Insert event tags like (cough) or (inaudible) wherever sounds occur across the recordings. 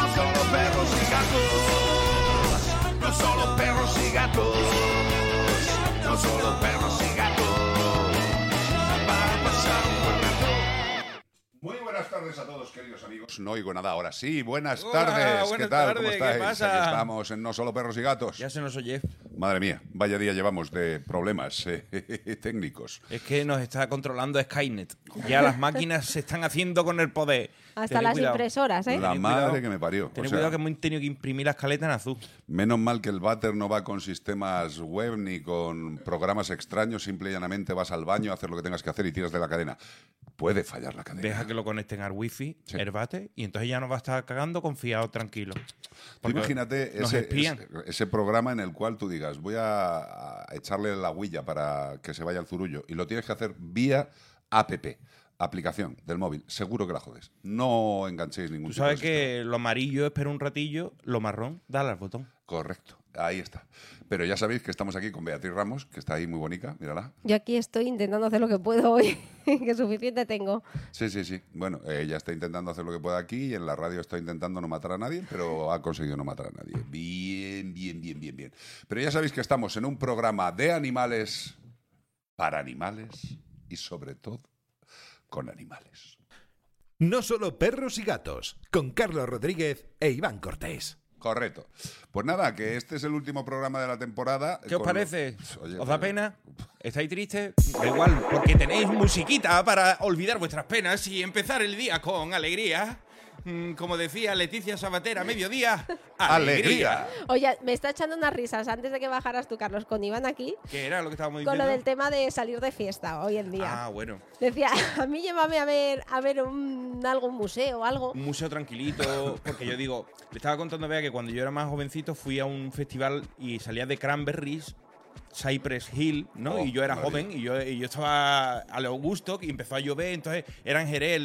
perros y gatos. No solo perros y gatos. No solo perros y gatos. Para pasar un buen rato. Muy buenas tardes a todos, queridos amigos. Pues No oigo nada ahora. Sí, buenas Hola, tardes. ¿Qué buenas tal? tardes, ¿Cómo ¿qué estáis? pasa? Aquí estamos en No Solo Perros y Gatos. Ya se nos oye. Madre mía, vaya día llevamos de problemas eh, (laughs) técnicos. Es que nos está controlando Skynet. Ya las máquinas se están haciendo con el poder. Hasta Tened las cuidado. impresoras, ¿eh? La Tened madre cuidado. que me parió. Tened O sea, cuidado que hemos tenido que imprimir la escaleta en azul. Menos mal que el váter no va con sistemas web ni con programas extraños, simple y llanamente vas al baño, haces lo que tengas que hacer y tiras de la cadena. Puede fallar la cadena. Deja que lo conecten al wifi, Sí. el bate, y entonces ya nos va a estar cagando confiado, tranquilo. Tú Porque imagínate nos ese, espían. ese- ese programa en el cual tú digas, voy a, a echarle la huilla para que se vaya al zurullo y lo tienes que hacer vía app, aplicación del móvil. Seguro que la jodes. No enganchéis ningún Tú tipo de sabes sistema. que lo amarillo espera un ratillo, lo marrón, dale al botón. Correcto, ahí está. Pero ya sabéis que estamos aquí con Beatriz Ramos, que está ahí muy bonita, mírala. Yo aquí estoy intentando hacer lo que puedo hoy, (laughs) que suficiente tengo. Sí, sí, sí. Bueno, eh, ella está intentando hacer lo que pueda aquí y en la radio está intentando no matar a nadie, pero ha conseguido no matar a nadie. Bien, bien, bien, bien, bien. Pero ya sabéis que estamos en un programa de animales, para animales y sobre todo con animales. No solo perros y gatos, con Carlos Rodríguez e Iván Cortés. Correcto. Pues nada, que este es el último programa de la temporada. ¿Qué os Con lo- parece? Oye, ¿Os da pero- pena? ¿Estáis tristes? Da igual, porque tenéis musiquita para olvidar vuestras penas y empezar el día con alegría. Mm, Como decía Leticia Sabatera, mediodía, alegría. ¡Alegría! Oye, me está echando unas risas antes de que bajaras tú, Carlos, con Iván aquí, Que era lo que estábamos con diciendo. lo del tema de salir de fiesta hoy en día. ah, bueno. Decía, (laughs) a mí llévame a ver, a ver un, algo, un museo o algo. Un museo tranquilito, porque yo digo, le estaba contando a Bea que cuando yo era más jovencito fui a un festival y salía de Cranberries, Cypress Hill, ¿no? Oh, y yo era maravilla. joven y yo, y yo estaba a lo gusto y empezó a llover, entonces era en Jerez,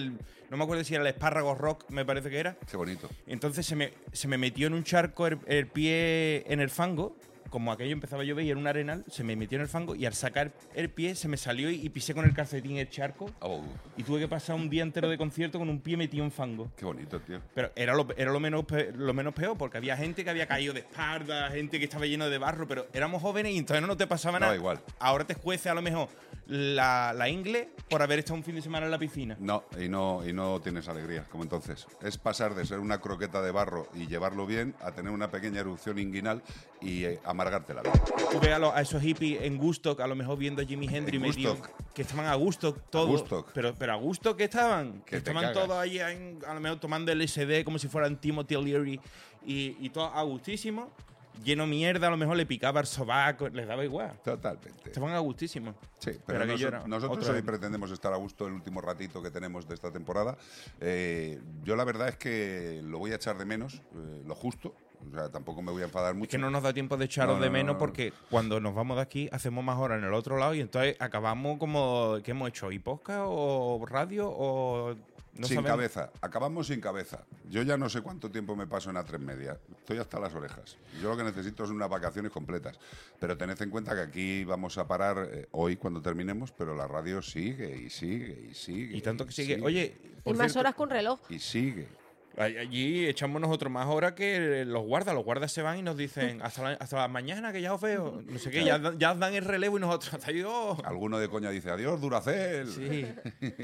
no me acuerdo si era el Espárrago Rock, me parece que era. Qué bonito. Entonces se me, se me metió en un charco el, el pie en el fango. Como aquello empezaba a llover y era un arenal, se me metió en el fango y al sacar el pie se me salió y, y pisé con el calcetín el charco Oh, y tuve que pasar un día entero de concierto con un pie metido en fango. qué bonito, tío. Pero era lo, era lo menos pe- lo menos peor, porque había gente que había caído de espalda, gente que estaba llena de barro, pero éramos jóvenes y entonces no te pasaba Daba nada. igual. Ahora te escuece a lo mejor la, la ingle por haber estado un fin de semana en la piscina. No, y no, y no tienes alegría, como entonces. Es pasar de ser una croqueta de barro y llevarlo bien a tener una pequeña erupción inguinal y eh, amargarte la vida. Tú ve a, los- a esos hippies en Gustock, a lo mejor viendo a Jimi Hendrix En metido, Woodstock. que estaban a gusto todos. Woodstock. Pero, pero a gusto que estaban. Que te Que estaban cagas. todos ahí, en- a lo mejor tomando LSD como si fueran Timothy Leary y, y todos a gustísimo. Lleno mierda, a lo mejor le picaba el sobaco, les daba igual. Totalmente. Estaban a gustísimo. Sí, pero aquello noso- era nosotros otra hoy vez. pretendemos estar a gusto el último ratito que tenemos de esta temporada. Eh, yo la verdad es que lo voy a echar de menos, eh, lo justo. O sea, tampoco me voy a enfadar mucho. Es que no nos da tiempo de echaros No, no, de no, menos no. porque cuando nos vamos de aquí hacemos más horas en el otro lado y entonces acabamos como ¿qué hemos hecho? ¿Y podcast o radio o no sin sabemos? cabeza, acabamos sin cabeza. Yo ya no sé cuánto tiempo me paso en A3 Media. Estoy hasta las orejas. Yo lo que necesito son unas vacaciones completas. Pero tened en cuenta que aquí vamos a parar eh, hoy cuando terminemos, pero la radio sigue y sigue y sigue. Y tanto que sigue. Oye, y por más cierto, horas con reloj. Y sigue. all- allí echamos nosotros más horas que los guardas. Los guardas se van y nos dicen hasta la, hasta la mañana que ya os veo. No sé qué, ya, dan- ya dan el relevo y nosotros (laughs) hasta ahí, oh. Alguno de coña dice, adiós, Duracel. Sí,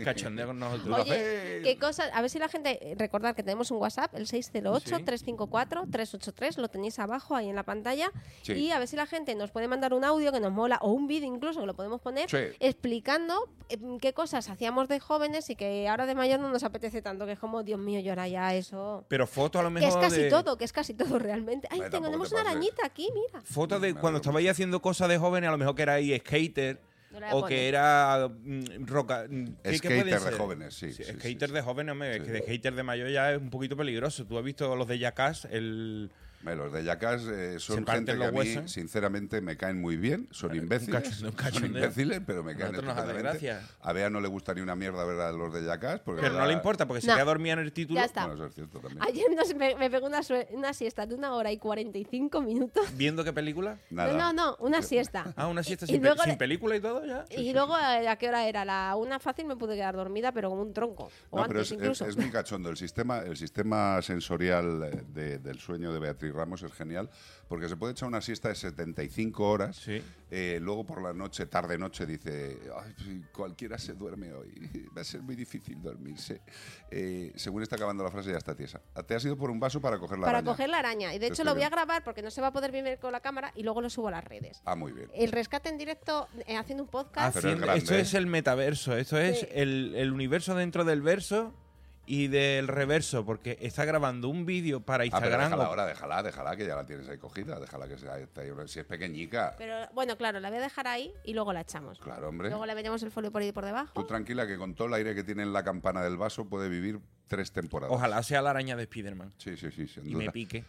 cachondeo con nosotros. Oye, qué cosas. A ver si la gente. Recordad que tenemos un WhatsApp, el Sí. 608-354-383. Lo tenéis abajo ahí en la pantalla. Sí. Y a ver si la gente nos puede mandar un audio que nos mola o un vídeo incluso que lo podemos poner Sí. explicando eh, qué cosas hacíamos de jóvenes y que ahora de mayor no nos apetece tanto. Que es como, Dios mío, llora ya eso. Pero fotos a lo Que mejor es casi de- todo, que es casi todo realmente. Ay, Hombre, tengo- tampoco tenemos te una pases. arañita aquí, mira. Fotos de Me alegro cuando estabais haciendo cosas de jóvenes, a lo mejor que erais skater No la voy o a que poner. era mm, roca. mm, ¿qué- qué Skater puede de ser? jóvenes, sí, sí, sí, skater sí. de jóvenes, hombre, es Sí. que de skater de mayor ya es un poquito peligroso. Tú has visto los de Jackass, el, Me- Los de Yacas Se son parten gente que los a mí, huesos. sinceramente, me caen muy bien. Son imbéciles. cacho- un son cachondeo. imbéciles, pero me caen Nosotros nos hace estupendamente. gracia. A Bea no le gusta ni una mierda ver a los de Yacas. Pero no le importa porque se No. queda dormida en el título. Ya está. Bueno, eso es cierto también. Ayer nos- me, me pegó una, sue- una siesta de una hora y 45 minutos. ¿Viendo qué película? Nada. No, no, no, una siesta. Ah, una siesta Y sin, pe- luego sin le- película y todo ya. Y luego, eh, ¿a qué hora era? La una fácil me pude quedar dormida, pero como un tronco. O No, antes pero es, es- incluso. es muy cachondo. El sistema, el sistema sensorial eh, de- del sueño de Beatriz Ramos es genial porque se puede echar una siesta de 75 horas. Sí. eh, luego por la noche, tarde-noche, dice: "Ay, sí, cualquiera se duerme hoy. (laughs) Va a ser muy difícil dormirse. Eh, según está acabando la frase, ya está tiesa. Ah, Te has ido por un vaso para coger la para araña. coger la araña. Y de hecho Estoy lo voy a bien. grabar porque no se va a poder vivir con la cámara y luego lo subo a las redes. Ah, muy bien. El rescate en directo eh, haciendo un podcast. pero es Haciendo- grande, Ah, esto ¿eh? es el metaverso, esto es Sí. el, el universo dentro del verso y del reverso, porque está grabando un vídeo para Ah, pero Instagram. déjala o- ahora, déjala, déjala, que ya la tienes ahí cogida. Déjala que sea. Si es pequeñica. Pero bueno, claro, la voy a dejar ahí y luego la echamos. Claro, hombre. Luego le metemos el folio por ahí por debajo. (laughs) Tú tranquila que con todo el aire que tiene en la campana del vaso puede vivir tres temporadas. Ojalá sea la araña de Spiderman Sí, sí, sí, sin y duda. me (laughs) pique.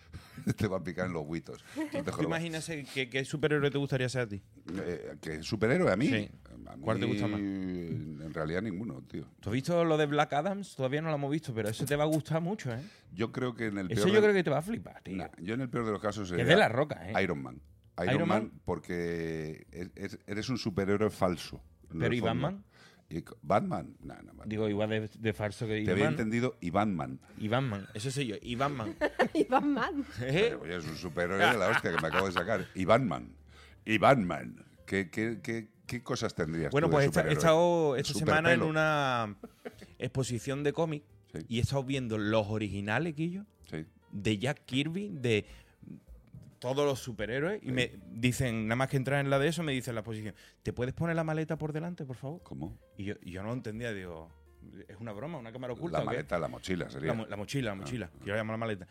Te Este va a picar en los (laughs) huitos. No te ¿Tú jodas. imaginas qué, qué superhéroe te gustaría ser a ti? Eh, ¿Que superhéroe a mí? Sí. A mí, ¿Cuál te gusta más? En realidad ninguno, tío. ¿Tú has visto lo de Black Adams? Todavía no lo hemos visto, pero eso te va a gustar mucho, ¿eh? Yo creo que en el peor. Eso yo de- creo que te va a flipar, tío. Nah, yo en el peor de los casos Que sería es de la roca, ¿eh? Iron Man. Iron, ¿Iron Man, Man? porque es- es- eres un superhéroe falso. en Pero el ¿y fondo. Batman? Y co- Batman, nah, nah, Batman. Digo, igual de, de falso que Te había Iron entendido y Batman. Man. Eso soy yo, Iron Man. y van mal. ¿Eh? Oye, es un superhéroe de la hostia que me acabo de sacar. Y Batman. Y Batman. ¿Qué, qué, qué, qué cosas tendrías? Bueno, tú de pues esta- he superhéroe? estado El esta semana en superpelo. una exposición de cómic Sí. y he estado viendo los originales, Guillo, Sí. de Jack Kirby, de todos los superhéroes. Y me dicen, nada más que entrar en la de eso, me dicen la exposición, ¿te puedes poner la maleta por delante, por favor? ¿Cómo? Y yo, y yo no entendía, digo, ¿es una broma? ¿Una cámara oculta? La o qué?". maleta, la Ah, mochila sería. La, mo- la mochila, la mochila. que Yo la llamo la maleta.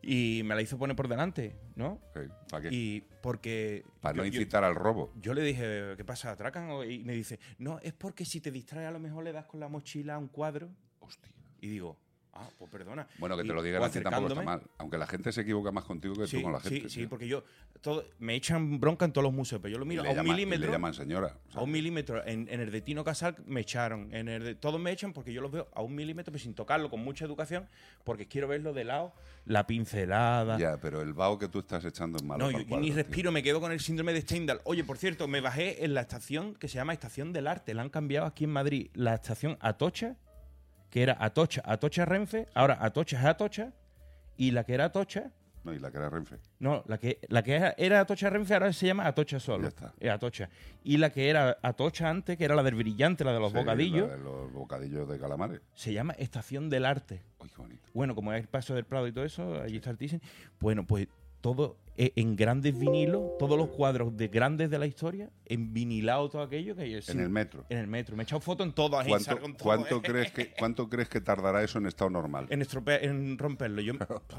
Y me la hizo poner por delante, ¿no? ¿Para qué? Y porque... Para no yo- yo- incitar al robo. yo le dije, ¿qué pasa? ¿Atracan? O- Y me dice, no, es porque si te distraes a lo mejor le das con la mochila a un cuadro. Hostia. Y digo, ah, pues perdona. Bueno, que Y- te lo diga o la gente tampoco está acercándome. mal. Aunque la gente se equivoca más contigo que Sí, tú con la gente. sí, sí, tío. porque yo todo, me echan bronca en todos los museos, pero yo lo Y miro le a un llama- y milímetro. le llaman señora. o sea, a un milímetro. En, en el de Tino Casal me echaron. En el de, todos me echan porque yo los veo a un milímetro, pero sin tocarlo, con mucha educación, porque quiero verlo de lado, la pincelada. ya, pero el vaho que tú estás echando es malo. No, para yo, el yo ni cuadro, tío. respiro, me quedo con el síndrome de Stendhal. Oye, por cierto, me bajé en la estación que se llama Estación del Arte. La han cambiado aquí en Madrid. La estación Atocha, que era Atocha, Atocha Renfe, ahora Atocha es Atocha. Y la que era Atocha, No, y la que era Renfe. no, la que, la que era- era Atocha Renfe ahora se llama Atocha solo. Ya está. Es Atocha. Y la que era Atocha antes, que era la del brillante, la de los Sí, bocadillos, la de los bocadillos de calamares. se llama Estación del Arte Ay, qué bonito. bueno, como es el paso del Prado y todo eso, allí está el Thyssen. Bueno, pues todo eh, en grandes vinilos, todos los cuadros de grandes de la historia, en vinilado todo aquello que yo En el metro. en el metro. Me he echado fotos en todas. en ¿Cuánto, Sargo, en todo, cuánto eh, crees que, ¿Cuánto crees que tardará eso en estado normal? En, estrope- en (laughs) romperlo. Yo,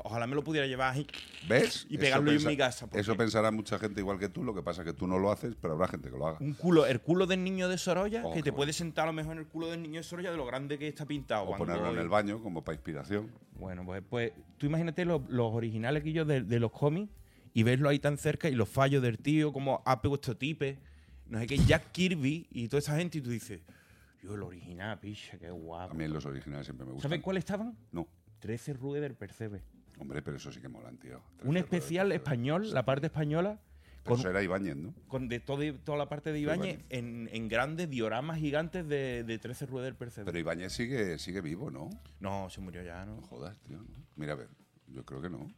ojalá me lo pudiera llevar ahí. ¿Ves? Y Eso Eh. pegarlo yo en pensa- mi casa, Pues, porque- Eso pensará mucha gente igual que tú, lo que pasa es que tú no lo haces, pero habrá gente que lo haga. Un culo, el culo del niño de Sorolla, Oh, que qué te bueno. puedes sentar a lo mejor en el culo del niño de Sorolla de lo grande que está pintado. O Van ponerlo Gogh en y- el baño como para inspiración. Bueno, pues, pues tú imagínate los, los originales que yo de, de los cómics y verlo ahí tan cerca y los fallos del tío, como ha puesto tipe, no sé qué, Jack Kirby y toda esa gente, y tú dices, yo el original, picha, qué A guapo. mí los originales siempre me gustan. ¿Sabes cuáles estaban? No. 13 Rue del Percebe. Hombre, pero eso sí que molan, tío. Un especial español. español, la parte española, Pero con, eso era Ibáñez, ¿no? con de todo, toda la parte de Ibáñez en, en grandes dioramas gigantes de, de 13 Rue del Percebe. Pero Ibáñez sigue, sigue vivo, ¿no? No, se murió ya, ¿no? No jodas, tío. ¿no? Mira, a ver, yo creo que no.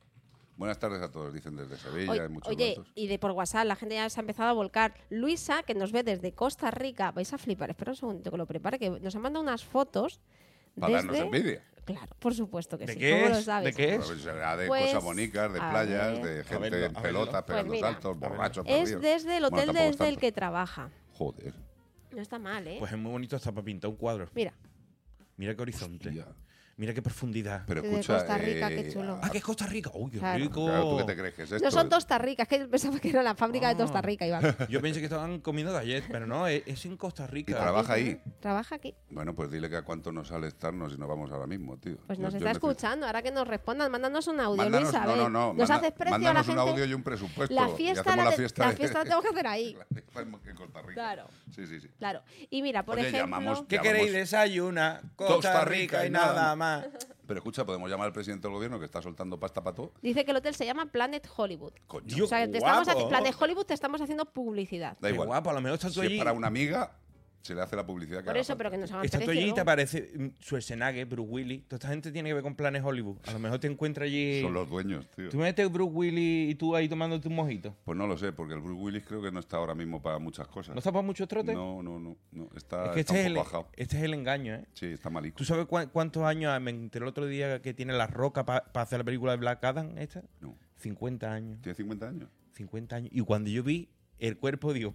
Buenas tardes a todos, dicen desde Sevilla, Oye, hay muchos oye, datos. y de por WhatsApp la gente ya se ha empezado a volcar. Luisa, que nos ve desde Costa Rica, vais a flipar, espera un segundito que lo prepare, que nos ha mandado unas fotos. Para darnos desde... envidia. Claro, por supuesto que ¿De sí. qué ¿Cómo es? lo sabes? ¿De qué Pero es? será eh, de Pues, cosas bonitas, de a playas, ver. de A gente verlo, en a verlo. pelotas, Pues pegando mira. saltos, verlo. borrachos. Es perdidos. desde el Bueno, hotel tampoco es desde el tanto. que trabaja. Joder, No está mal, ¿eh? Pues es muy bonito hasta para pintar un cuadro. Mira, Mira qué horizonte. ya. Mira qué profundidad. Pero De escucha. Costa Rica, qué chulo. ah, Ah, que es Costa Rica. Uy, qué Claro. rico. claro, ¿Tú qué te crees que es esto? No son (laughs) Costa Rica, es que yo pensaba que era la fábrica de Ah. Costa Rica, (laughs) Iván. Yo pensé que estaban comiendo tallet, pero no, es, es en Costa Rica. Y trabaja ahí. Trabaja aquí. Bueno, pues dile que a cuánto nos sale estarnos y nos vamos ahora mismo, tío. Pues Yo- nos yo está necesito- escuchando, ahora que nos respondan, mándanos un audio, Mándanos- Luisa. a no, ver. no, no. Nos manda- haces precio a la mándanos gente. un audio y un presupuesto. La y fiesta, hacemos la, la te- fiesta. la de- fiesta la tengo que hacer ahí. (laughs) La fiesta en Costa Rica. Claro. Sí, sí, sí. Claro. Y mira, por Oye, ejemplo. llamamos- ¿Qué Ya queréis vamos. desayunar? Costa, Costa Rica, Rica y y nada, nada más. Pero escucha, podemos llamar al presidente del gobierno que está soltando pasta para todo. Dice que el hotel se llama Planet Hollywood. Coño. Dios, O sea, te guapo. estamos haci- Planet Hollywood te estamos haciendo publicidad. da Qué igual. guapo, a lo mejor estás tú Si es allí. para una amiga, se le hace la publicidad que Por haga eso, falta. pero que nos hagan Esta precio, toallita ¿no? parece mm, Schwarzenegger, Bruce Willis. Toda esta gente tiene que ver con planes Hollywood. A lo mejor te encuentras allí. Son los dueños, tío. Tú metes Bruce Willis y tú ahí tomándote un mojito. Pues no lo sé, porque el Bruce Willis creo que no está ahora mismo para muchas cosas. ¿No está para muchos trotes? No, no, no. no. Está, Es que Ah, está un este es, el, poco bajado. este es el engaño, ¿eh? Sí, está malito. ¿Tú sabes cua- cuántos años ah, me enteré el otro día que tiene La Roca para hacer la película de Black Adam esta? No. 50 años. ¿Tiene 50 años? 50 años. Y cuando yo vi el cuerpo, digo,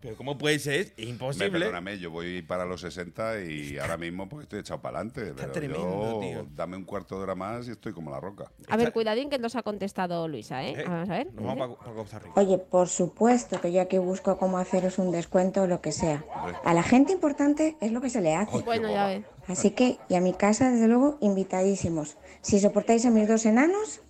¿pero cómo puede ser? Es Me, imposible. perdóname, yo voy para los 60 y ahora mismo pues estoy echado para adelante. Está pero tremendo, yo, tío. Dame un cuarto de hora más y estoy como la roca. A ver, cuidadín que nos ha contestado Luisa, ¿eh? Eh, Vamos a ver. Nos vamos para Costa Rica. Oye, por supuesto que yo aquí busco cómo haceros un descuento o lo que sea. A la gente importante es lo que se le hace. Bueno, ya ves. Así que, y a mi casa, desde luego, invitadísimos. Si soportáis a mis dos enanos,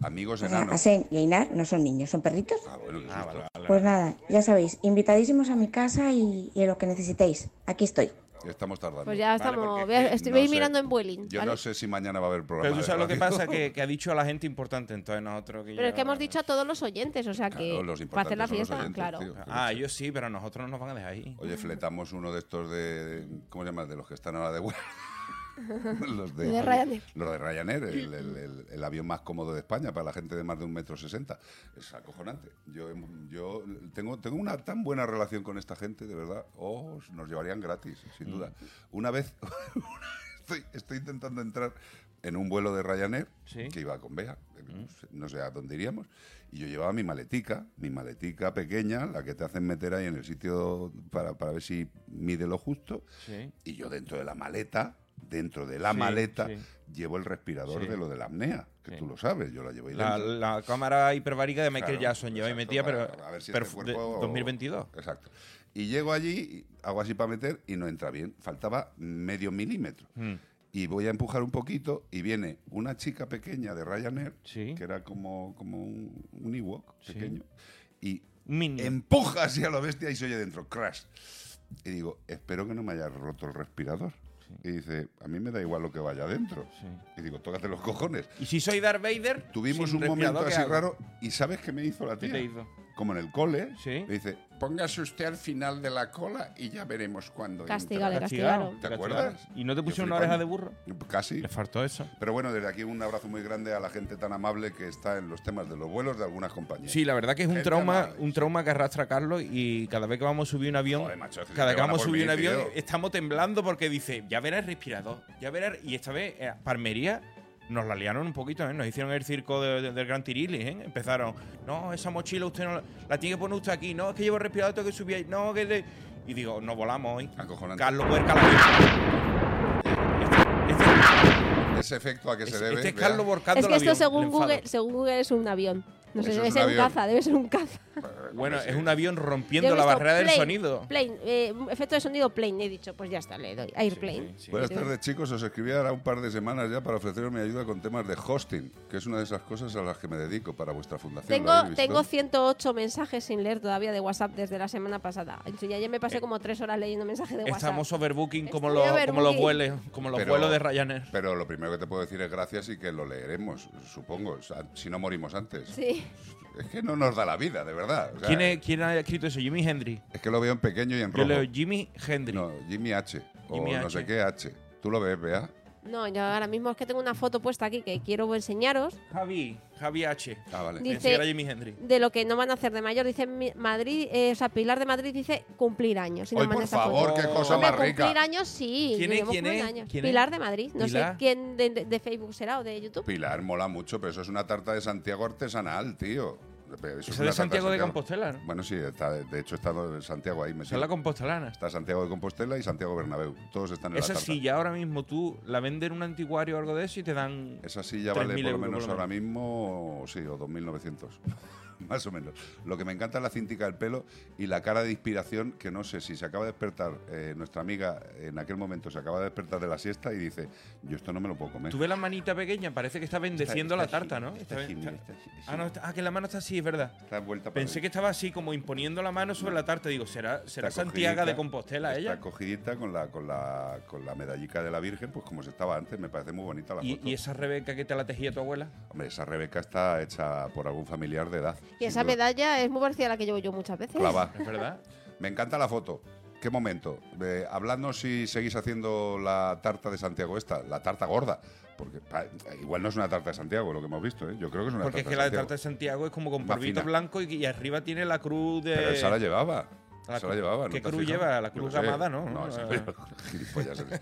Amigos o sea, a enanos. Sen y a Inar, no son niños, son perritos. Ah, bueno, qué susto. Pues nada, ya sabéis, invitadísimos a mi casa y, y lo que necesitéis. Aquí estoy. Estamos tardando. Pues ya Vale, estamos. porque voy a- es que estoy eh, No sé. mirando en Vueling. Yo ¿vale? no sé si mañana va a haber programa. Pero tú de sabes lo que radio. pasa, (laughs) que, que ha dicho a la gente importante, entonces nosotros que Pero es ya- que hemos dicho a todos los oyentes, o sea que Claro, los para hacer la importantes son los fiesta, oyentes, claro. tío. Ah, ellos sí, pero a nosotros no nos van a dejar ahí. Oye, fletamos uno de estos de. ¿Cómo se llama? De los que están ahora de huelga. (laughs) (laughs) los de, De Ryanair. Los de Ryanair, el, el- el- el avión más cómodo de España para la gente de más de un metro sesenta. Es acojonante. Yo, em, yo tengo, tengo una tan buena relación con esta gente, de verdad. Oh, nos llevarían gratis, sin duda. Una vez (laughs) estoy, estoy intentando entrar en un vuelo de Ryanair Sí. que iba con Bea, no sé- no sé a dónde iríamos, y yo llevaba mi maletica, mi maletica pequeña, la que te hacen meter ahí en el sitio para, para ver si mide lo justo, Sí. y yo dentro de la maleta, dentro de la Sí, maleta, sí. llevo el respirador Sí. de lo de la apnea, que Sí. tú lo sabes, yo la llevo ahí La, dentro. la cámara hiperbárica de Michael Claro, Jackson lleva y exacto, metía, pero para- a ver si este perf- de- cuerpo- 2022. Exacto. Y llego allí, y hago así para meter y no entra bien. Faltaba medio milímetro. Y voy a empujar un poquito y viene una chica pequeña de Ryanair, Sí. que era como, como un, un Ewok pequeño, y Minion. empuja así a la bestia y se oye dentro, crash. Y digo, espero que no me haya roto el respirador. Y dice, a mí me da igual lo que vaya adentro. Y digo, tócate los cojones. Y si soy Darth Vader, Tuvimos sin un momento respirador, ¿qué así hago? raro y ¿sabes qué me hizo la ¿Qué tía? te hizo? Como en el cole, Sí. me dice, póngase usted al final de la cola y ya veremos cuándo Castígale, entra". Castigado, castigaron. ¿Te castigado. acuerdas? ¿Y no te Yo pusieron una flipando. oreja de burro? Casi. Le faltó eso. Pero bueno, desde aquí un abrazo muy grande a la gente tan amable que está en los temas de los vuelos de algunas compañías. Sí, la verdad que es un Gente trauma, amable, un sí. trauma que arrastra Carlos y cada vez que vamos a subir un avión, Joder, macho, es que cada te que van a vamos a por subir mí, un avión tío. estamos temblando porque dice, ya verás el respirador, ya verás y esta vez eh, Palmería nos la liaron un poquito, ¿eh? nos hicieron el circo de- de- del Gran Tirili, ¿eh? empezaron, no, esa mochila usted no la, la tiene que poner usted aquí, no, es que llevo el respirador, tengo que subir ahí, no, que le... Y digo, nos volamos hoy. Acojonante. Carlos Huerca la Este, Ese efecto a que este- se este debe. es vea. Carlos borcando Es que el esto avión, le según enfada. Google, según Google es un avión. No sé, Eso debe Pues es un ser un avión. caza, debe ser un caza. Eh, Bueno, Hombre, es sí. un avión Yo he rompiendo la visto barrera del plane, sonido. plane, eh, efecto de sonido plane, he dicho, pues ya está, le doy. Airplane. sí, sí. Buenas tardes, chicos. Os escribí ahora un par de semanas ya para ofreceros mi ayuda con temas de hosting, que es una de esas cosas a las que me dedico para vuestra fundación. ¿Lo Tengo, habéis visto? tengo 108 mensajes sin leer todavía de WhatsApp desde la semana pasada. Y ayer me pasé como tres horas leyendo mensajes de Eh, WhatsApp. Estamos overbooking como, Estoy los- como los overbooking. vuelos, como los Pero- vuelos de Ryanair. Pero lo primero que te puedo decir es gracias y que lo leeremos, supongo, o sea, si no morimos antes. Sí. Es que no nos da la vida, de verdad. o sea, ¿Quién, es- quién ha escrito eso? Jimi Hendrix. Es que lo veo en pequeño y en Yo rojo. leo Jimi Hendrix. No, Jimmy H. O Jimmy no H. sé qué H. ¿Tú lo ves, Bea? No, yo ahora mismo es que tengo una foto puesta aquí que quiero enseñaros. Javi, Javi H. Ah, vale. Dice- Pensé que era Jimi Hendrix. de lo que no van a hacer de mayor. Dice mi- Madrid, eh, o sea, Pilar de Madrid dice cumplir años. Y nos Hoy, manda por esa foto. favor, qué foto. cosa Hombre, más Hombre, rica. cumplir años sí. ¿Quién es? digamos ¿Quién cumplir es? años. ¿Quién es? Pilar de Madrid. No Pilar. sé quién de, de- de Facebook será o de YouTube. Pilar mola mucho, pero eso es una tarta de Santiago artesanal, tío. Eso de Santiago de Compostela, ¿no? Bueno, sí, está, de hecho está Santiago ahí Son metido. la compostelana. Está Santiago de Compostela y Santiago Bernabéu. Todos están en Esa la tarta. silla ahora mismo tú la venden en un anticuario o algo de eso y te dan. Esa silla 3.000 vale por lo euros, menos por lo ahora mismo, sí, o 2.900. (laughs) Más o menos. Lo que me encanta es la cintica del pelo y la cara de inspiración que no sé si se acaba de despertar eh, nuestra amiga en aquel momento, se acaba de despertar de la siesta y dice, yo esto no me lo puedo comer. Tú ves la manita pequeña, parece que está bendeciendo está la tarta, así, ¿no? está Está- así, mira, está- está así, Ah, no, está- ah, que la mano está así, es verdad. Está vuelta para Pensé que adentro. estaba así, como imponiendo la mano sobre la tarta. Digo, ¿será, será Está Santiago de cogidita, Compostela ella? Está cogidita con la, con, la, con la medallica de la Virgen, pues como se estaba antes, me parece muy bonita la ¿Y, foto. y esa Rebeca que te la tejía tu abuela? Hombre, esa Rebeca está hecha por algún familiar de edad. Y sin esa duda. medalla es muy parecida a la que llevo yo muchas veces. Clava. ¿Es verdad? Me encanta la foto. ¿Qué momento? Eh, habladnos si seguís haciendo la tarta de Santiago esta, la tarta gorda. Porque pa- igual no es una tarta de Santiago lo que hemos visto, ¿eh? Yo creo que es una Porque es tarta que de la de Santiago. tarta de Santiago es como con Más polvito fina. blanco y, y arriba tiene la cruz de. Pero esa la llevaba. La esa la cru- llevaba, ¿no ¿qué te has cruz fijado? lleva? La Yo cruz qué sé. gamada, ¿no? Ah. No, esa- La- (laughs) gilipollas eres.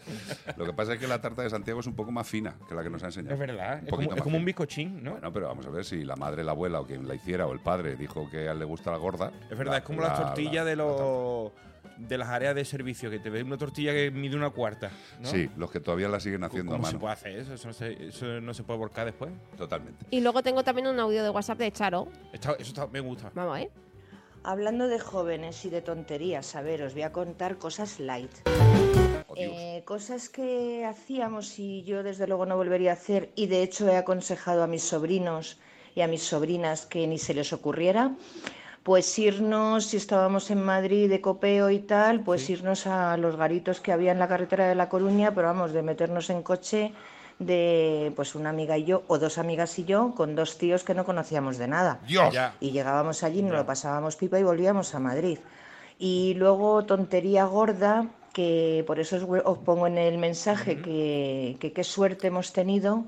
Lo que pasa es que la tarta de Santiago es un poco más fina que la que nos ha enseñado. Es verdad, es poquito como, es más como un fina. bizcochín, ¿no? Bueno, pero vamos a ver si la madre, la abuela o quien la hiciera o el padre dijo que a él le gusta la gorda. es verdad, la- es como las la- tortillas la- de la tarta. los de las áreas de servicio, que te ves una tortilla que mide una cuarta, ¿no? Sí, los que todavía la siguen haciendo a ¿Cómo se mano. puede hacer eso? Eso no se, eso no se puede volcar después. Totalmente. Y luego tengo también un audio de WhatsApp de Charo. Está- eso está- me gusta. Vamos, ¿eh? Hablando de jóvenes y de tonterías, a ver, os voy a contar cosas light. Oh, Dios. Eh, cosas que hacíamos y yo desde luego no volvería a hacer y de hecho he aconsejado a mis sobrinos y a mis sobrinas que ni se les ocurriera, pues irnos, si estábamos en Madrid de copeo y tal, pues irnos a los garitos que había en la carretera de La Coruña, pero vamos, de meternos en coche de pues una amiga y yo o dos amigas y yo con dos tíos que no conocíamos de nada. Dios. Ya. Y llegábamos allí, nos lo pasábamos pipa y volvíamos a Madrid. Y luego tontería gorda, que por eso os, hue- os pongo en el mensaje que que qué suerte hemos tenido.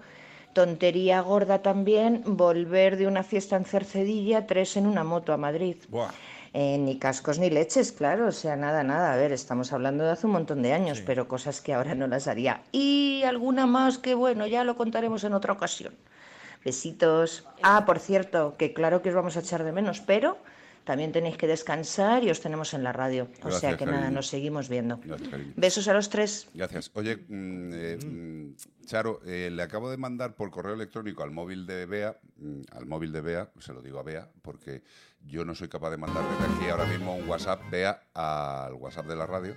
Tontería gorda también, volver de una fiesta en Cercedilla, tres en una moto a Madrid. Buah. Eh, ni cascos ni leches, claro, o sea, nada, nada. A ver, estamos hablando de hace un montón de años, pero cosas que ahora no las haría. Y alguna más que, bueno, ya lo contaremos en otra ocasión. Besitos. Ah, por cierto, que claro que os vamos a echar de menos, pero también tenéis que descansar y os tenemos en la radio. o Gracias, sea que nada, cariño. nos seguimos viendo. Gracias, cariño. Besos a los tres. Gracias. Oye, mm, eh, mm, Charo, eh, le acabo de mandar por correo electrónico al móvil de Bea, mm, al móvil de Bea, se lo digo a Bea, porque yo no soy capaz de mandar desde aquí ahora mismo un WhatsApp, Bea, al WhatsApp de la radio,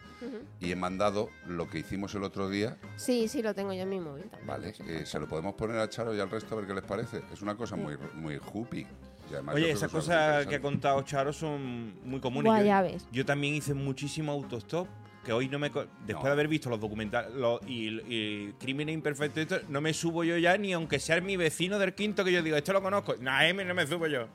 y he mandado lo que hicimos el otro día, Sí, sí, lo tengo yo en mi móvil también. ¿vale? Eh, se lo podemos poner a Charo y al resto a ver qué les parece. Es una cosa muy, muy jupi. Y además yo Oye, creo esas que es algo cosas que ha interesante. contado Charo son muy comunes. Buah, yo, ya ves. yo también hice muchísimo autostop, que hoy no me... co- Después de haber visto los documentales los- y, y Crímenes Imperfectos, y esto, no me subo yo ya, ni aunque sea mi vecino del quinto que yo digo, esto lo conozco. Nah, eh, no me subo yo.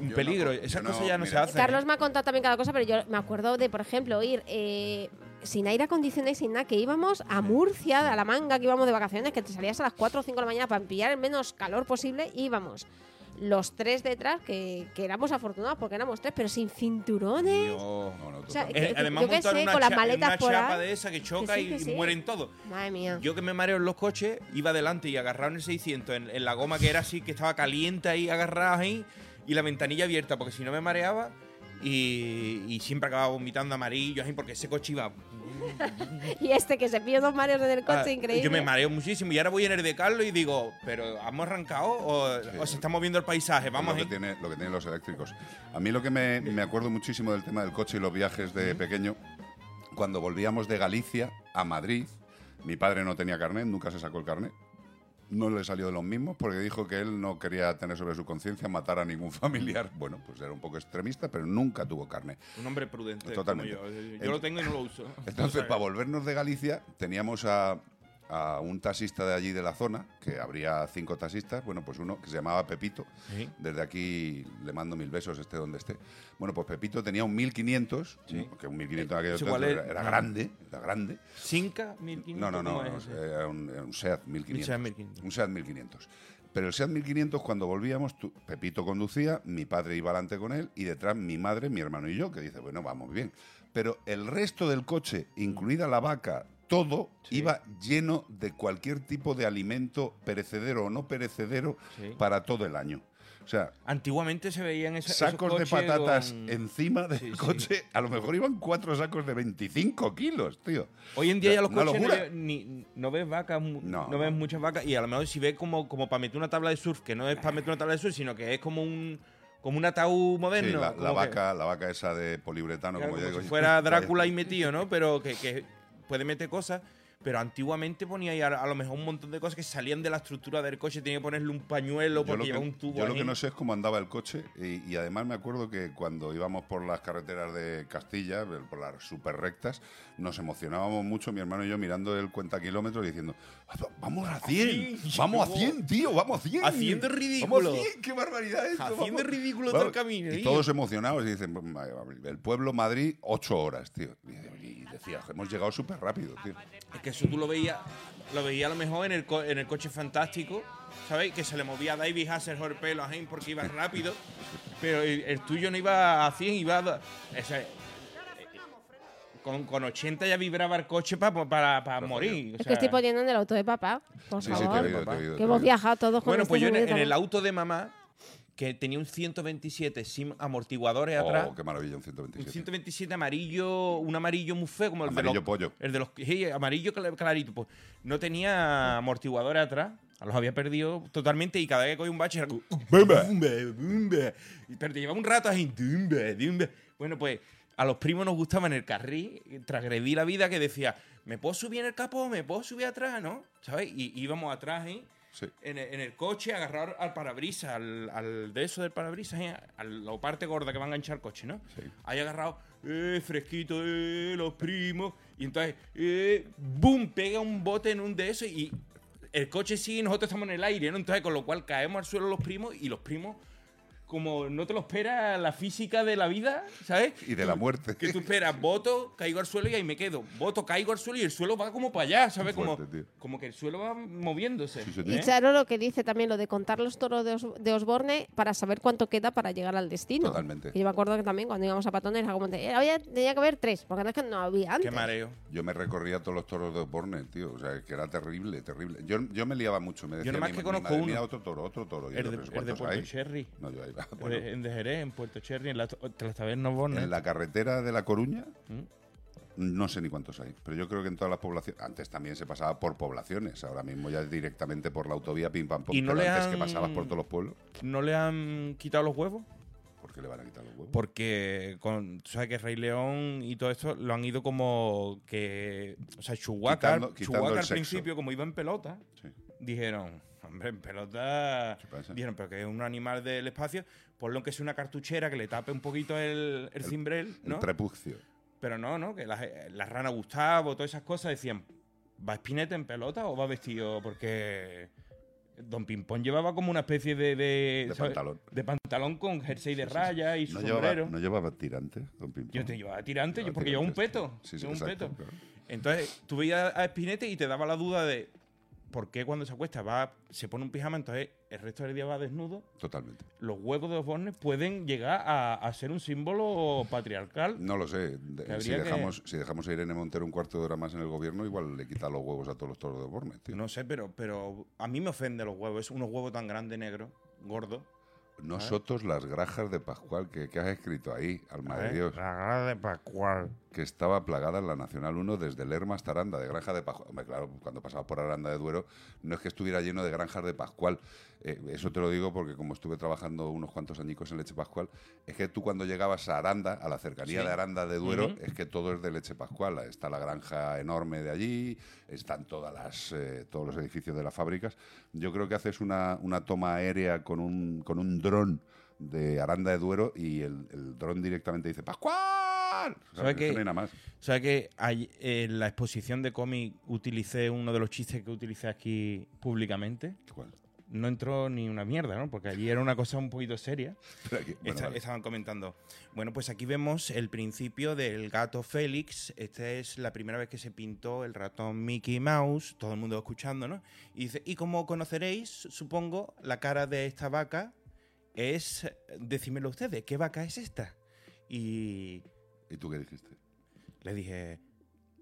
Un Yo peligro, no, esas yo no, cosas ya no mira. se hacen. Carlos me ha contado también cada cosa, pero yo me acuerdo de, por ejemplo, ir eh, sin aire acondicionado y sin nada, que íbamos a Murcia, a la manga, que íbamos de vacaciones, que te salías a las 4 o 5 de la mañana para pillar el menos calor posible, y íbamos los tres detrás, que, que éramos afortunados porque éramos tres, pero sin cinturones. No, no, no, O sea, totalmente. Eh, Además, yo qué montaron sé, una, con las cha- maletas una por ahí. chapa de esa que choca Que sí, y- que y sí. mueren todos. Madre mía. Yo que me mareo en los coches, iba adelante y agarrado en el 600, en, en la goma que era así, que estaba caliente ahí, agarrado ahí, y la ventanilla abierta, porque si no me mareaba, y, y siempre acababa vomitando amarillo ahí, porque ese coche iba... y este que se pilló dos mareos en el coche, Ah, increíble. Yo me mareo muchísimo, y ahora voy en el de Carlos y digo, pero ¿hemos arrancado o, o se está moviendo el paisaje? Vamos ¿eh? lo ahí. que, tiene, lo que tienen los eléctricos. A mí lo que me, me acuerdo muchísimo del tema del coche y los viajes de pequeño, cuando volvíamos de Galicia a Madrid, mi padre no tenía carnet, nunca se sacó el carnet. No le salió de los mismos porque dijo que él no quería tener sobre su conciencia matar a ningún (laughs) familiar. Bueno, pues era un poco extremista, pero nunca tuvo carnet. Un hombre prudente. como Totalmente. yo. Yo Entonces- lo tengo y no lo uso. (laughs) Entonces, para volvernos de Galicia, teníamos a, a un taxista de allí de la zona, que habría cinco taxistas, bueno, pues uno que se llamaba Pepito. Sí. Desde aquí le mando mil besos, esté donde esté. Bueno, pues Pepito tenía un 1500, que un 1500 en aquellos ¿Eso cuál tantos era, Eh, es? Ah. era grande, era grande. ¿Cinca? ¿Mil No, no, no, no, era un, era un SEAT 1500. Un Seat 1500. Un Seat 1500. Pero el Seat 1500, cuando volvíamos, tú- Pepito conducía, mi padre iba adelante con él y detrás mi madre, mi hermano y yo, que dice, bueno, vamos bien. Pero el resto del coche, incluida la vaca, todo iba lleno de cualquier tipo de alimento perecedero o no perecedero Sí. para todo el año. O sea, Antiguamente se veían esos sacos de esos coches patatas con- encima del Sí, sí. coche, a lo mejor iban cuatro sacos de 25 kilos, tío. Hoy en día ya los Una coches no, locura. ve- ni- no ves vacas, mu- No. no. ves muchas vacas y a lo mejor si ves como, como para meter una tabla de surf, que no es para meter una tabla de surf, sino que es como un como un ataúd Sí, moderno. la, como la que- vaca, la vaca esa de poliuretano, claro, como, yo como digo. si yo. (laughs) fuera Drácula y metido, ¿no? Pero que, que puede meter cosas. Pero antiguamente ponía ahí a, a lo mejor un montón de cosas que salían de la estructura del coche, tenía que ponerle un pañuelo Yo porque lo, que, llevaba un tubo. yo lo ahí. que no sé es cómo andaba el coche y, y además me acuerdo que cuando íbamos por las carreteras de Castilla, por las super rectas, nos emocionábamos mucho, mi hermano y yo, mirando el cuenta kilómetros y diciendo, "Ah, vamos a 100, Sí, vamos a no. 100, tío, vamos a 100. Haciendo Vamos a ridículo. 100, qué barbaridad esto. Haciendo vamos". ridículo Vamos, todo el camino, ¿eh? Y tío. todos emocionados y dicen, "Pues, el pueblo Madrid, 8 horas, tío. Y decía, hemos llegado súper rápido, tío. Es que eso tú lo veías, lo veía a lo mejor en el, co- en el coche fantástico, ¿sabes? Que se le movía a David Hasselhoff el pelo a Jaime porque iba rápido, pero el, el tuyo no iba a 100, iba a... do- o sea, eh, con, con 80 ya vibraba el coche pa- pa- para, para morir. o Es que sea. estoy poniendo en el auto de papá, por Sí, sí, te he favor. oído, te he oído, te que he hemos oído. viajado todos con Bueno, este pues yo en, sonido en el tan- auto de mamá, que tenía un 127 sin amortiguadores atrás, Oh, qué maravilla, un un 127. 127 amarillo, un amarillo muy feo, como el Amarillo de los, pollo. El de los sí, amarillo cla- clarito, pues no tenía amortiguadores atrás. Los había perdido totalmente y cada vez que cogía un bache era como, "Bumba, bumba, bumba". Y- Pero te llevaba un rato así. "Dumba, dumba". Bueno, pues a los primos nos gustaba en el carril transgredí la vida que decía, ¿me puedo subir en el capó? ¿Me puedo subir atrás? ¿No? ¿Sabes? Y íbamos atrás ahí Sí. en el, en el coche agarrar al parabrisas, al, al de eso del parabrisas, ¿eh? a la parte gorda que va a enganchar el coche, ¿no? Ahí agarrado, eh, fresquito, eh, los primos. Y entonces, eh, boom, pega un bote en un de esos y el coche sigue y nosotros estamos en el aire, ¿no? Entonces, con lo cual caemos al suelo los primos y los primos, como no te lo espera la física de la vida, ¿sabes? Y de la muerte. Que tú (laughs) esperas, voto, caigo al suelo y ahí me quedo. Voto, caigo al suelo y el suelo va como para allá, ¿sabes? Como, Fuerte, tío. como que el suelo va moviéndose. Sí, señor. Y ¿eh? Charo lo que dice también, lo de contar los toros de, Os- de Osborne para saber cuánto queda para llegar al destino. Totalmente. Y yo me acuerdo que también cuando íbamos a Patones era como, de, eh, había- tenía que haber tres, porque no es que no había antes. Qué mareo. Yo me recorría todos los toros de Osborne, tío. O sea, que era terrible, terrible. Yo, yo me liaba mucho. Me decía, nomás mi- que mi conozco madre, uno. Mira, otro toro, otro toro. Y El yo, de- "¿Pero el de cuántos Puerto hay?". Cherry. No, yo ahí va. Por- Bueno, en de Jerez, en Puerto Cherry, en la, en las tabernas Bornes. en la carretera de La Coruña, ¿Mm? no sé ni cuántos hay. Pero yo creo que en todas las poblaciones. Antes también se pasaba por poblaciones. Ahora mismo ya directamente por la autovía, pim, pam, pum. Y no pero le antes han- que pasabas por todos los pueblos, ¿No le han quitado los huevos? ¿por qué le van a quitar los huevos? Porque con, tú sabes que Rey León y todo esto lo han ido como que. O sea, Chewbacca, Quitando- quitando Chewbacca el al sexo. principio, como iba en pelota, Sí. dijeron. Hombre, en pelota. ¿Qué pasa? Dijeron, pero que es un animal del espacio, ponlo que sea una cartuchera que le tape un poquito el, el cimbrel, El ¿no? prepucio. Pero no, ¿no? Que las la rana Gustavo, todas esas cosas decían, ¿va Spinetta en pelota o va vestido? Porque Don Pimpón llevaba como una especie de... De, De pantalón. De pantalón con jersey de raya y ¿No su llevaba, sombrero. ¿No llevaba tirantes, don Pim? Yo te llevaba tirante, yo porque llevo llevaba un peto. Sí, sí, llevaba un exacto, peto. claro. Entonces, tú veías a Spinetta y te daba la duda de por qué cuando se acuesta va, se pone un pijama, entonces el resto del día va desnudo. Totalmente. Los huevos de los bornes pueden llegar a, a ser un símbolo patriarcal. No lo sé. De- Que si, habría que- dejamos, si dejamos a Irene Montero un cuarto de hora más en el gobierno, igual le quita los huevos a todos los toros de Borne, tío. No, No sé, pero, pero a mí me ofende los huevos. Es unos huevos tan grandes, negros, gordos. Nosotros las grajas de Pascual, que, que has escrito ahí, alma de ¿eh? Dios, La grada de Pascual. que estaba plagada en la Nacional 1 desde Lerma hasta Aranda, de granja de Pascual. Hombre, claro, cuando pasaba por Aranda de Duero, no es que estuviera lleno de granjas de Pascual. Eh, eso te lo digo porque como estuve trabajando unos cuantos añicos en leche Pascual, es que tú cuando llegabas a Aranda, a la cercanía Sí. de Aranda de Duero, Ujú. es que todo es de leche Pascual. Está la granja enorme de allí, están todas las, eh, todos los edificios de las fábricas. Yo creo que haces una, una toma aérea con un, con un dron de Aranda de Duero y el, el dron directamente dice ¡Pascual! O sea, ¿Sabe es que qué? no hay nada más. O sea que ay- en la exposición de cómic utilicé uno de los chistes que utilicé aquí públicamente. ¿Cuál? No entró ni una mierda, ¿no? Porque allí era una cosa un poquito seria. Espera que- bueno, Esta- vale. Estaban comentando. Bueno, pues aquí vemos el principio del gato Félix. Esta es la primera vez que se pintó el ratón Mickey Mouse. Todo el mundo escuchando, ¿no? Y dice, y como conoceréis, supongo, la cara de esta vaca es, decímelo ustedes, ¿qué vaca es esta? Y ¿Y tú qué dijiste? le dije,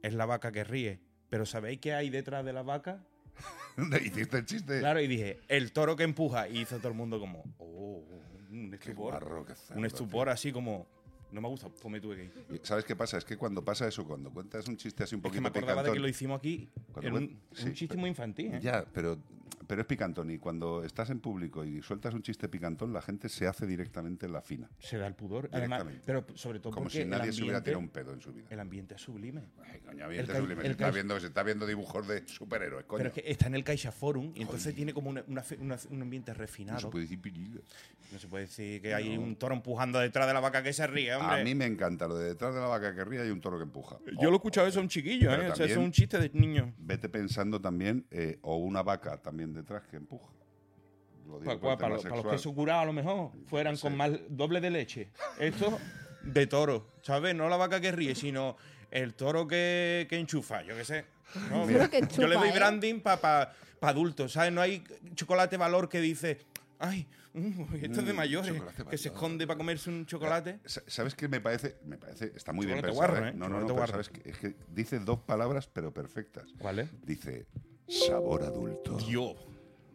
es la vaca que ríe. Pero ¿sabéis qué hay detrás de la vaca? (laughs) Hiciste el chiste. Claro, y dije, el toro que empuja. Y hizo todo el mundo como, oh, un Qué estupor. guarro, qué cerdo, un estupor así como, no me gusta, pues me tuve que ir. tío. ¿Sabes qué pasa? Es que cuando pasa eso, cuando cuentas un chiste así un Es que poquito me acordaba de que picantón- lo hicimos aquí. Cuando Era cuen- un, sí, un chiste pero- muy infantil. ¿eh? Ya, pero, pero es picantón. Y cuando estás en público y sueltas un chiste picantón, la gente se hace directamente la fina. Se da el pudor. Además, Directamente. pero sobre todo Como porque si el nadie ambiente, se hubiera tirado un pedo en su vida. El ambiente es sublime. Ay, coño, evidente, ca- sublime. el Se está ca- viendo, se está viendo dibujos de superhéroes, coño. Pero es que está en el Caixa Forum y entonces tiene como una- una fe- una- un ambiente No se refinado. puede decir pirila. No se puede decir que hay un toro empujando detrás de la vaca que se ríe, hombre. A mí me encanta lo de detrás de la vaca que ríe hay un toro que empuja. Yo O- lo he escuchado eso a un chiquillo, Pero ¿eh? O sea, eso es también- un chiste de niño. Vete pensando también, eh, o una vaca también detrás que empuja. Lo digo Para, por el tema los que sexual. quesos curados, a lo mejor, fueran sé. con más doble de leche. Esto de toro, ¿sabes? No la vaca que ríe, sino el toro que, que enchufa, yo qué sé. No, Mira. Toro que yo le doy enchufa, ¿eh? branding para adultos, ¿sabes? No hay chocolate valor que dice, ay, mm, esto es de Mm, mayores, chocolate que se valor. esconde para comerse un chocolate. Sa- ¿Sabes qué me parece? Me parece, está muy bien Chocolate pensado. guarro, ¿eh? ¿eh? No, no, Chocolate no, pero guarro. sabes que, es que dice dos palabras pero perfectas. ¿Cuál es? Dice sabor adulto. Dios.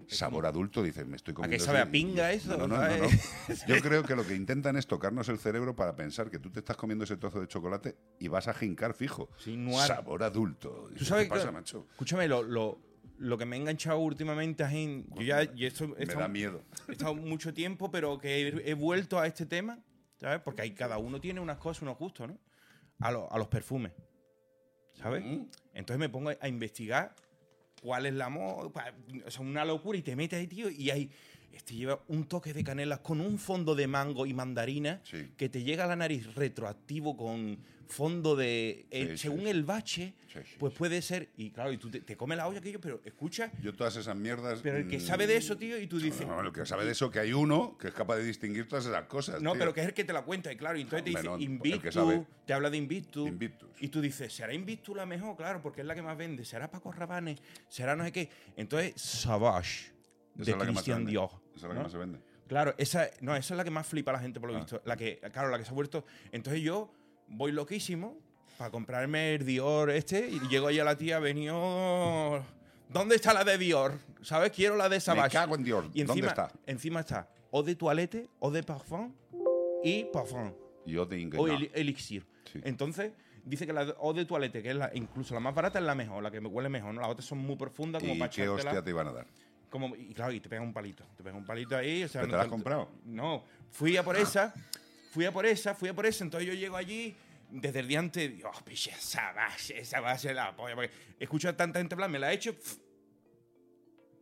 Sabor adulto, dice, me estoy comiendo. qué sabe eso. a pinga eso? No, no, no, no, no. ¿Sabes? Yo creo que lo que intentan es tocarnos el cerebro para pensar que tú te estás comiendo ese trozo de chocolate y vas a jincar fijo. Sí, nuar. Sabor adulto. ¿Tú sabes ¿Qué que- pasa, macho? Escúchame, lo, lo, lo que me ha enganchado últimamente es en- Yo ya. y esto, Me esto- da miedo. He estado mucho tiempo, pero que he, he vuelto a este tema, ¿sabes? Porque ahí cada uno tiene unas cosas, unos gustos, ¿no? A, lo- a los perfumes, ¿sabes? Mm. Entonces me pongo a investigar cuál es la moda, o sea, una locura, y te metes ahí, tío, y ahí este lleva un toque de canela con un fondo de mango y mandarina Sí. que te llega a la nariz retroactivo con fondo de... eh, Sí, sí, según sí. el bache, Sí, sí, pues puede ser, y claro, y tú te, te comes la olla aquello, pero escucha, Yo todas esas mierdas. pero el que mm, sabe de eso, tío, y tú dices... No, el que sabe de eso, que hay uno que es capaz de distinguir todas esas cosas. No, tío. pero que es el que te la cuenta, y claro, y entonces Hombre, te no, dice el que Invictus, sabe. te habla de Invictus, Invictus. y tú dices, ¿será Invictus la mejor? Claro, porque es la que más vende, ¿será Paco Rabanne? ¿Será no sé qué? Entonces, Savage, Esa de es la que más se Christian vende. Dior. Esa es la que ¿no? más se vende. Ah. Claro, esa, no, esa es la que más flipa a la gente, por lo visto. La que, claro, la que se ha vuelto. Entonces yo voy loquísimo para comprarme el Dior este y llego ahí a la tía, venido. ¿Dónde está la de Dior? ¿Sabes? Quiero la de Savage. cago en Dior. Y ¿Dónde encima, está? Encima está o de toilette, o de parfum y parfum. Y yo te O ingenio. el- elixir. Sí. Entonces, dice que la de- o de toilette, que es la, incluso la más barata, es la mejor, la que me huele mejor. ¿no? Las otras son muy profundas, como ¿Y para qué echártela. hostia te iban a dar? Como, y claro, y te pega un palito. Te pega un palito ahí. O sea, ¿Pero te no la has comprado? Ah. No. Fui a por esa. Fui a por esa. Fui a por esa. Entonces yo llego allí. Desde el día antes, Dios, piche, esa base, esa base la polla. Porque escucho a tanta gente hablar, me la he hecho. pf,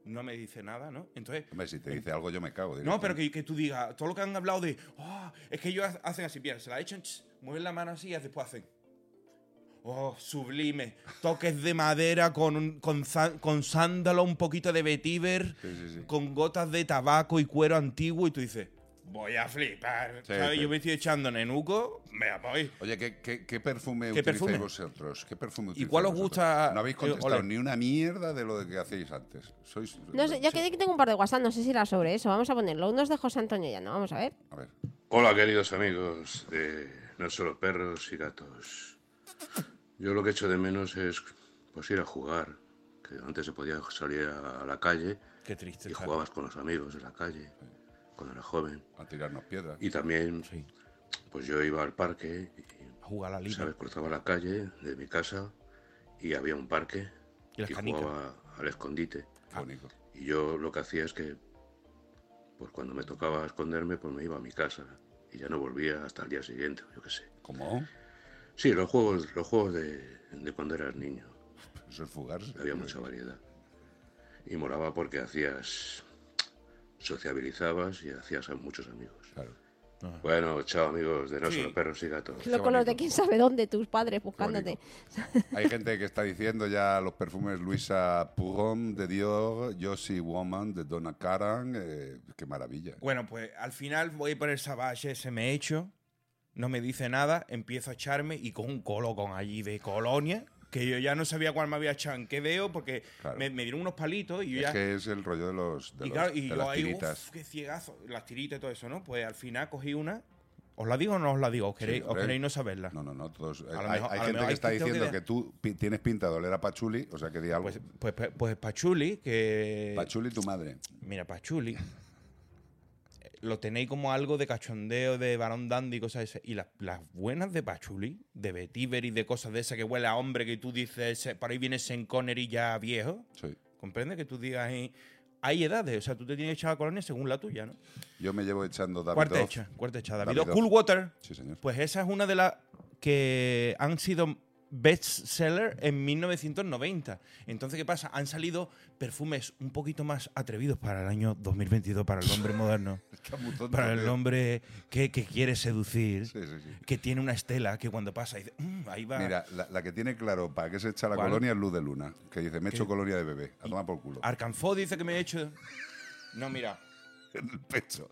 No me dice nada, ¿no? Entonces. Hombre, si te en- dice algo yo me cago. Em, No, pero que, directamente. que tú digas, todo lo que han hablado de. "Ah, es que ellos ha- hacen así, bien, se la echan, ch, mueven la mano así y después hacen. Oh, sublime. Toques de madera con, un- con, sa- con sándalo, un poquito de vetiver, Sí, sí, sí. con gotas de tabaco y cuero antiguo, y tú dices, voy a flipar. Sí, ¿Sabes? sí. Yo me estoy echando nenuco, me voy. Oye, ¿qué, qué, qué perfume ¿Qué utilizáis perfume? vosotros? ¿Qué perfume utilizáis cuál os vosotros? gusta, No habéis eh, contestado ole? ni una mierda de lo de que hacéis antes. Sois. No sé, yo Sí. que tengo un par de WhatsApp, no sé si era sobre eso. Vamos a ponerlo. Uno es de José Antonio Llano, vamos a ver. A ver. Hola queridos amigos de No Solo Perros y Gatos. Yo lo que echo de menos es pues ir a jugar, que antes se podía salir a la calle Qué triste. y ¿sabes? jugabas con los amigos en la calle cuando era joven. A tirarnos piedras. Y también Sí, pues yo iba al parque a jugar a la y libre. sabes cruzaba la calle de mi casa y había un parque Y las y canicas. jugaba al escondite. Qué bonito. Y yo lo que hacía es que, pues cuando me tocaba esconderme, pues me iba a mi casa y ya no volvía hasta el día siguiente, yo qué sé. ¿Cómo? Sí, los juegos, los juegos de, de cuando eras niño, (laughs) Eso es fugarse. había mucha variedad. Y moraba porque hacías, sociabilizabas y hacías a muchos amigos. Claro. Ah. Bueno, chao amigos de No Sí. Solo Perros y Gatos. Lo con los de quién sabe dónde, tus padres buscándote. bonito. Hay gente que está diciendo ya los perfumes Luisa Pugón de Dior, Josie Woman de Donna Karan. eh, qué maravilla. Bueno, pues al final voy por el Savage, se me hecho, no me dice nada, empiezo a echarme y con un colo con allí de colonia, que yo ya no sabía cuál me había echado en qué dedo, porque Claro. me, me dieron unos palitos y yo Es ya. que es el rollo de los de, y los- claro, y de yo las ahí, tiritas. uff, qué ciegazo, las tiritas y todo eso, ¿no? Pues al final cogí una, ¿Os la digo o no os la digo? ¿Os queréis, Sí, os hombre. queréis no saberla? No, no, no. Todos, eh. lo hay mejor- a hay lo gente mejor que hay está gente que le- diciendo que tú pi- tienes pinta de oler a Pachuli, o sea que di algo. Pues, pues, pues, pues Pachuli, que... Pachuli, tu madre. Mira, Pachuli. eh, Lo tenéis como algo de cachondeo, de varón dandy y cosas esas. Y las, las buenas de Pachuli, de Vetiver y de cosas de esas que huele a hombre que tú dices, "Se- por ahí viene Sean Connery ya viejo. Sí. Comprende que tú digas, eh, hay edades, o sea, tú te tienes que echar la colonia según la tuya, ¿no? Yo me llevo echando David Cuarta Off. hecha, cuarta hecha. David Davidoff. Coolwater. Sí, señor. Pues esa es una de las que han sido bestseller en 1990. Entonces, ¿qué pasa? Han salido perfumes un poquito más atrevidos para el año 2022, para el hombre (laughs) moderno, Está muy tonto, para el tío. hombre que, que quiere seducir, Sí, sí, sí. que tiene una estela que cuando pasa dice, "Mm, ahí va. Mira, la, la que tiene claro para qué se echa la ¿Cuál? colonia es Luz de Luna, que dice, me echo colonia de bebé, a tomar por culo. Arcanfo dice que me he hecho... No, mira. En el pecho.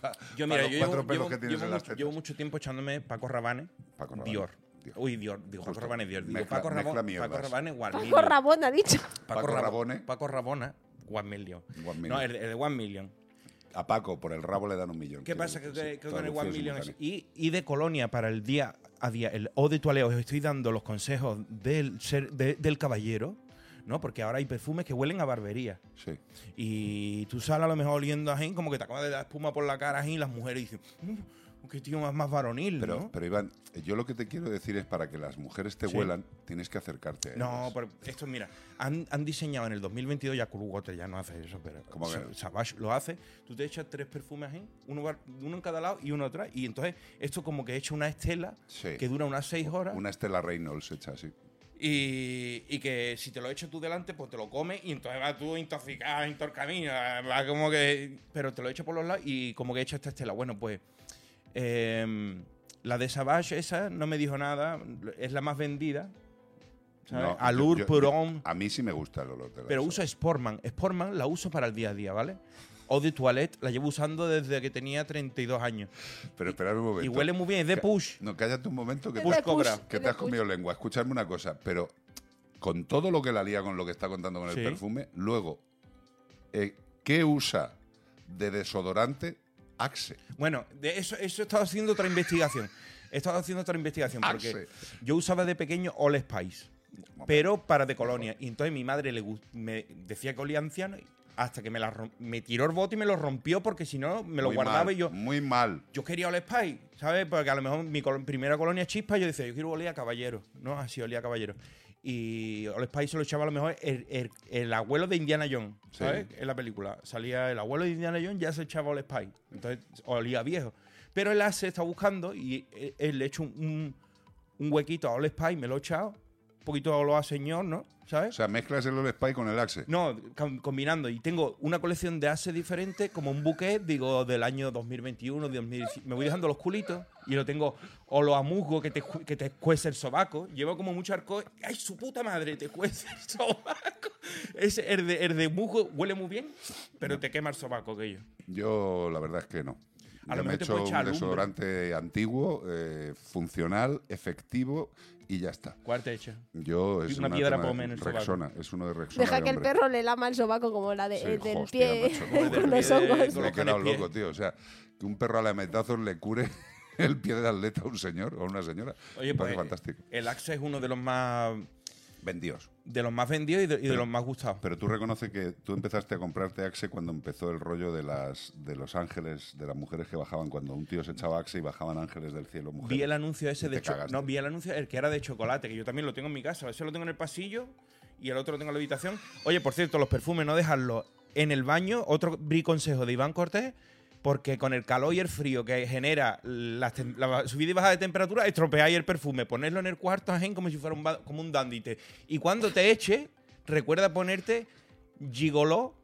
Pa- Yo, pa mira, los yo cuatro llevo, pelos llevo- que tienes llevo en las mucho, tetas. llevo mucho tiempo echándome Paco Rabanne, Paco Rabanne. Dior. Dior. Uy, Dior, digo Paco Justo. Rabanne, Dior. Digo, Mezcla- Paco, Rabo- mezcla mierdas. Paco Rabanne, Guarnillo. Paco Rabón ha dicho. Paco Rabo- Rabone. Paco Rabona, One Million. One Million. No, el, de- el de One Million. A Paco por el rabo le dan un millón. ¿Qué quiero pasa? Que, decir, que- sí. que con el Traducción One Million es- simultánea. y, y de Colonia para el día a día, el O de Toileo, os estoy dando los consejos del, ser, de- del caballero, ¿no? Porque ahora hay perfumes que huelen a barbería. Sí. Y tú sales a lo mejor oliendo a como que te acabas de dar espuma por la cara ajín, y las mujeres dicen, "Mm, qué tío más, más varonil, Pero, ¿no? pero Iván, yo lo que te quiero decir es para que las mujeres te Sí. huelan, tienes que acercarte. a No, ellas. pero esto, mira, han, han diseñado en el 2022, ya Coolwater ya no hace eso, pero ¿Cómo que Sa- no? Savage lo hace. Tú te echas tres perfumes ahí, uno, va- uno en cada lado y uno atrás. Y entonces esto como que he hecho una estela Sí. que dura unas seis horas Una Estela Reynolds hecha así. y, y que si te lo echas tú delante, pues te lo comes y entonces vas tú intoxicado, intorcamina, va como que... Pero te lo echas por los lados y como que he hecho esta estela. Bueno, pues... em, la de Savage esa no me dijo nada, es la más vendida. ¿sabes? No, Allure, yo- yo- Purón. A mí sí me gusta el olor de la Pero esa. uso Sportman. Sportman la uso para el día a día, ¿vale? O de Toilette la llevo usando desde que tenía 32 años. Pero espera un momento. Y huele muy bien, es de Ca- push. No, cállate un momento que, Es te- de push, cobra. es que te de has push. comido lengua. Escuchadme una cosa, pero con todo lo que la lía con lo que está contando con Sí. el perfume, luego, eh, ¿qué usa de desodorante Axe? Bueno, de eso, eso he estado haciendo otra investigación. He estado haciendo otra investigación porque Axe. yo usaba de pequeño All Spice, pero para de colonia. Y entonces mi madre le gus- me decía que olía anciano hasta que me, la rom- me tiró el bote y me lo rompió porque si no me lo Muy guardaba mal, y yo... Muy mal. yo quería oler Spice, ¿sabes? Porque a lo mejor mi colo- primera colonia chispa, yo decía, yo quiero oler a caballero, ¿no? Así olía a caballero. Y Old Spice se lo echaba a lo mejor el, el- el abuelo de Indiana Jones, ¿sabes? En la película. Salía el abuelo de Indiana Jones, ya se echaba Old Spice. Entonces olía viejo. Pero él se está buscando y él, él le echa un, un- un huequito a Old Spice, me lo he echado. Un poquito lo a señor, ¿no? ¿Sabes? O sea, mezclas el Old Spice con el Axe. No, com- combinando. Y tengo una colección de ases diferentes, como un buquet, digo, del año 2021, 2019. Me voy dejando los culitos y lo tengo. O los amusgos que te, cu- que te cuece el sobaco. Llevo como mucho arco. ¡Ay, su puta madre! Te cuece el sobaco. Ese, el, de, el de musgo huele muy bien, pero te quema el sobaco aquello. Yo la verdad es que no. A lo Yo me mejor he te puede hecho echar un lumbre. desodorante antiguo, eh, funcional, efectivo y ya está. Cuarta hecha. Yo Y es una una piedra tema para de menos el Rexona, es uno de Rexona. Deja de que el hombre. perro le lama el sobaco como la de, Sí, el del hostia, pie. (laughs) macho, con joder, los de- hongos. con Me he los quedado canepiés. loco, tío. O sea, que un perro a la metazos le cure (laughs) el pie de atleta a un señor o a una señora. Oye, Me pues. parece fantástico. El axe es uno de los más. Vendidos. De los más vendidos y de, y de Pero- los más gustados. Pero tú reconoces que tú empezaste a comprarte Axe cuando empezó el rollo de las de los ángeles, de las mujeres que bajaban, cuando un tío se echaba Axe y bajaban ángeles del cielo, mujeres. Vi el anuncio ese Y de te cho- cagaste. No, vi el anuncio el que era de chocolate, que yo también lo tengo en mi casa. Ese lo tengo en el pasillo y el otro lo tengo en la habitación. Oye, por cierto, los perfumes no dejarlos en el baño. Otro briconsejo de Iván Cortés, porque con el calor y el frío que genera las tem- la, subida y baja de temperatura, estropeáis el perfume. Ponerlo en el cuarto, ajen, como si fuera un, ba- como un dandite. Y cuando te eche, recuerda ponerte gigoló.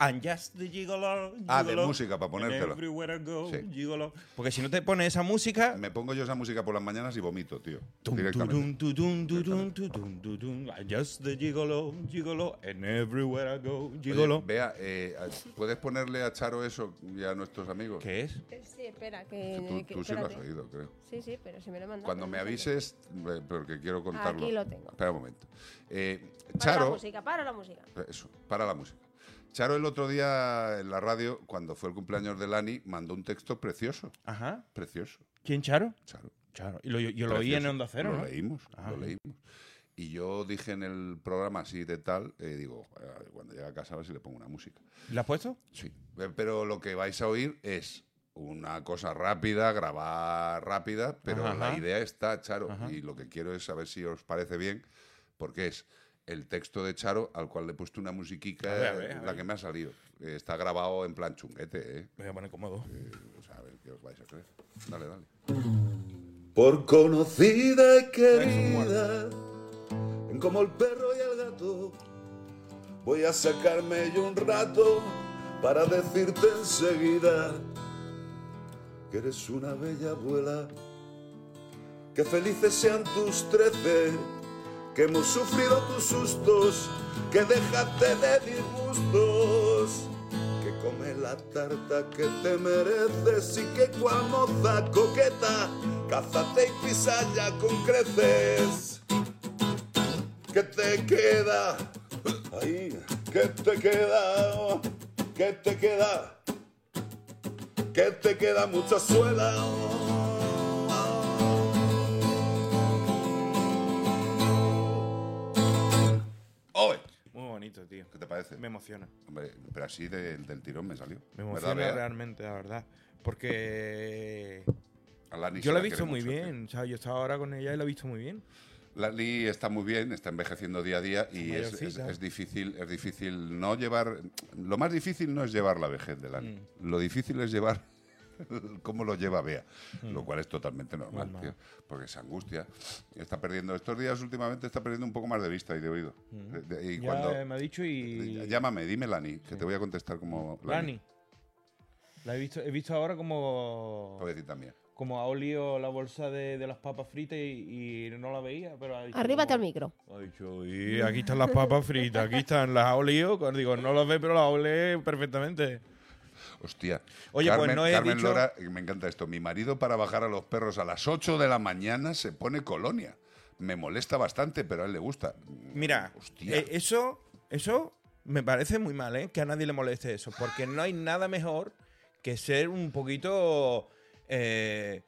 And just the gigolo, Ah, de gigolo, música, para and ponértelo. everywhere I go, Sí. gigolo. Porque si no te pones esa música, Me pongo yo esa música por las mañanas y vomito, tío. Tum, directamente. tudum, tudum, tudum, tudum, tudum. I Just the gigolo, gigolo, and everywhere I go, gigolo. Oye, Bea, eh, ¿puedes ponerle a Charo eso y a nuestros amigos? ¿Qué es? Sí, espera, Tú, que. Eh, que- tú sí lo has espérate. oído, creo. Sí, sí, pero si me lo he mandado. Cuando me avises, eh, porque quiero contarlo. Aquí lo tengo. Espera un momento. Eh, Para la Charo, música, para la música. eso, para la música. Charo el otro día en la radio, cuando fue el cumpleaños de Lani, mandó un texto precioso, Ajá. precioso. ¿Quién, Charo? Charo. Charo. Y lo- yo, yo lo oí en Precioso. Onda Cero, Lo ¿no? leímos, Ah. lo leímos. Y yo dije en el programa así de tal, eh, digo, "Joder, cuando llegue a casa a ver si le pongo una música. ¿La has puesto? Sí. Eh, Pero lo que vais a oír es una cosa rápida, grabar rápida, pero Ajá, la ajá. idea está, Charo. Ajá. Y lo que quiero es saber si os parece bien, porque es el texto de Charo al cual le he puesto una musiquica, A ver, a ver, a la ver. que me ha salido. Eh, Está grabado en plan chunguete, ¿eh? Me voy a poner cómodo. Eh, o sea, a ver qué os vais a creer. Dale, dale. Por conocida y querida, como el perro y el gato, voy a sacarme yo un rato para decirte enseguida que eres una bella abuela. Que felices sean tus trece, que hemos sufrido tus sustos, que déjate de disgustos, que come la tarta que te mereces y que cual moza coqueta, cázate y pisa ya con creces. ¿Qué te queda? Ahí, ¿qué te queda? ¿Qué te queda? ¿Qué te queda mucha suela? ¡Oye! Muy bonito, tío. ¿Qué te parece? Pues Me emociona. Hombre, pero así del- del tirón me salió. Me ¿Verdad, emociona Bea? realmente, la verdad. Porque A Lani yo se la he la visto quiere muy mucho, bien. O sea, yo estaba ahora con ella y la he visto muy bien. Lani está muy bien, está envejeciendo día a día y es, es- mayorcita. es difícil, es difícil no llevar. Lo más difícil no es llevar la vejez de Lani. Mm. Lo difícil es llevar (laughs) cómo lo lleva Bea, lo cual es totalmente normal, Mm. Normal. tío, porque se angustia. Está perdiendo estos días últimamente está perdiendo un poco más de vista y de oído. De- de- y Mm. ya cuando eh, me ha dicho y. llámame, dime Lani, que te voy a contestar como Lani. La he visto, he visto ahora como. Pobrecita mía. Como ha olido la bolsa de, de las papas fritas y, y no la veía, pero ha dicho Arríbate al como- micro. Ha dicho, eh. "Y aquí están las papas fritas, aquí están, las ha olido. cuando Digo, no las ve, pero las olé perfectamente. Hostia. Oye, pues Carmen, no he Carmen dicho- Lora, me encanta esto. Mi marido para bajar a los perros a las 8 de la mañana se pone colonia. Me molesta bastante, pero a él le gusta. Mira, Hostia. eh, eso, eso me parece muy mal, ¿eh? Que a nadie le moleste eso. Porque no hay nada mejor que ser un poquito. eh,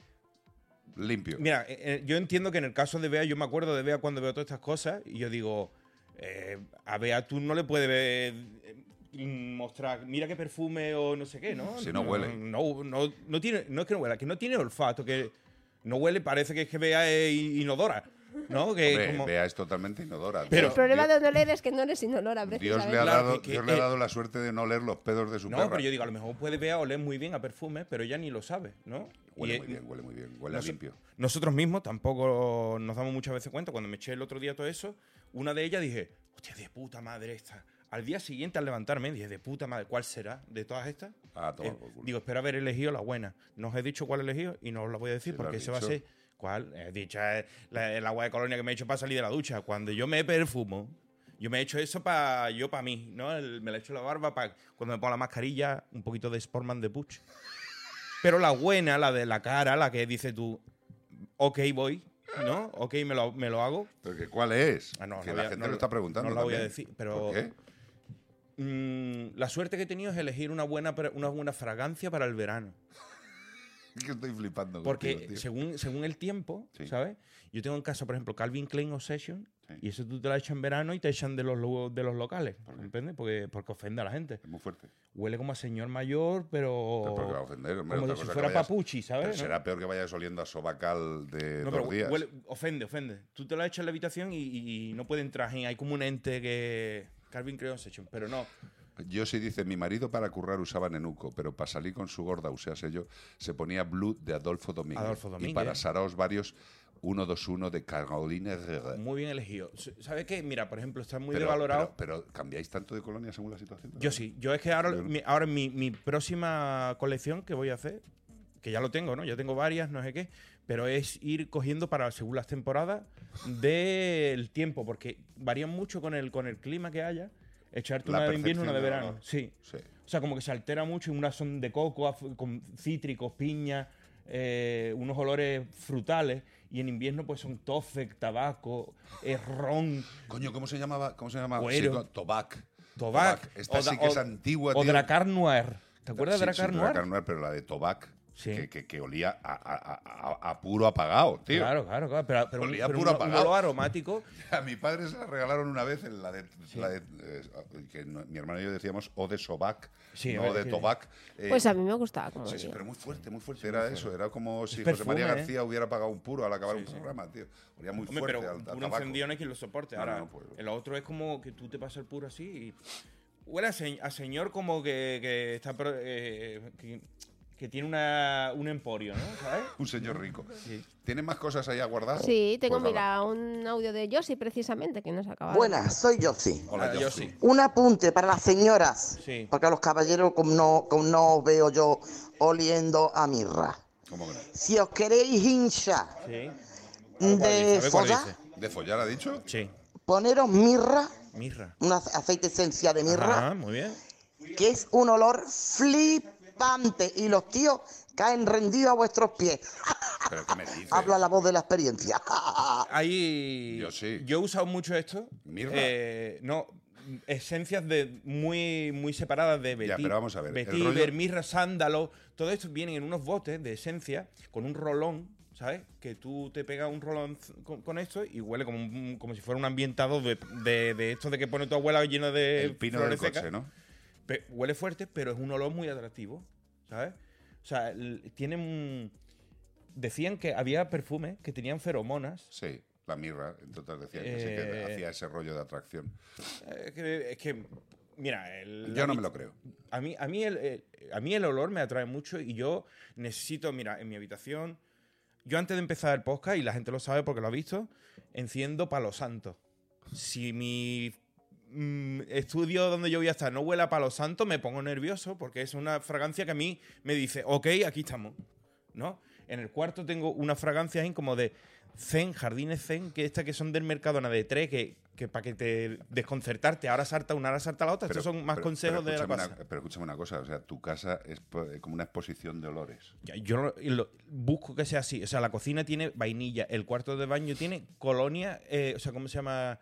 Limpio. Mira, eh, eh, yo entiendo que en el caso de Bea, yo me acuerdo de Bea cuando veo todas estas cosas y yo digo, eh, a Bea tú no le puedes ver, eh, mostrar, mira qué perfume o no sé qué, ¿no? Si no huele. No, no, no tiene, no es que no huela, que no tiene olfato, que no huele, parece que es que Bea es in- inodora, ¿no? Que Hombre, como- Bea es totalmente inodora. Pero- el problema Dios, de no leer es que no eres inolora, Dios le ha Claro, dado, que- Dios le ha que- dado la suerte de no leer los pedos de su no, perra. pero yo digo, a lo mejor puede Bea oler muy bien a perfume, pero ella ni lo sabe, ¿no? Huele Y, muy eh, bien, huele muy bien, huele a Noso- limpio. Nosotros mismos tampoco nos damos muchas veces cuenta. Cuando me eché el otro día todo eso, una de ellas dije, hostia, de puta madre esta. Al día siguiente, al levantarme, dije, de puta madre, ¿cuál será de todas estas? Ah, toma Eh, por culo. digo, espero haber elegido la buena. No os he dicho cuál he elegido y no os la voy a decir Sí, lo porque has eso va a dicho. ser. ¿Cuál? He dicho eh, la- el agua de colonia que me he hecho para salir de la ducha. Cuando yo me perfumo, yo me he hecho eso para yo, para mí, ¿no? El- me la he hecho la barba para cuando me pongo la mascarilla, un poquito de Sportman de Puch. Pero la buena, la de la cara, la que dice tú, ok, voy, ¿no? Ok, me lo, me lo hago. Pero que, ¿Cuál es? Ah, no, que no la voy a- gente no lo lo- está preguntando. no lo voy a también. decir, pero- ¿Por qué? (laughs) Mm, la suerte que he tenido es elegir una buena, pre- una buena fragancia para el verano. Es que estoy flipando. Porque contigo, tío. según, según el tiempo, Sí. ¿sabes? Yo tengo en casa, por ejemplo, Calvin Klein Obsession, Sí. y eso tú te la echas en verano y te echan de los, lo- de los locales, ¿Por qué? ¿entiendes? Porque, porque ofende a la gente. Es muy fuerte. Huele como a señor mayor, pero... Pero porque va a ofender, hombre, como otra de si cosa que fuera vayas- papuchi, ¿sabes? Pero ¿No? será peor que vayas oliendo a sobacal de No, dos pero hue- días. huele- ofende, ofende. Tú te la echas en la habitación y, y- y no puede entrar. en- Hay como un ente que... Calvin Klein Obsession, pero no. Yo sí dice, mi marido para currar usaba nenuco, pero para salir con su gorda, o sea, sé yo, se ponía Blue de Adolfo Domínguez. Adolfo Y Domínguez. para saraos varios, 121 de Carolina Herrera. Muy bien elegido. S- ¿Sabes qué? Mira, por ejemplo, está muy Pero- devalorado. Pero, pero ¿cambiáis tanto de colonia según la situación? Yo sí, yo es que ahora, Yo no. mi, ahora mi, mi próxima colección que voy a hacer, que ya lo tengo, ¿no? Ya tengo varias, no sé qué, pero es ir cogiendo para según las temporadas del tiempo, porque varían mucho con el, con el clima que haya, echarte La una de invierno y una de percepción verano. de olor. Sí. Sí. O sea, como que se altera mucho y unas son de coco, af- con cítricos, piña, eh, unos olores frutales. Y en invierno, pues son tofe, tabaco, eh, ron, Coño, ¿cómo se llamaba? ¿Cómo se llamaba? Cuero. Sí, co- tobac. tobac. Esta o da- sí que es o- antigua, O tío. Dracar Noir. ¿Te acuerdas Sí, de Dracar sí, Noir? Dracar Noir, pero la de tobac. Sí. que, que- que olía a, a- a- a- a puro apagado, tío. Claro, claro, claro. Pero, pero, un, Olía pero puro un- un apagado. olor aromático. (laughs) A mi padre se la regalaron una vez en la de, la de- eh, que no- mi hermano y yo decíamos o de sobac, Sí, a no ver, de sí. tobac. eh, Pues a mí me gustaba como Sí, sí, olía. pero muy fuerte, muy fuerte. era eso, era como si José perfume, María ¿eh? García hubiera pagado un puro al acabar un programa, tío. Olía muy Hombre, fuerte pero al, al un tabaco. encendido no hay quien lo soporte. No, Ahora, no, pues- el otro es como que tú te pasas el puro así y. Huele a, se- a señor como que, que está. pro- eh, que, que tiene una, un emporio, ¿no? ¿Sabes? Un señor rico. ¿Tienes más cosas ahí a guardar? Sí, tengo, Pues, ala. mira, un audio de Josie precisamente que nos acaba. Buenas, soy Yossi. Hola, Ah, yo yo sí. sí. Un apunte para las señoras, Sí. porque a los caballeros como no, como no os veo yo oliendo a mirra. ¿Cómo que no? Si os queréis hincha Sí. de ¿Sabe cuál follar, dice? ¿De follar ha dicho? Sí. poneros mirra, Mirra. un ace- aceite esencial de Ah, mirra, muy bien. que es un olor flipante y los tíos caen rendidos a vuestros pies. ¿Pero qué me dices? Habla la voz de la experiencia. Ahí. Yo sí. Yo he usado mucho esto. Mirra. Eh, no. Esencias de muy, muy separadas de Betty. pero vamos a ver, el rollo- mirra, sándalo. Todo esto vienen en unos botes de esencia con un rolón, ¿sabes? Que tú te pegas un rolón z- con, con esto y huele como, un- como si fuera un ambientado de, de, de esto de que pone tu abuela lleno de El pino del flores secas. coche, ¿no? Pe- huele fuerte, pero es un olor muy atractivo, ¿sabes? O sea, l- tienen... un- Decían que había perfumes que tenían feromonas Sí, la mirra. Entonces decía que sí que Eh. hacía ese rollo de atracción. Es eh, que, es que, mira, el- Yo a no mí- me lo creo. A mí, a, mí el, el- a mí el olor me atrae mucho y yo necesito, mira, en mi habitación, yo antes de empezar el podcast, y la gente lo sabe porque lo ha visto, enciendo palo santo. Si mi mm, estudio donde yo voy a estar no huele a palo santo, me pongo nervioso porque es una fragancia que a mí me dice, ok, aquí estamos, ¿no? En el cuarto tengo una fragancia ahí como de zen, jardines zen, que estas que son del Mercadona de tres, que, que para que te desconcertarte, ahora salta una, ahora salta la otra, estos son más pero- consejos de pero la escúchame casa. una- pero escúchame una cosa, o sea, tu casa es po- eh, como una exposición de olores. Ya, Yo lo- lo- busco que sea así. O sea, la cocina tiene vainilla, el cuarto de baño tiene colonia, eh, o sea, ¿cómo se llama?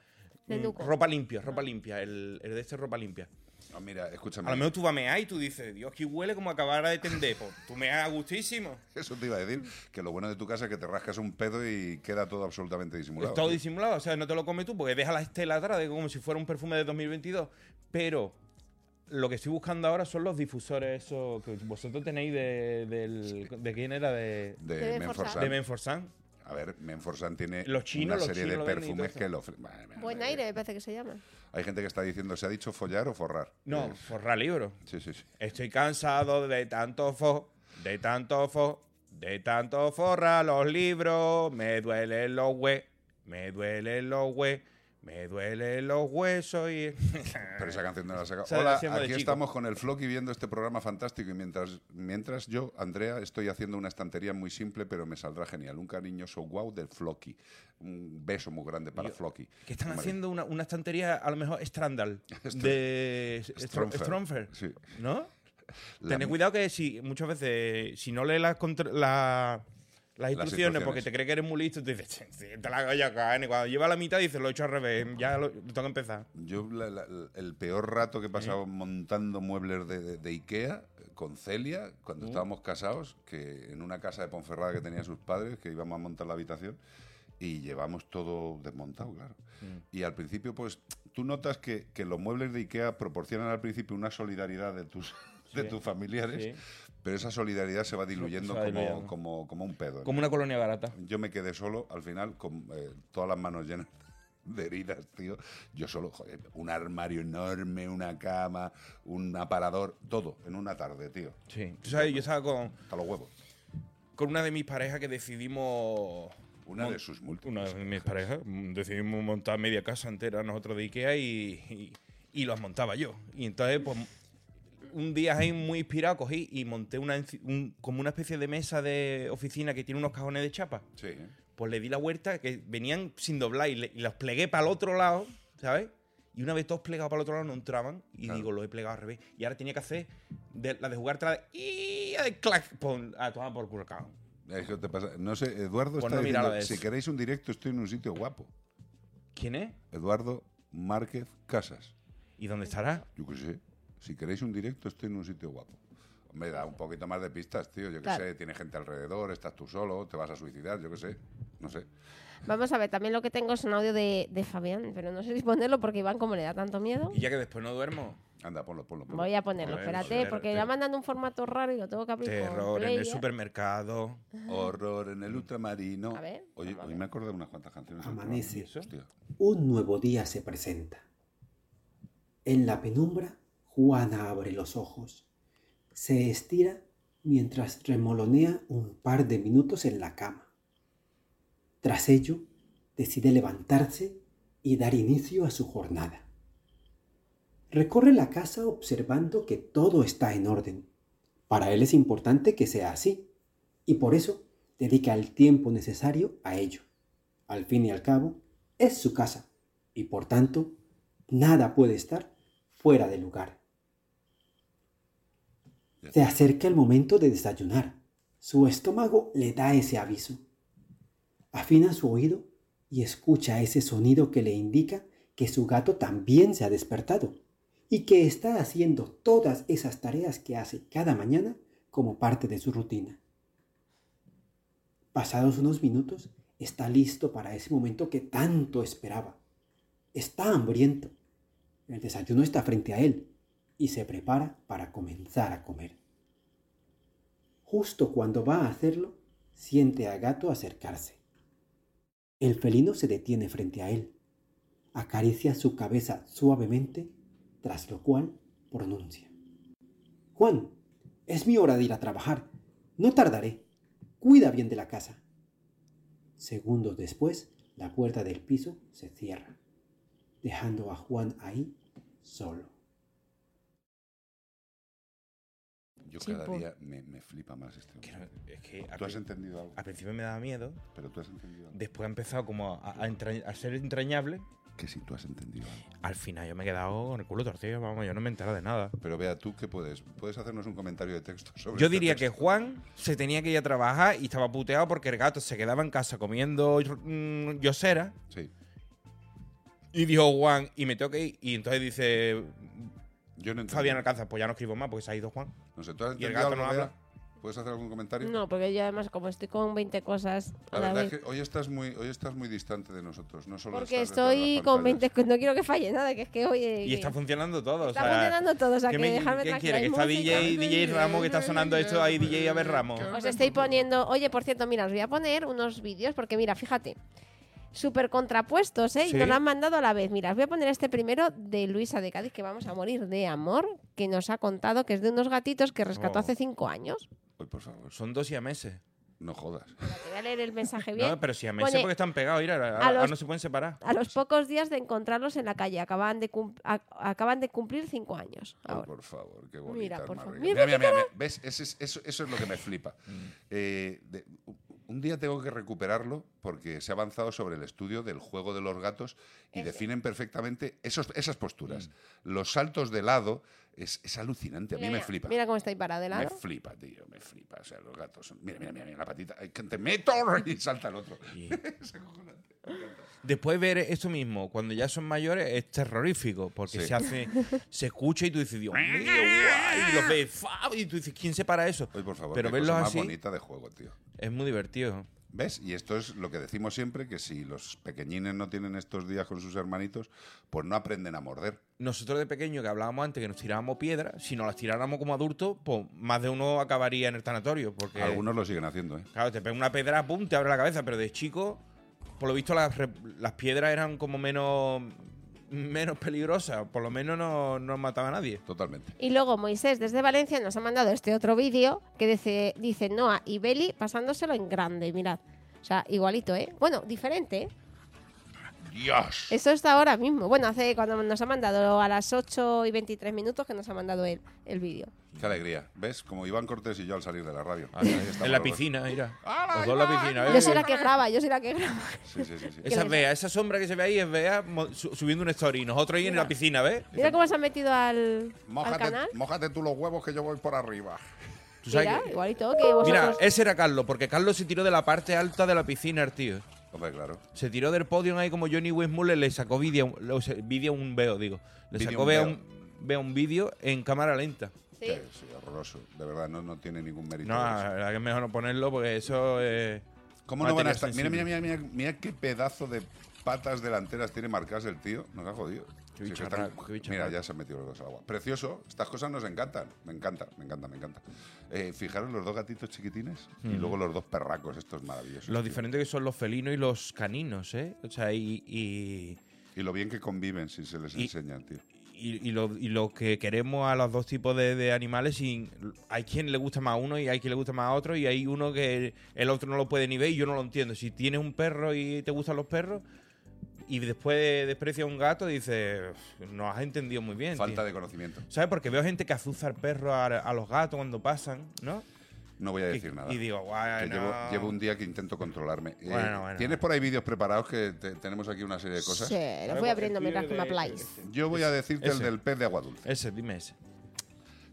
De Mm, Duco. ropa limpia, ropa limpia, el, el de este es ropa limpia. No, Ah, mira, escúchame. A lo mejor tú vas y tú dices, Dios, que huele como acabara de tender. Pues, tú me a gustísimo. Eso te iba a decir, que lo bueno de tu casa es que te rascas un pedo y queda todo absolutamente (laughs) disimulado. Todo tío. disimulado, o sea, no te lo comes tú porque deja la estela atrás de como si fuera un perfume de 2022. Pero lo que estoy buscando ahora son los difusores, esos que vosotros tenéis de, del- de quién era, de, de Debe Menforsan. forzar. de Menforsan. A ver, Menforsan tiene Los chinos, una los serie chinos de lo venden y perfumes todo que eso. lo... fri- Madre mía, Buen madre aire, mía. me parece que se llama. Hay gente que está diciendo, ¿se ha dicho follar o forrar? No, Eh, forra libro. Sí, sí, sí. Estoy cansado de tanto fo, de tanto fo, de tanto forra los libros. Me duelen los hue, me duelen los hue, me duelen los huesos y. Pero esa canción no la saca. Esa la Hola, hacíamos de aquí chico. estamos con el Flocky viendo este programa fantástico y mientras, mientras yo, Andrea, estoy haciendo una estantería muy simple, pero me saldrá genial. Un cariño so wow del Flocky. Un beso muy grande para Flocky. (laughs) que están Hombre, haciendo una, una estantería, a lo mejor (laughs) Strandal, Str- de Stro- Stronfer. Stronfer, Sí. ¿no? la- Tened cuidado que si muchas veces, si no lees las, contra- la- las instrucciones instrucciones. porque te cree que eres muy listo, te dices, "Sí, te la hago yo acá, y cuando lleva la mitad dices, lo he hecho al revés, ya lo, tengo que empezar. Yo la- la- la- el peor rato que he Eh. pasado montando muebles de, de- de Ikea con Celia, cuando Uh. estábamos casados, que en una casa de Ponferrada que tenía sus padres, que íbamos a montar la habitación, y llevamos todo desmontado, claro. Y al principio, pues, tú notas que, que los muebles de Ikea proporcionan al principio una solidaridad de tus, (laughs) de tus familiares, pero esa solidaridad se va diluyendo, va como, diluyendo. Como, como un pedo. ¿no? Como una colonia barata. Yo me quedé solo al final con eh, todas las manos llenas de heridas, tío. Yo solo, joder, un armario enorme, una cama, un aparador, todo en una tarde, tío. Sí. Tú sabes, yo estaba con, Hasta los huevos. con una de mis parejas que decidimos. Una mon- de sus múltiples. Una de mis parejas. mm, Decidimos montar media casa entera nosotros de Ikea y, y, y las montaba yo. Y entonces, pues. Un día ahí muy inspirado cogí y monté una, enci- un- como una especie de mesa de oficina que tiene unos cajones de chapa. Sí, ¿eh? Pues le di la vuelta, que venían sin doblar y, le- y los plegué para el otro lado, ¿sabes? Y una vez todos plegados para el otro lado no entraban. Y Claro. digo, lo he plegado al revés. Y ahora tenía que hacer de- la de jugar la de. ¡Y! de clac, pon, a tomar por culo, cabrón. Es que te pasa- No sé, Eduardo Pues está no mira diciendo, la de si eso". queréis un directo estoy en un sitio guapo. ¿Quién es? Eduardo Márquez Casas. ¿Y dónde estará? Yo qué sé. Si queréis un directo estoy en un sitio guapo. Me da un poquito más de pistas, tío. Yo qué Claro. sé, tiene gente alrededor, estás tú solo, te vas a suicidar, yo qué sé. No sé. Vamos a ver, también lo que tengo es un audio de, de Fabián, pero no sé si ponerlo porque Iván, como le da tanto miedo, Y ya que después no duermo. Anda, ponlo, ponlo. ponlo. voy a ponerlo. Joder, Espérate, joder, porque te- ya mandando un formato raro y lo tengo que abrir. con Terror Play ¿eh? en el ya. supermercado. Mm. Horror en el ultramarino. A ver, Oye, hoy me acordé de unas cuantas canciones. del programa. Amanece. Hostia. Un nuevo día se presenta. En la penumbra, Juana abre los ojos. Se estira mientras remolonea un par de minutos en la cama. Tras ello, decide levantarse y dar inicio a su jornada. Recorre la casa observando que todo está en orden. Para él es importante que sea así, y por eso dedica el tiempo necesario a ello. Al fin y al cabo, es su casa y por tanto nada puede estar fuera de lugar. Se acerca el momento de desayunar. Su estómago le da ese aviso. Afina su oído y escucha ese sonido que le indica que su gato también se ha despertado y que está haciendo todas esas tareas que hace cada mañana como parte de su rutina. Pasados unos minutos, está listo para ese momento que tanto esperaba. Está hambriento. El desayuno está frente a él y se prepara para comenzar a comer. Justo cuando va a hacerlo, siente a Gato acercarse. El felino se detiene frente a él, acaricia su cabeza suavemente, tras lo cual pronuncia. Juan, es mi hora de ir a trabajar. No tardaré. Cuida bien de la casa. Segundos después, la puerta del piso se cierra, dejando a Juan ahí solo. Yo Sí, cada po. día me, me flipa más este hombre. Que no- es que al, ¿Tú has pri- entendido algo? al principio me daba miedo. Pero tú has entendido algo. Después ha empezado como a, a entra- a ser entrañable. Que si tú has entendido algo. Al final yo me he quedado con el culo torcido. Vamos, yo no me he enterado de nada. Pero vea, tú qué puedes. Puedes hacernos un comentario de texto sobre. Yo este diría que texto? Juan se tenía que ir a trabajar y estaba puteado porque el gato se quedaba en casa comiendo mm, yosera. Sí. Y dijo Juan, y me tengo que ir. Y entonces dice Yo no entiendo. Fabián Alcázar, pues ya no escribo más porque se ha ido Juan. No sé, ¿tú has Y el entendido gato algo, no Bea? habla. ¿Puedes hacer algún comentario? No, porque yo además, como estoy con 20 cosas a La la verdad vez. es que hoy estás muy, hoy estás muy distante de nosotros. No solo Porque estás detrás de estoy las con pantallas. 20 cosas. No quiero que falle nada, que es que hoy. eh, Y está funcionando todo. está o sea, funcionando todo, o sea, ¿qué que me- dejarme ¿Quién tranquila, quiere? hay Que está DJ, música. DJ Ramos que está sonando esto ahí, DJ Abel Ramos. Os estoy poniendo. Oye, por cierto, mira, os voy a poner unos vídeos porque, mira, fíjate. Súper contrapuestos, ¿eh? Y Sí. nos lo han mandado a la vez. Mira, os voy a poner este primero de Luisa de Cádiz, que vamos a morir de amor, que nos ha contado que es de unos gatitos que rescató Oh. hace cinco años. Uy, por favor, Son dos y a meses. no jodas. Espérate, Voy a leer el mensaje bien. No, pero si a meses Pone- porque están pegados, mira, ahora, A ahora los- no se pueden separar. A los pocos días de encontrarlos en la calle. Acaban de, cum- a- acaban de cumplir cinco años. Uy, Ahora. por favor, qué bonita. por es favor. Margarita. Mira, Mm. mira, mira. ¿Ves? Ese es- eso, eso es lo que me flipa. Eh, de- un día tengo que recuperarlo porque se ha avanzado sobre el estudio del juego de los gatos y definen perfectamente esos, esas posturas. Los saltos de lado es, es alucinante. A mí me Mm. mira, flipa. Mira cómo estoy parada de Me lado. flipa, tío, me flipa. O sea, los gatos son- Mira, mira, mira, mira la patita. Ay, que te meto (laughs) y salta el otro. (laughs) Es acojonante. Después ver esto mismo, cuando ya son mayores, es terrorífico, porque Sí. se hace, (laughs) se escucha y tú dices, Dios mío, guay", y los ves, fa, y tú dices, ¿quién se para eso? Oye, por favor, Pero qué verlos cosa más así bonita de juego, tío. es muy divertido. ¿Ves? Y esto es lo que decimos siempre, que si los pequeñines no tienen estos días con sus hermanitos, pues no aprenden a morder. Nosotros de pequeño, que hablábamos antes que nos tirábamos piedras, si nos las tiráramos como adultos, pues más de uno acabaría en el tanatorio, porque Algunos lo siguen haciendo, ¿eh? Claro, te pega una pedra, pum, te abre la cabeza, pero de chico, por lo visto, las, re- las piedras eran como menos, menos peligrosas. Por lo menos no, no mataba a nadie. Totalmente. Y luego Moisés desde Valencia nos ha mandado este otro vídeo que dice, dice Noah y Beli pasándoselo en grande, mirad. O sea, igualito, ¿eh? Bueno, diferente, ¿eh? ¡Dios! Eso está ahora mismo. Bueno, hace cuando nos ha mandado a las 8 y 23 minutos que nos ha mandado él el vídeo. ¡Qué alegría! ¿Ves? Como Iván Cortés y yo al salir de la radio. Ahí estamos Ah, en la los dos. piscina, mira. ¡Hala, Los dos en la Iván! piscina. Yo soy la que graba, yo soy la que graba. Sí, sí, sí. sí. Esa le- es Bea, esa sombra que se ve ahí es Bea mo- su- subiendo una story. Nosotros ahí en la piscina, ¿ves? Mira cómo se ha metido al, al Mójate, canal. mójate tú los huevos que yo voy por arriba. Tú sabes Mira, que- igualito que vosotros. Mira, ese era Carlos, porque Carlos se tiró de la parte alta de la piscina, el tío. Hombre, claro. Se tiró del podio ahí como Johnny Westmuller le sacó vídeo, le- o sea, vídeo un veo, digo. Le Vídeo sacó un vea veo. un, vea un vídeo en cámara lenta. Sí, sí, horroroso. De verdad, no, no tiene ningún mérito. No, eso. la verdad que es mejor no ponerlo porque eso. eh, ¿Cómo no van a material estar? Mira, sensible. mira, mira, mira, mira qué pedazo de patas delanteras tiene marcadas el tío. Nos ha jodido. Qué Si es que bicho están- raro, qué bicho mira, raro. ya se han metido los dos al agua. Precioso. Estas cosas nos encantan. Me encanta, me encanta, me encanta. Eh, fijaros los dos gatitos chiquitines y Mm. luego los dos perracos. Esto es maravilloso. Lo tío. diferente que son los felinos y los caninos, ¿eh? O sea, y. Y, y lo bien que conviven si se les y- enseña, tío. y- y lo, y lo que queremos a los dos tipos de, de animales, sin, hay quien le gusta más a uno y hay quien le gusta más a otro, y hay uno que el otro no lo puede ni ver y yo no lo entiendo. Si tienes un perro y te gustan los perros, y después desprecia a un gato, dices, no has entendido muy bien. Falta tío". de conocimiento. ¿Sabes? Porque veo gente que azuza al perro a, a los gatos cuando pasan, ¿no? No voy a Y- decir nada. y digo, Que bueno. llevo, llevo un día que intento controlarme. Eh, Bueno, bueno, ¿Tienes por ahí vídeos preparados que te- tenemos aquí una serie de pues, cosas? Sí, eh, los voy abriendo mientras que me habláis. Yo voy a decirte el Ese. del pez de agua dulce. Ese, dime ese.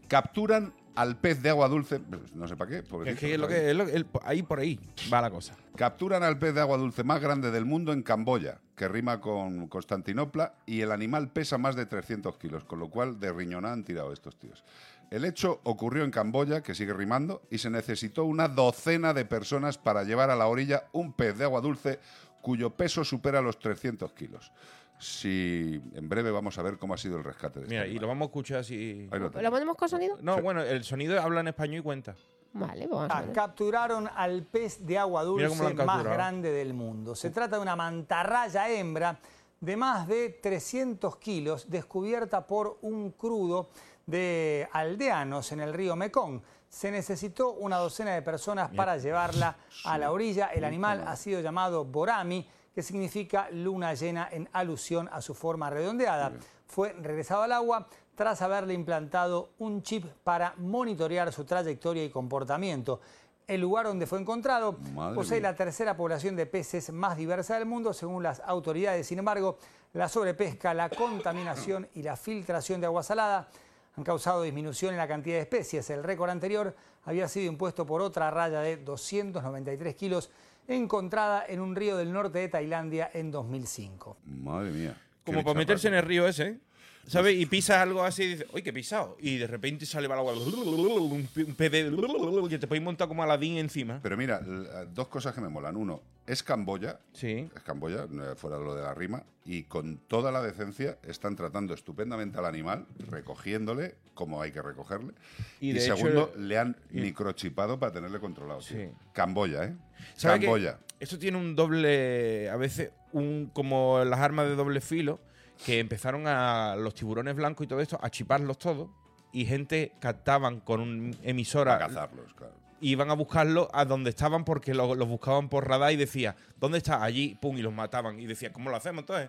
Capturan al pez de agua dulce, pues, no sé para qué, pobrecito, Es que es lo no que, sabe. es lo que- el- ahí por ahí va la cosa. Capturan al pez de agua dulce más grande del mundo en Camboya, que rima con Constantinopla, y el animal pesa más de 300 kilos, con lo cual de riñonada han tirado estos tíos. El hecho ocurrió en Camboya, que sigue rimando, y se necesitó una docena de personas para llevar a la orilla un pez de agua dulce cuyo peso supera los 300 kilos. Si en breve vamos a ver cómo ha sido el rescate de este Mira, y lo animal. vamos a escuchar así. Ahí lo ¿Lo tenéis. ponemos con sonido? No, bueno, el sonido habla en español y cuenta. Vale, pues vamos a Ah, ver. Capturaron al pez de agua Mira cómo lo dulce han más capturado. grande del mundo. Se trata de una mantarraya hembra de más de 300 kilos, descubierta por un crudo de aldeanos en el río Mekong. Se necesitó una docena de personas para llevarla a la orilla. El animal ha sido llamado Borami, que significa luna llena en alusión a su forma redondeada. Fue regresado al agua tras haberle implantado un chip para monitorear su trayectoria y comportamiento. El lugar donde fue encontrado Madre posee mía. la tercera población de peces más diversa del mundo, según las autoridades. Sin embargo, la sobrepesca, la contaminación y la filtración de agua salada han causado disminución en la cantidad de especies. El récord anterior había sido impuesto por otra raya de 293 kilos encontrada en un río del norte de Tailandia en 2005. este. Madre mía. qué Como para bicharraco. meterse en el río ese, ¿sabes? Y pisas algo así y dices, uy, qué pisado. Y de repente sale para el agua. Un pe- un pez de- que te podéis montar como Aladín encima. Pero mira, l- eh, dos cosas que me molan. Uno, es Camboya, Sí. es Camboya, eh, fuera lo de la rima, y con toda la decencia están tratando estupendamente al animal, recogiéndole como hay que recogerle. Y Y, de hecho, segundo, le han y- microchipado para tenerle controlado. tío. Sí. Camboya, ¿eh? ¿Sabe que Camboya. Esto tiene un doble, a veces, un como las armas de doble filo, que empezaron a los tiburones blancos y todo esto a chiparlos todos. Y gente captaban con una Para emisora cazarlos, claro. y iban a buscarlo a donde estaban porque lo- los buscaban por radar y decía, ¿dónde está? Allí, pum, y los mataban. Y decía, ¿cómo lo hacemos entonces?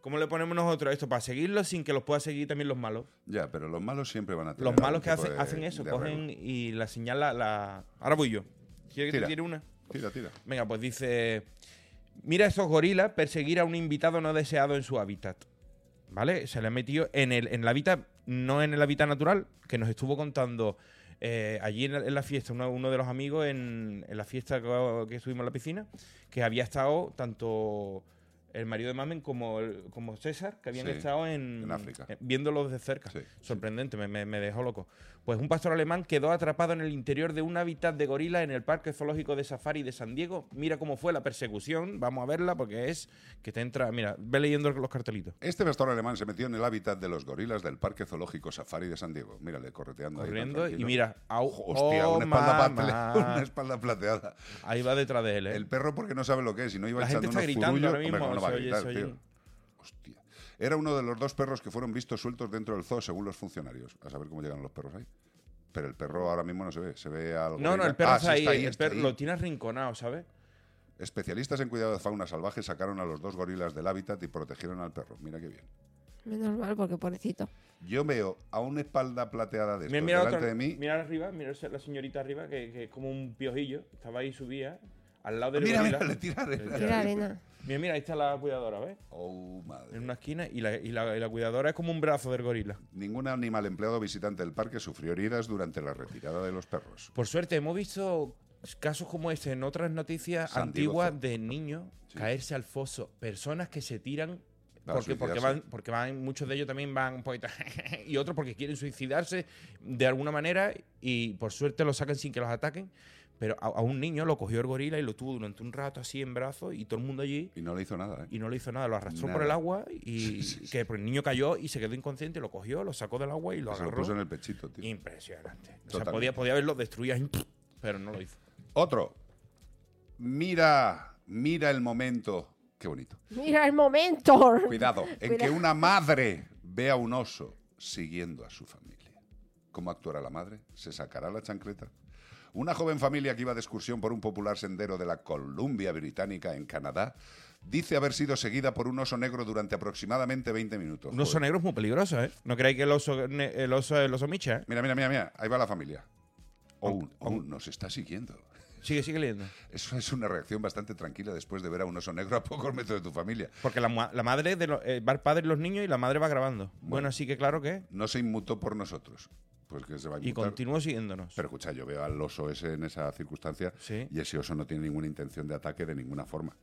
¿Cómo le ponemos nosotros esto para seguirlos sin que los pueda seguir también los malos? Ya, pero los malos siempre van a tener. Los malos algún que tipo hacen, de- hacen eso, de cogen arreglo. y la señal la... la- Ahora voy yo. ¿Quieres que te Tira. tire una? Tira, tira. Venga, pues dice, mira a esos gorilas perseguir a un invitado no deseado en su hábitat. ¿Vale? Se le ha metido en el, en el hábitat, no en el hábitat natural, que nos estuvo contando eh, allí en la, en la fiesta, uno, uno de los amigos en, en la fiesta que, que estuvimos en la piscina, que había estado tanto el marido de Mamen como, el- como César, que habían Sí, estado en, en África. eh, viéndolos de cerca. Sí, Sorprendente, me- me, me dejó loco. Pues un pastor alemán quedó atrapado en el interior de un hábitat de gorila en el Parque Zoológico de Safari de San Diego. Mira cómo fue la persecución, vamos a verla porque es que te entra... Mira, ve leyendo los cartelitos. Este pastor alemán se metió en el hábitat de los gorilas del Parque Zoológico Safari de San Diego. Mírale, correteando ahí tan Corriendo y tranquilo. mira, au, Hostia, oh, una, espalda mamá. plateada, una espalda plateada. Ahí va detrás de él, ¿eh? El perro porque no sabe lo que es y no iba La gente echando está unos gritando furullos. ahora mismo, Hombre, ¿cómo no va a se oye, gritar, se tío? oye. Hostia. Era uno de los dos perros que fueron vistos sueltos dentro del zoo, según los funcionarios. A saber cómo llegan los perros ahí. Pero el perro ahora mismo no se ve, se ve algo. Ah, No, no, el perro está, ahí, el perro ahí. lo tiene arrinconado, ¿sabes? Especialistas en cuidado de fauna salvaje sacaron a los dos gorilas del hábitat y protegieron al perro. Mira qué bien. Menos mal, porque pobrecito. Yo veo a una espalda plateada de estos Mira, mira, pues delante otro- de mí. mira arriba, mira esa- la señorita arriba, que, que es como un piojillo. Estaba ahí, subía, al lado del Ah, Mira, gorila. mira, le tira arena. Le Tira arena. Mira, mira, ahí está la cuidadora, ¿ves? Oh, madre. En una esquina y la, y la- y la cuidadora es como un brazo del gorila. Ningún animal empleado o visitante del parque sufrió heridas durante la retirada de los perros. Por suerte, hemos visto casos como este en otras noticias San Diego antiguas Zoo. de niños caerse al foso. Personas que se tiran porque, porque, suicidarse. van, porque van, muchos de ellos también van un poquito (laughs) y otros porque quieren suicidarse de alguna manera y por suerte lo sacan sin que los ataquen. Pero a, a un niño lo cogió el gorila y lo tuvo durante un rato así en brazos y todo el mundo allí. Y no le hizo nada, ¿eh? Y no le hizo nada, lo arrastró por Nada. el agua (laughs) y que el niño cayó y se quedó inconsciente, lo cogió, lo sacó del agua y lo Se lo agarró. puso en el pechito, tío. Impresionante. O Totalmente. sea, podía, podía haberlo destruido, ahí, pero no lo hizo. Otro. Mira, mira el momento. Qué bonito. Mira el momento. Cuidado, en que Cuidado. una madre vea un oso siguiendo a su familia. ¿Cómo actuará la madre? ¿Se sacará la chancleta? Una joven familia que iba de excursión por un popular sendero de la Columbia Británica en Canadá dice haber sido seguida por un oso negro durante aproximadamente 20 minutos. Un oso Joder. negro es muy peligroso, ¿eh? No creáis que el oso, ne- el oso es el oso micha, ¿eh? Mira, mira, mira, mira, ahí va la familia. Oh, oh, nos está siguiendo. Sigue, sigue leyendo. Eso es una reacción bastante tranquila después de ver a un oso negro a pocos metros de tu familia. Porque la, mu- la madre de lo- eh, va el padre y los niños y la madre va grabando. Bueno, así que claro que. No se inmutó por nosotros. Pues que se va a Y inmutar. continuó siguiéndonos. Pero escucha, yo veo al oso ese en esa circunstancia y ese oso no tiene ninguna intención de ataque de ninguna forma.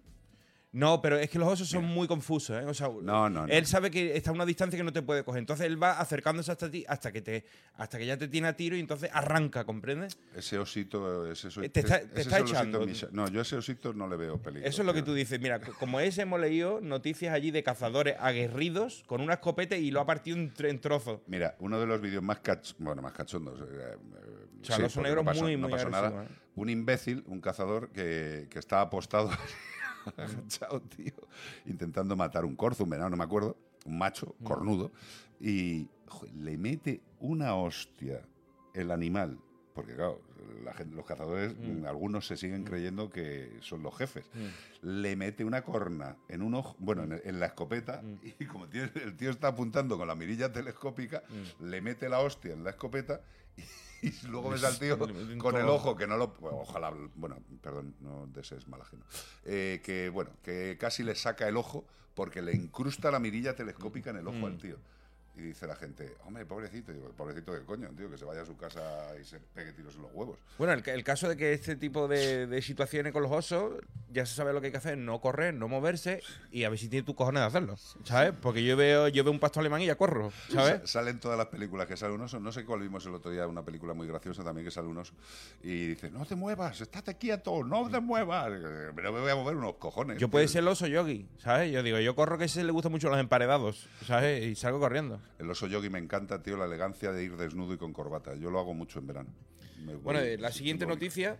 No, pero es que los osos son muy confusos, ¿eh? O sea, No, no, no. él sabe que está a una distancia que no te puede coger. Entonces él va acercándose hasta ti hasta que te hasta que ya te tiene a tiro y entonces arranca, ¿comprendes? Ese osito, ese oso- Eh, te está- ese te está es el osito echando. misa- No, yo a ese osito no le veo peligro. Eso es lo que tú dices. Mira, co- como ese hemos leído noticias allí de cazadores aguerridos con una escopeta y lo ha partido en, tr- en trozos. Mira, uno de los vídeos más cach- bueno, más cachondos. eh, eh, O sea, el oso porque negro no pasó, muy, no muy pasó agresivo, nada. ¿eh? Un imbécil, un cazador que, que está apostado (laughs) agachado, tío, intentando matar un corzo, un venado, no me acuerdo, un Mm. macho, cornudo, y jo, le mete una hostia el animal. Porque claro, la gente- los cazadores, Mm. algunos se siguen creyendo que son los jefes. Le mete una corna en un ojo, bueno, en, en la escopeta, Mm. y como tiene- el tío está apuntando con la mirilla telescópica, Mm. le mete la hostia en la escopeta y, luego (laughs) ves al tío Le meten con el todo. ojo que no lo... Ojalá, bueno, perdón, no desees mal ajeno. Eh, que, bueno, que casi le saca el ojo porque le incrusta la mirilla telescópica en el Mm. ojo al tío. Y dice la gente, hombre, pobrecito. Digo, pobrecito de coño, tío, que se vaya a su casa y se pegue tiros en los huevos. Bueno, el, ca- el caso de que este tipo de, de situaciones con los osos, ya se sabe lo que hay que hacer, no correr, no moverse y a ver si tiene tus cojones de hacerlo, ¿sabes? Porque yo veo yo veo un pasto alemán y ya corro, ¿sabes? Sa- Salen todas las películas que sale un oso. No sé cuál vimos el otro día, una película muy graciosa también que sale un oso. Y dice, no te muevas, estate quieto, no te muevas. Eh, Pero me voy a mover unos cojones. Yo tío. puede ser el oso yogi, ¿sabes? Yo digo, yo corro que ese le gusta mucho los emparedados, ¿sabes? Y salgo corriendo. El oso yogi me encanta, tío, la elegancia de ir desnudo y con corbata. Yo lo hago mucho en verano. Me Bueno, voy- eh, la siguiente simbólico. noticia.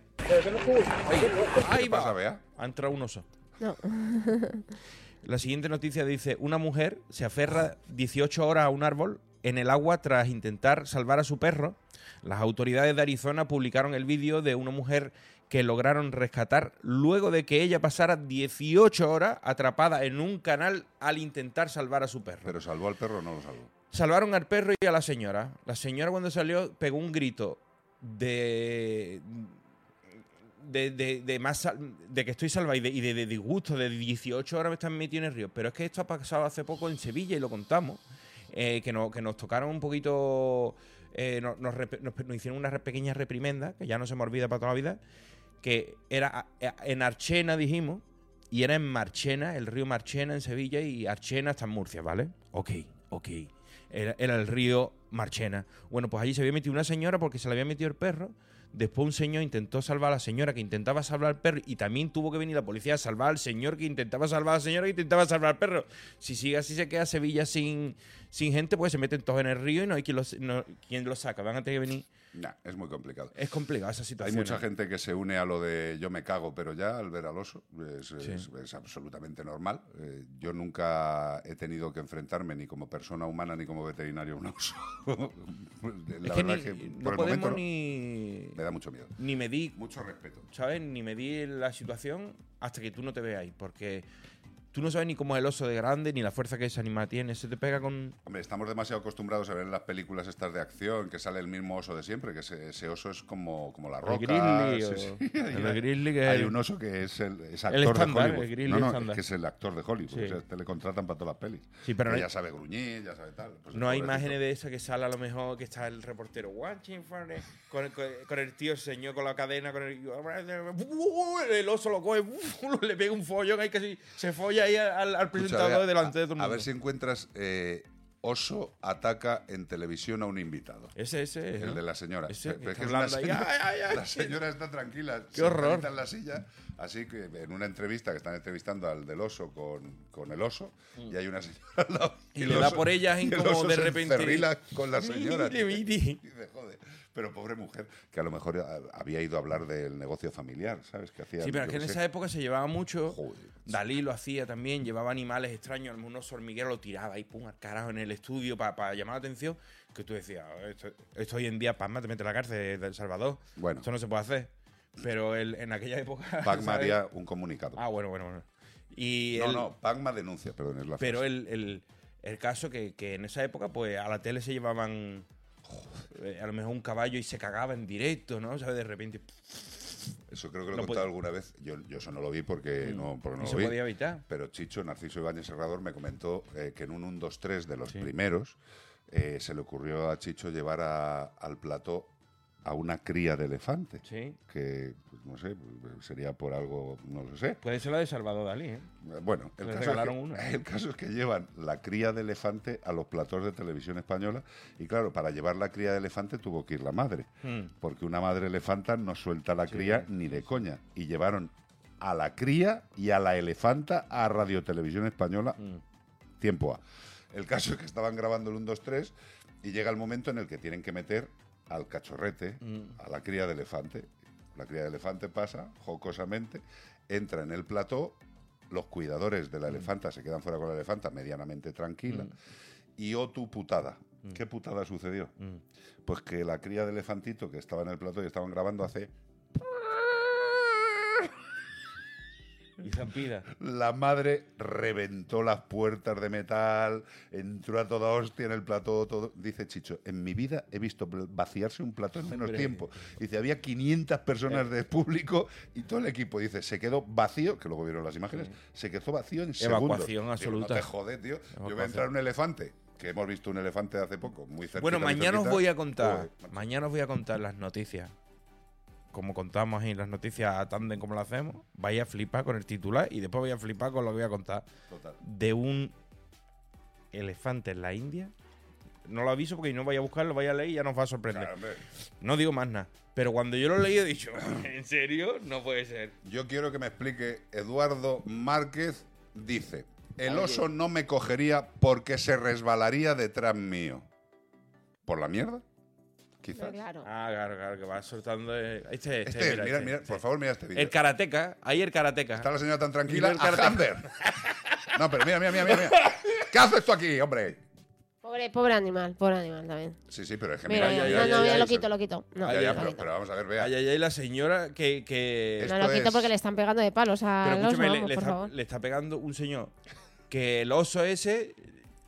¿Qué Ahí te pasa, va. Bea? Ha entrado un oso. No. La siguiente noticia dice: Una mujer se aferra 18 horas a un árbol en el agua tras intentar salvar a su perro. Las autoridades de Arizona publicaron el vídeo de una mujer que lograron rescatar luego de que ella pasara 18 horas atrapada en un canal al intentar salvar a su perro. Pero salvó al perro o no lo salvó. Salvaron al perro y a la señora. La señora cuando salió pegó un grito de... De, de, de más sal- de que estoy salva y de, y de- de disgusto, de 18 horas me están metiendo en el río. Pero es que esto ha pasado hace poco en Sevilla y lo contamos, eh, que, no- que nos tocaron un poquito, eh, no- nos, rep- nos- nos hicieron una re- pequeña reprimenda, que ya no se me olvida para toda la vida, que era a- a- en Archena, dijimos, y era en Marchena, el río Marchena en Sevilla y Archena está en Murcia, ¿vale? Ok, ok. Era, era el río Marchena. Bueno, pues allí se había metido una señora porque se le había metido el perro. Después un señor intentó salvar a la señora que intentaba salvar al perro y también tuvo que venir la policía a salvar al señor que intentaba salvar a la señora que intentaba salvar al perro. Si sigue así se queda Sevilla sin, sin gente, pues se meten todos en el río y no hay quien los, no- quien los saca. Van a tener que venir. Nah, es muy complicado. Es complicado esa Hay situación. mucha ¿eh? gente que se une a lo de yo me cago, pero ya al ver al oso es, es- Sí. es absolutamente normal. Eh, yo nunca he tenido que enfrentarme ni como persona humana ni como veterinario a un oso. (laughs) La que verdad ni- que por no el podemos momento ni... me da mucho miedo. ni me di. Mucho respeto. ¿Sabes? Ni me di la situación hasta que tú no te veáis. Porque tú no sabes ni cómo es el oso de grande, ni la fuerza que ese animal tiene. Se te pega con. Hombre, estamos demasiado acostumbrados a ver en las películas estas de acción que sale el mismo oso de siempre, que ese, ese oso es como, como la roca. grizzly sí, o- sí. (laughs) (laughs) el Hay- grizzly que- Hay un oso que es el es actor El estándar, de Hollywood. el grizzly no, no, es estándar. que es el actor de Hollywood. Sí. o sea, te le contratan para todas las pelis. Sí, pero Que no hay- ya sabe gruñir, ya sabe tal. Pues el No hay pobrecito. imágenes de esa que sale a lo mejor que está el reportero watching for the-" con, con- con el tío señor con la (laughs) cadena con el el oso lo coge le pega un follón ahí casi se folla ahí al, al Escucha, presentador vea, delante a- de todo el A mundo. ver si encuentras eh, Oso ataca en televisión a un invitado. Ese, ese. El ¿no? de la señora. Ese Pero- que pero está es la hablando ahí, señora- ay, ay, ay. la señora está tranquila. Qué horror. sentadita en la silla. Así que en una entrevista que están entrevistando al del oso con, con el oso, y hay una señora al lado. Y el le da oso- por ellas y en el como oso de se repente- encerrila con la señora. (laughs) Mire, tío. mire. Dice, joder. Pero pobre mujer, que a lo mejor ah, había ido a hablar del negocio familiar, ¿sabes? Que hacía Sí, pero es yo que en qué sé. esa época se llevaba mucho. Dalí lo hacía también, llevaba animales extraños, un oso hormiguero lo tiraba y pum, al carajo en el estudio para llamar la atención. Que tú decías, "Ah, esto, esto hoy en día, Pazma te mete a la cárcel eh, del Salvador. Bueno. Esto no se puede hacer. Pero él, en aquella época. (laughs) Pacma ¿sabes? haría un comunicado. Ah, bueno, bueno, bueno. Y no, él- no, Pacma denuncia, perdón, es la Pero frase. el, el- el caso que, que en esa época, pues a la tele se llevaban eh, a lo mejor un caballo y se cagaba en directo, ¿no? ¿Sabes? De repente. Eso creo que lo he no contado puede- alguna vez. Yo, yo eso no lo vi porque no, porque no No lo se vi. podía evitar. Pero Chicho, Narciso Ibáñez Serrador, me comentó eh, que en un 1, 2, 3 de los primeros eh, se le ocurrió a Chicho llevar a- al plató a una cría de elefante. Sí. Que, pues, no sé, sería por algo, no lo sé. Puede ser la de Salvador Dalí, ¿eh? Bueno, el Le caso, es que, regalaron una. (laughs) el caso es que llevan la cría de elefante a los platós de televisión española y claro, para llevar la cría de elefante tuvo que ir la madre, Hmm. porque una madre elefanta no suelta la cría ni de coña y llevaron a la cría y a la elefanta a Radio Televisión Española Mm. tiempo A. El caso es que estaban grabando el 1, 2, 3 y llega el momento en el que tienen que meter al cachorrete, Mm. a la cría de elefante. La cría de elefante pasa jocosamente, entra en el plató, los cuidadores Mm. de la elefanta se quedan fuera con la elefanta medianamente tranquila y oh tu putada. Mm. ¿Qué putada sucedió? Pues que la cría de elefantito que estaba en el plató y estaban grabando hace Y zampida. La madre reventó las puertas de metal, entró a toda hostia en el plató, todo. Dice Chicho, en mi vida he visto pl- vaciarse un plató en menos Hombre. tiempo. Dice, había 500 Eh. personas de público y todo el equipo. Dice, se quedó vacío, que luego vieron las imágenes, se quedó vacío en segundos. Evacuación Digo, absoluta. no te jode, tío. Yo voy a Evacuación. entrar un elefante, que hemos visto un elefante hace poco, muy Pues, cerca. Bueno, mañana os voy a contar. mañana os voy a contar las noticias. Como contamos ahí las noticias a tandem como lo hacemos, vais a flipar con el titular y después vais a flipar con lo que voy a contar. Total. De un elefante en la India. No lo aviso porque no vais a buscarlo, vais a leer y ya nos va a sorprender. No digo más nada. Pero cuando yo lo leí he dicho, ¿en serio? No puede ser. Yo quiero que me explique. Eduardo Márquez dice: El Oye. oso no me cogería porque se resbalaría detrás mío. ¿Por la mierda? Quizás. Claro. Ah, claro, claro, que va soltando. eh, Este, este, Este, mira, mira, este, por este. favor, mira este vídeo. El karateca, ahí el karateca. Está la señora tan Mira tranquila. el a cartel. Hamber. No, pero mira, mira, (laughs) mira, mira. mira. ¿Qué haces tú aquí, hombre? (laughs) Pobre, pobre animal, pobre animal también. Sí, sí, pero es que Mira, mira. mira, ay, no, ay, no, ay, ya ay, lo se- quito, lo quito. No, Ya, lo ya, quito. pero, pero vamos a ver, vea. Ay, ay, ay, la señora que. que- No lo quito porque le están pegando de palos a Pero los escúchame, le- vamos, le, por está, favor. le está pegando un señor que el oso ese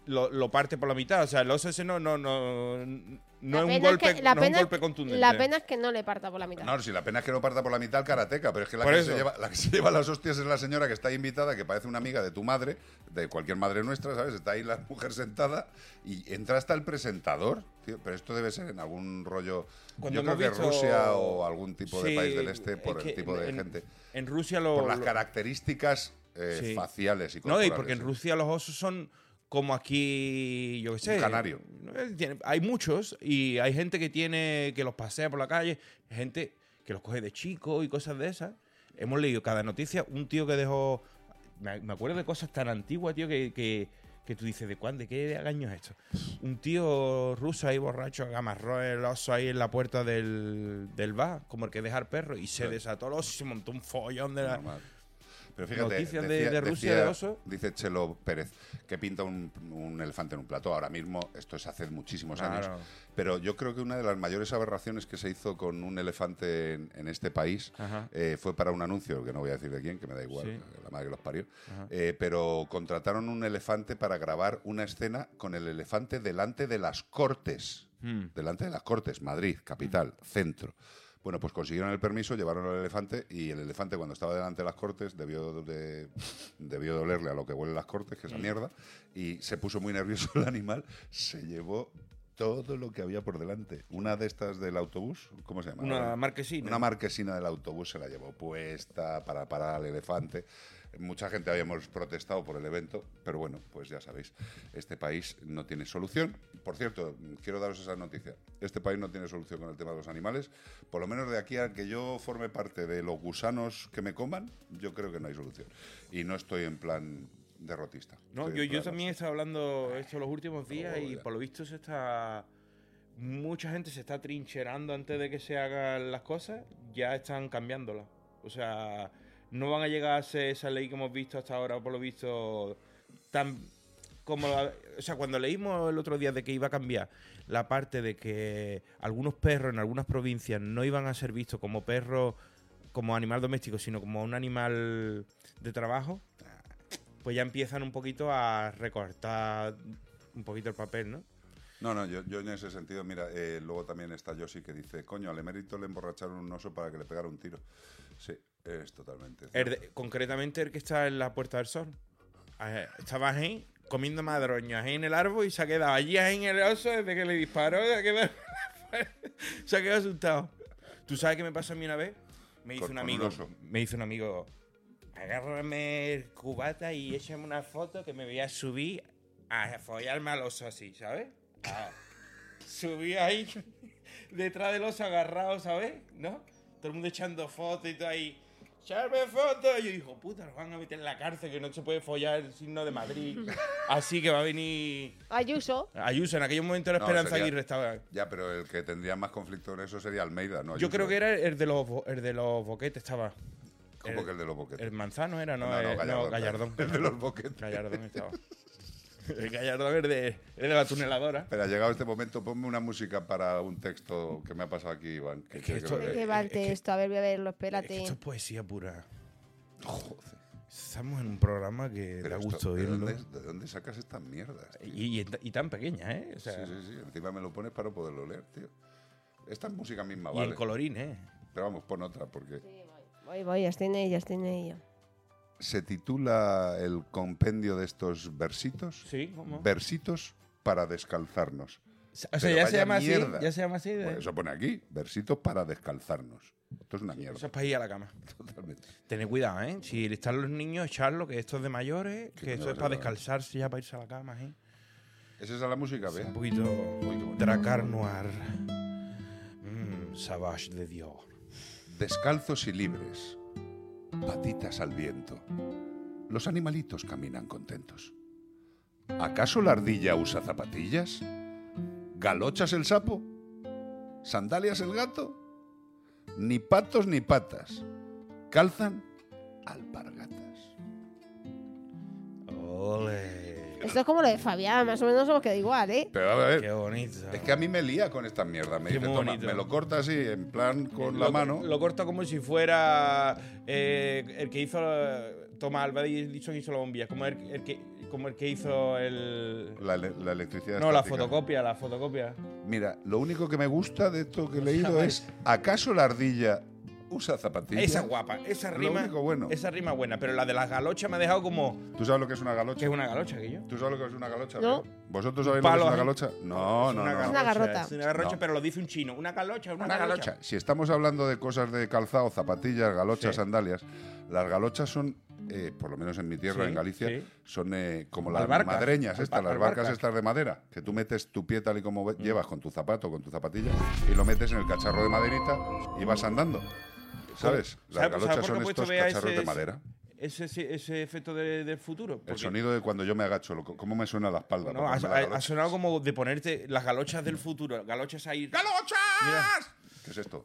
lo, lo parte por la mitad. O sea, el oso ese no, no, no, no es La un pena es golpe, que- la no es un pena- golpe contundente. La pena es que no le parta por la mitad. No, si la pena es que no parta por la mitad el karateca, pero es que la Por que, eso. se lleva, la que se lleva las hostias es la señora que está ahí invitada, que parece una amiga de tu madre, de cualquier madre nuestra, ¿sabes? Está ahí la (laughs) mujer sentada y entra hasta el presentador. tío, pero esto debe ser en algún rollo. Cuando yo creo hemos que visto- Rusia o algún tipo de Sí, país del este es por que el tipo de en- gente. En Rusia lo. por las lo- características eh, sí. faciales y No, corporales. y porque en Rusia los osos son como aquí, yo qué sé. canario. Eh, tiene- Hay muchos y hay gente que tiene que los pasea por la calle, gente que los coge de chico y cosas de esas. Hemos leído cada noticia, un tío que dejó. Me me acuerdo de cosas tan antiguas, tío, que, que, que tú dices, ¿de cuándo? ¿De qué año es esto? Un tío ruso ahí borracho amarró el oso ahí en la puerta del, del bar, como el que deja al perro, y se desató el oso y se montó un follón de la. Normal. Pero fíjate, Noticias de- de Rusia, de oso. Dice Chelo Pérez que pinta un, un elefante en un plato. Ahora mismo, esto es hace muchísimos Claro. años. Pero yo creo que una de las mayores aberraciones que se hizo con un elefante en, en este país Ajá. eh, fue para un anuncio, que no voy a decir de quién, que me da igual, eh, Sí. la madre que los parió. Ajá. Eh, pero contrataron un elefante para grabar una escena con el elefante delante de las cortes. Hmm. Mm. Delante de las Cortes, Madrid, capital, centro. Bueno, pues consiguieron el permiso, llevaron al elefante y el elefante cuando estaba delante de las Cortes debió de, debió de olerle a lo que huelen las Cortes, que es la mierda, y se puso muy nervioso el animal, se llevó todo lo que había por delante. Una de estas del autobús, ¿cómo se llama? Una marquesina. Una marquesina del autobús se la llevó puesta para parar al elefante. Mucha gente habíamos protestado por el evento, pero bueno, pues ya sabéis, este país no tiene solución. Por cierto, quiero daros esa noticia. Este país no tiene solución con el tema de los animales. Por lo menos de aquí a que yo forme parte de los gusanos que me coman, yo creo que no hay solución. Y no estoy en plan derrotista. No, Estoy yo, en yo plan- también he estado hablando esto los últimos días y ya. por lo visto se está. Mucha gente se está trincherando antes de que se hagan las cosas, ya están cambiándolas. O sea, no van a llegar a ser esa ley que hemos visto hasta ahora, por lo visto, tan. Como la- o sea, cuando leímos el otro día de que iba a cambiar la parte de que algunos perros en algunas provincias no iban a ser vistos como perros, como animal doméstico, sino como un animal de trabajo, pues ya empiezan un poquito a recortar un poquito el papel, ¿no? No, no, yo, yo en ese sentido, mira, eh, luego también está Yoshi que dice, coño, al emérito le emborracharon un oso para que le pegara un tiro. Sí, es totalmente. El cierto. Er de- concretamente el que está en la Puerta del Sol. Eh, Estaba ahí comiendo madroñas ahí en el árbol y se ha quedado allí ahí en el oso desde que le disparó. Se ha quedado, (laughs) se ha quedado asustado. ¿Tú sabes qué me pasó a mí una vez? Me dice Con- un con un amigo, oso. me dice un amigo, agárrame el cubata y échame una foto que me voy a subir a follarme al oso así, ¿sabes? A- subí ahí (laughs) detrás del oso agarrado, ¿sabes? ¿No? Todo el mundo echando fotos y todo ahí. ¡Echarme fotos! Y yo digo, puta, nos van a meter en la cárcel que no se puede follar el signo de (laughs) Madrid. Así que va a venir Ayuso. Ayuso. En aquel momento era No, Esperanza sería- Aguirre estaba. Ya, pero el que tendría más conflicto en eso sería Almeida, ¿no? Yo creo que era el de los, bo- el de los boquetes, estaba. ¿Cómo el- que el de los boquetes? El manzano era, no, No, no, eh, Gallardón, no, Gallardón. claro. El de los boquetes. Gallardón (laughs) estaba. El Gallardón es de, es de la tuneladora. Pero ha llegado este momento, ponme una música para un texto que me ha pasado aquí, Iván. que quiero que esto- eh, lo ¿De lea. qué va el texto? A ver, voy a verlo, Es Eh, que espérate. esto es poesía pura. Joder. Estamos en un programa que da Pero gusto esto, ¿de, oírlo. dónde, de dónde sacas estas mierdas? tío? Y, y- y tan pequeña, ¿eh? O sea, sí, sí, sí. Encima me lo pones para poderlo leer, tío. Esta es música misma, Y ¿vale? en colorín, ¿eh? Pero vamos, pon otra, porque... Voy, voy, estoy en ello, estoy en ello. se titula el compendio de estos versitos. Sí, ¿cómo? Versitos para descalzarnos. O sea, Pero ya se vaya llama mierda. así. Ya se llama así. de- Pues eso pone aquí, versitos para descalzarnos. Esto es una mierda. Eso es para ir a la cama. Totalmente. Tened cuidado, ¿eh? Si están los niños, echarlo, que esto es de mayores, que coño eso es vas a para grabar? descalzarse ya para irse a la cama, ¿eh? ¿Es esa la música, ve? Un poquito Dracar Noir. Mm, Savage de Dios. Descalzos y libres, patitas al viento. Los animalitos caminan contentos. ¿Acaso la ardilla usa zapatillas? ¿Galochas el sapo? ¿Sandalias el gato? Ni patos ni patas. Calzan alpargatas. Ole. Esto es como lo de Fabián, más o menos somos queda igual, ¿eh? Pero a ver, Qué bonito. es que a mí me lía con esta mierda. Me Qué dice, "Toma, bonito". me lo corta así, en plan con la Lo- mano. Lo corta como si fuera eh, el que hizo. eh, Toma, Alba Edison hizo la bombilla. Como el, el que, como el que hizo el. La, ele- la electricidad. No, la estática. fotocopia, la fotocopia. Mira, lo único que me gusta de esto que he leído es ¿acaso la ardilla usa zapatillas? Esa es guapa, esa Lo rima. único bueno. Esa rima buena, pero la de las galochas me ha dejado como. ¿Tú sabes lo que es una galocha? ¿Qué es una galocha, que yo? ¿Tú sabes lo que es una galocha? No. Leo? ¿Vosotros sabéis Palo lo que es así. una galocha? No, no, no. una garrota. Es una garrocha, No. pero lo dice un chino. Una galocha, una, Una galocha. galocha. Si estamos hablando de cosas de calzado, zapatillas, galochas, Sí. sandalias, las galochas son, eh, por lo menos en mi tierra, Sí, en Galicia, sí. son eh, como las Albarcas. madreñas Alba- estas, las barcas albarcas. estas de madera, que tú metes tu pie tal y como Mm. ve- llevas con tu zapato, con tu zapatilla, y lo metes en el cacharro de maderita y vas andando. ¿Sabes? ¿Sabe- Las sabe galochas por qué son he puesto estos BAS? cacharros de madera. Ese, ese, ese efecto de- del futuro. El porque- sonido de cuando yo me agacho, lo- cómo me suena la espalda. No, por ha, ponerme la ha- ha galocha. sonado como de ponerte las galochas del futuro. Galochas ahí. ¡Galochas! ¿Qué es esto?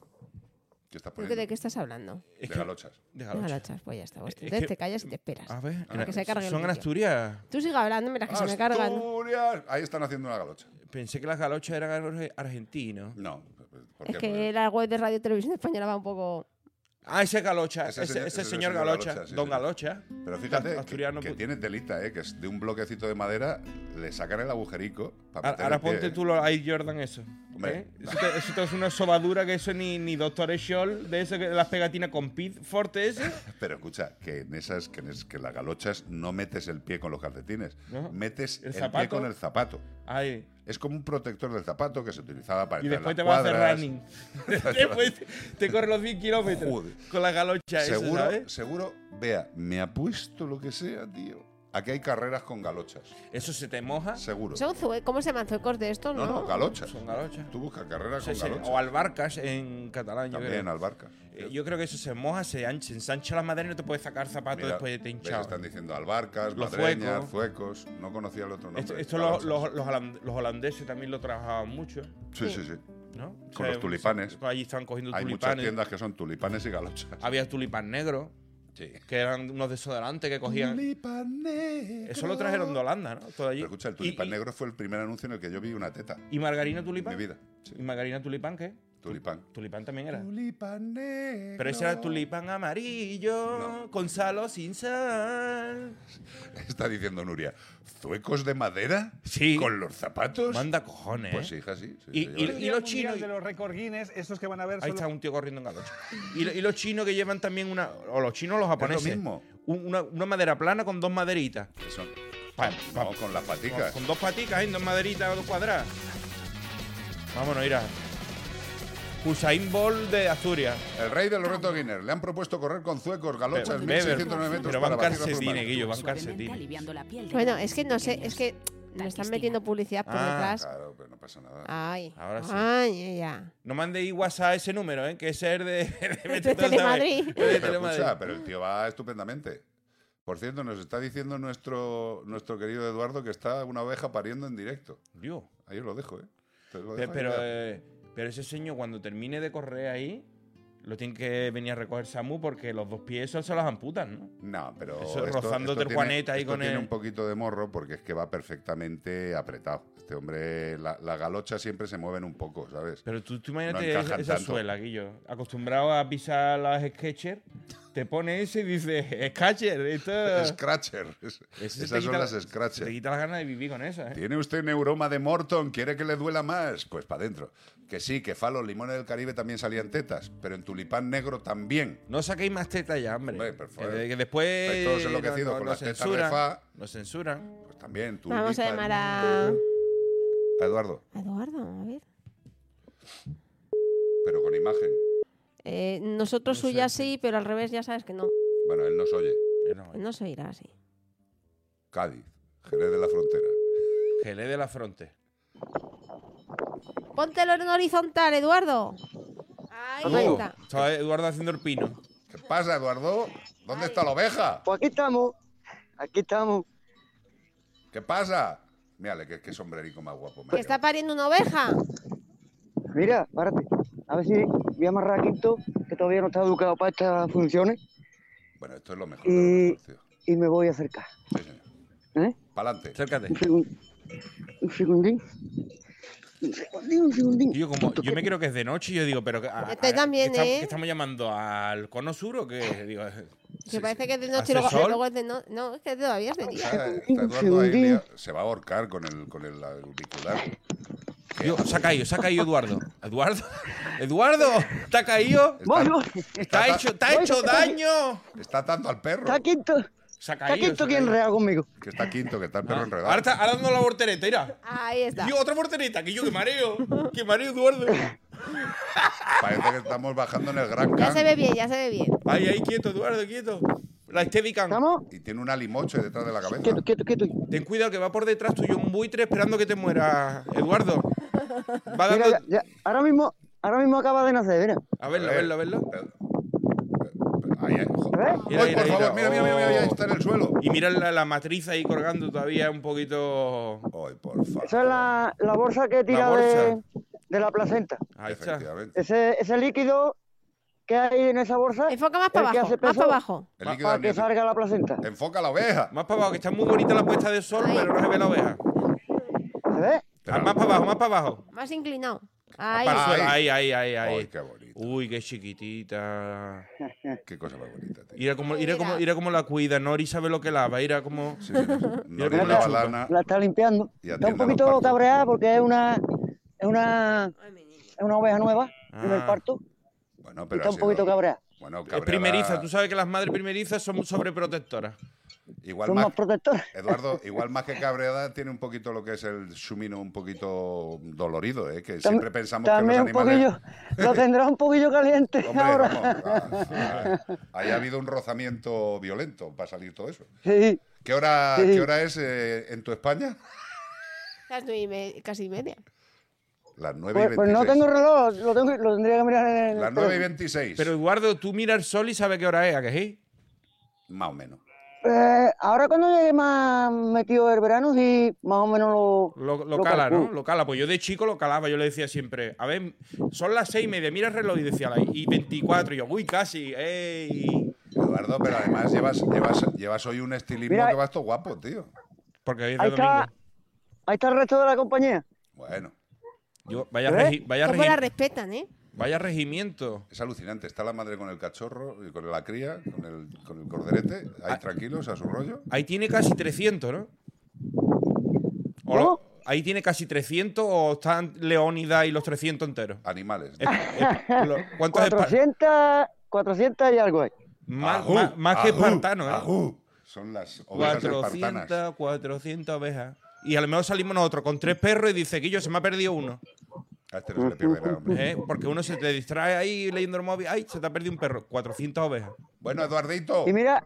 ¿Qué estás ¿Tú qué- poniendo? ¿De qué estás hablando? De galochas. De Las galochas. galochas, pues ya está. pues, Es Entonces que- te callas y te esperas. A ver, A que se cargue el son en vídeo. Asturias. Tú sigue hablando, mira que se me cargan. Asturias. Ahí están haciendo una galocha. Pensé que las galochas eran ar- argentinos. No. pues, ¿por Es qué? que la web de Radio Televisión Española va un poco. Ah, ese galocha, Ese ese, señor- ese ese señor señor galocha, galocha, sí, don sí. galocha. Pero fíjate Asturiano que, que pu- tiene telita, ¿eh? que es de un bloquecito de madera, le sacan el agujerico. Ahora para meter ahora el pie, ponte ¿eh? tú los Air Jordan eso. Hombre. ¿eh? Eso, te, eso te hace una sobadura que eso ni, ni Doctor E. Scholl de eso que las pegatinas con pit forte (laughs) ese. Pero escucha, que en esas, que en, es- que en las galochas no metes el pie con los calcetines, No. metes El el, pie zapato. con el zapato. Ay, Es como un protector del zapato que se utilizaba para Y entrar después en te las vas a hacer cuadras. running. (laughs) después te, te corres los 10 kilómetros Joder. con la galocha esa, Seguro, ¿sabes? seguro, vea, me apuesto lo que sea, tío. Aquí hay carreras con galochas. ¿Eso se te moja? Seguro. Son zue- ¿Cómo se llaman zuecos de estos? No, No, no, galochas. Son galochas. Tú buscas carreras Sí, con sí, galochas. O albarcas en catalán. yo También creo. albarcas. Eh, Yo creo que eso se moja, se, ancha, se ensancha la madera y no te puedes sacar zapatos Mira, después de te ¿ves? hinchado. Están diciendo albarcas, Los madreñas, zuecos. No conocía el otro nombre. Esto, esto los, Galochas. los- los holand- los holandeses también lo trabajaban mucho. Sí, sí, sí. ¿No? Con O sea, los tulipanes. Allí están cogiendo Hay muchas tulipanes. tiendas que son tulipanes y galochas. Había tulipán negro, que eran unos desodorantes que cogían. Eso lo trajeron de Holanda, ¿no? Todo allí. Pero escucha, el tulipán negro fue el primer anuncio en el que yo vi una teta. ¿Y margarina tulipán? En mi vida. ¿Y margarina tulipán qué? Tulipán. Tulipán también era. Tulipán negro. Pero ese era tulipán amarillo, con sal o sin sal. Está diciendo Nuria, ¿zuecos de madera? Sí. ¿Con los zapatos? Manda cojones. Pues ¿eh? hija, sí. sí, Y- sí, y- yo- y los chinos. de los récord Guinness, esos que van a ver Ahí solo- está un tío corriendo en galocha. Y, lo- y los chinos que llevan también una. O los chinos o los japoneses. mismo. un- una, una madera plana con dos maderitas. Eso. Pa- pa- No, con las paticas. Con, con dos paticas, ¿eh? dos maderitas cuadradas. Vámonos, irá. Hussein Bolt de Asturias. El rey de los retos Guinness. Le han propuesto correr con zuecos, galochas, Pero, Beber, 1609 metros pero van para batir los calcetines, humanos. Guillo, van Suavemente calcetines. aliviando la (laughs) piel de Bueno, niños es que no sé, pequeños. es que me están metiendo publicidad por Ah, detrás. Claro, pero no pasa nada. Ay, Ahora sí. ay, ya. No mandéis WhatsApp a ese número, ¿eh? Que ese es de, (laughs) (laughs) de, De Telemadrid. ¿sabes? Oye, De pero, Telemadrid. escucha, pero el tío va estupendamente. Por cierto, nos está diciendo nuestro, nuestro querido Eduardo que está una oveja pariendo en directo. Dios. Ahí os lo dejo, ¿eh? Te lo Pe- dejo ahí, Pero, mira. eh, pero ese señor cuando termine de correr ahí, lo tiene que venir a recoger Samu porque los dos pies esos se los amputan, ¿no? No, pero. Eso, esto- rozándote esto el Juaneta ahí esto con tiene el- un poquito de morro porque es que va perfectamente apretado. Este hombre, la, la galocha siempre se mueven un poco, ¿sabes? Pero tú, tú No imagínate esa, encajan esa tanto. suela, Guillo. Acostumbrado a pisar las Sketcher, te pone ese y dices, Sketcher, esto... Scratcher. (laughs) Ese Esas te son quita- las Te Scratcher. quita las ganas de vivir con eso, ¿eh? ¿Tiene usted neuroma de Morton? ¿Quiere que le duela más? Pues para adentro. Que sí, que Falo, Limones del Caribe también salían tetas, pero en Tulipán Negro también. No saquéis más tetas ya, hombre. Hombre, por favor. Eh, Que, que después... Estáis todos enloquecidos nos- con nos las tetas de censuran, Fa. Nos censuran. Pues también, Tulipán. Vamos a llamar a a Eduardo, a Eduardo, a ver. pero con imagen. Eh, nosotros suya sí, pero al revés ya sabes que no. Bueno, él nos oye. No se irá así. Cádiz, Jerez de la Frontera. Que le dé la fronte. Póntelo en horizontal, Eduardo. Ahí está. Estaba Eduardo haciendo el pino. ¿Qué pasa, Eduardo? ¿Dónde está la oveja? Pues aquí estamos, aquí estamos. ¿Qué pasa? Mírale, qué, qué sombrerico más guapo. me ha Que está pariendo una oveja. Mira, párate. A ver si voy a amarrar a Quinto, que todavía no está educado para estas funciones, quedado. Bueno, esto es lo mejor. y, y me voy a acercar. ¿Eh? Pa'lante. Acércate. Un, segun- un segundín. Un segundín, un segundín. Yo, como, yo me creo que es de noche y yo digo, pero. que- a- Este a- también, que ¿eh? que estamos llamando al Cono Sur o qué? Digo, (laughs) Que parece que es de noche y ¿Hace luego, sol? eh. luego es de no. No, es que todavía es de día. Ah, Está, está Eduardo ahí, liado. se va a ahorcar con el, con el auricular. Dios, se ha caído, se ha caído Eduardo. Eduardo, Eduardo, te ha caído. Te ha hecho, te ha hecho daño. Está atando al perro. Está Quinto, Se ha está caído. Quinto se ha que caído. enreda conmigo. Que está quinto, que está el perro enredado. Ahora está ahora dando la voltereta, mira. Ahí está. Yo, otra voltereta, que yo que mareo. Que mareo, Eduardo. Parece que estamos bajando en el Gran Ya se Can. ve bien, ya se ve bien. Ahí, ahí, quieto, Eduardo, quieto. La Steadicam. Y tiene un alimoche detrás de la cabeza. Ten cuidado que va por detrás tuyo un buitre esperando que te muera, Eduardo. Va dando. Mira, ya- ya- ahora mismo, ahora mismo acaba de nacer, mira. A verlo, a verlo, a verlo. Ahí, ahí. ¿Eh? Mira, Ay, mira, por mira. favor, mira, mira, mira, mira, ya está en el suelo. Y mira la, la matriz ahí colgando todavía un poquito. Ay, por favor. Esa es la, la bolsa que tira de, de la placenta. Ahí está. Ese, ese líquido que hay en esa bolsa. Enfoca más para abajo, más para abajo. El líquido Para que amniótico. salga la placenta. Enfoca la oveja. Más para abajo, que está muy bonita la puesta de sol, pero no se ve la oveja. Ah, más para abajo, más para abajo. Más inclinado. Ahí. Para el suelo. Ahí, ahí, ahí, ahí. Ay, qué bonito. Uy, qué chiquitita. (laughs) Qué cosa más bonita. tío. Mira cómo, mira cómo, mira cómo la cuida. Nori sabe lo que lava. Mira cómo. (laughs) Nori es una balana. La está limpiando. Y Está un atiende a los poquito partos. cabreada porque es una, es una, es una oveja nueva en el Ah. parto. y Bueno, Ah. pero está Ah. ha un poquito sido cabreada. Bueno, Es cabreará- Eh, primeriza, tú sabes que las madres primerizas son sobreprotectoras. Igual más, Eduardo, igual más que cabreada, tiene un poquito lo que es el sumino un poquito dolorido, ¿eh? que siempre pensamos que los También un animales... poquillo, (laughs) lo tendrá un poquillo caliente Hombre, ahora. (laughs) vamos, ah, ah, ahí ha habido un rozamiento violento para salir todo eso. Sí. ¿Qué hora, Sí. ¿qué hora es eh, en tu España? Las nueve y me- casi media. Las 9 y Pues, 26. pues no tengo reloj, lo, tengo, lo tendría que mirar en el Las 9 y teléfono. 26. Pero Eduardo, tú miras el sol y sabes qué hora es, ¿a que sí? Más o menos. Eh, ahora cuando llegue más metido el verano, sí, más o menos lo... Lo, lo Lo cala, ¿no? calculo. Lo cala. Pues yo de chico lo calaba. Yo le decía siempre, a ver, son las seis y media, mira el reloj y decía, la- y 24. Y yo, uy, casi, ey. Eduardo, pero además llevas, llevas, llevas hoy un estilismo Mira, que va esto guapo, tío. Porque hoy es de Ahí está, domingo. ahí está el resto de la compañía. Bueno. Yo- vaya, ¿Eh? regi- Pues vaya, Cómo la regi- respetan, ¿eh? vaya regimiento. Es alucinante. Está la madre con el cachorro, y con la cría, con el, con el corderete, ahí tranquilos, a su rollo. Ah. Ahí tiene casi 300, ¿no? O lo- Ahí tiene casi 300 o están Leónida y los 300 enteros. Animales. (laughs) ¿Cuántos espa- 400, 400 y algo hay. Más, más- más que espartano, ¿eh? Son las ovejas espartanas. 400, 400 ovejas. Y a lo mejor salimos nosotros con tres perros y dice, Guillo, se me ha perdido uno. A este no se le pierde nada, hombre. ¿Eh? Porque uno se te distrae ahí leyendo el móvil. ¡Ay, se te ha perdido un perro! 400 ovejas. Bueno, Eduardito. Y mira,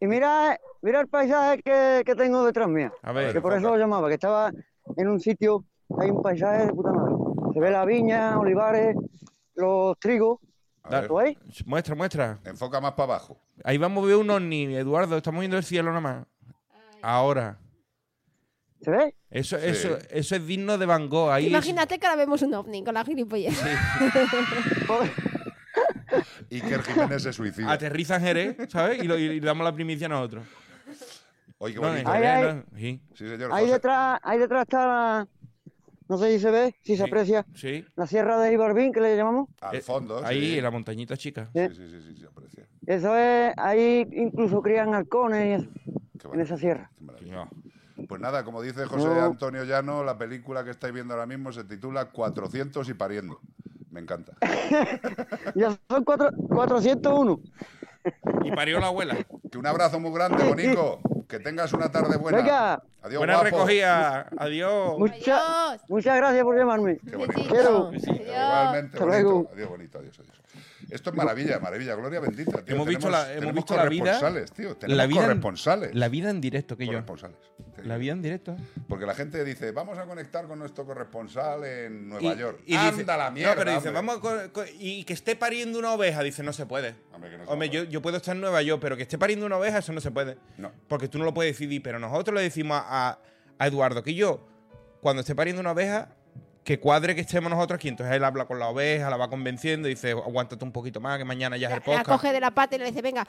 y mira, mira el paisaje que, que tengo detrás mía. A ver. que por eso lo llamaba, que estaba en un sitio, hay un paisaje de puta madre. Se ve la viña, olivares, los trigos. Dale. ¿Lo veis? Muestra, muestra. Enfoca más para abajo. Ahí vamos a ver un ovni, Eduardo. Estamos viendo el cielo nomás. Ahora. ¿Se ve? Eso, Sí. eso, eso es digno de Van Gogh. Ahí Imagínate que ahora vemos un ovni con la gilipollez. (laughs) Iker Jiménez se suicida. aterriza en Jerez, ¿sabes? Y, lo- y le damos la primicia a nosotros. Oye, qué No, en bonito. Ay, Jerez, ay. no, sí. Sí, señor. Ahí José- detrás, ahí detrás está la, no sé si se ve, si se aprecia, Sí. la sierra de Ibarbín, que le llamamos. Al fondo. Eh, Ahí, sí. en la montañita chica. Sí, sí, sí, sí, sí, aprecia. Eso es, ahí incluso crían halcones y eso, Qué en esa sierra. Qué maravilla. Pues nada, como dice José No. Antonio Llano, la película que estáis viendo ahora mismo se titula 400 y pariendo. Me encanta. Ya son cuatro, 401. Y parió la abuela. Que un abrazo muy grande, Bonico. Que tengas una tarde buena. Venga. Adiós, Buena guapo. recogida. Adiós. Mucha- muchas gracias por llamarme. Qué bonito. Quiero. Igualmente, Hasta bonito. luego. Adiós, bonito, adiós, adiós. Esto es maravilla, maravilla, gloria bendita. tío. Hemos visto Tenemos- la- hemos tenemos visto la vida- corresponsales, tío. Tenemos la vida en- corresponsales. La vida en directo, que yo. Corresponsales. La vida en directo. Porque la gente dice, vamos a conectar con nuestro corresponsal en Nueva Y- York. y dice- Anda la mierda. No, pero dice, hombre. vamos a co- co- y que esté pariendo una oveja, dice, no se puede. Hombre, que no se Hombre, yo, yo puedo estar en Nueva York, pero que esté pariendo una oveja, eso no se puede. No. Porque tú no lo puedes decidir. Pero nosotros le decimos a, a Eduardo que yo, cuando esté pariendo una oveja, que cuadre que estemos nosotros aquí. Entonces él habla con la oveja, la va convenciendo, dice, aguántate un poquito más, que mañana ya es el La podcast. coge de la pata y le dice, venga,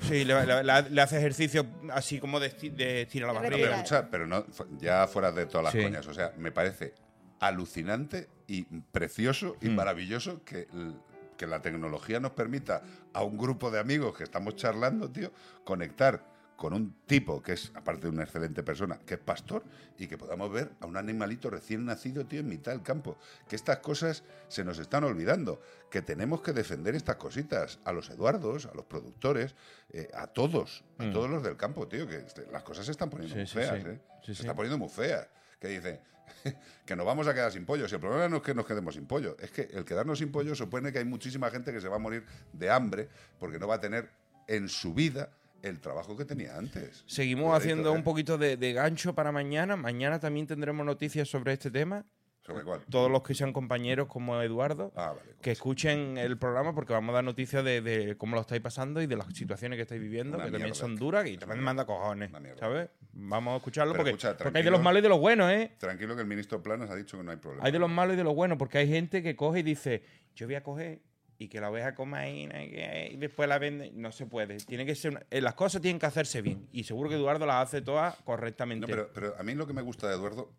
Sí, le, le- le- le hace ejercicio así como de, esti- de estirar la De Pero, barriga. respirar. escucha, pero no, fu- ya fuera de todas las Sí. coñas, o sea, me parece alucinante y precioso y maravilloso que, l- que la tecnología nos permita a un grupo de amigos que estamos charlando, tío, conectar con un tipo que es, aparte de una excelente persona, que es pastor, y que podamos ver a un animalito recién nacido, tío, en mitad del campo. Que estas cosas se nos están olvidando, que tenemos que defender estas cositas a los Eduardos, a los productores, eh, a todos, a Mm. todos los del campo, tío, que este, las cosas se están poniendo Sí, muy sí, feas, sí. ¿eh? Sí, se sí. está poniendo muy feas. Que dicen (laughs) que nos vamos a quedar sin pollo. Si el problema no es que nos quedemos sin pollo, es que el quedarnos sin pollo supone que hay muchísima gente que se va a morir de hambre porque no va a tener en su vida el trabajo que tenía antes. Seguimos Cuidadito, haciendo ¿eh? un poquito de, de gancho para mañana. Mañana también tendremos noticias sobre este tema. ¿Sobre cuál? Todos los que sean compañeros como Eduardo, Ah, vale. que escuchen el programa porque vamos a dar noticias de, de cómo lo estáis pasando y de las situaciones que estáis viviendo, Una que también mierda. son duras y también mierda. manda cojones. Una mierda. ¿Sabes? Vamos a escucharlo Pero porque, escucha, porque hay de los tranquilos. malos y de los buenos, ¿eh? Tranquilo que el ministro Planas ha dicho que no hay problema. Hay de los malos y de los buenos porque hay gente que coge y dice, yo voy a coger y que la oveja coma ahí no sé qué, y después la vende. No se puede. Tiene que ser una- eh, las cosas tienen que hacerse bien y seguro que Eduardo las hace todas correctamente. No, pero, pero a mí lo que me gusta de Eduardo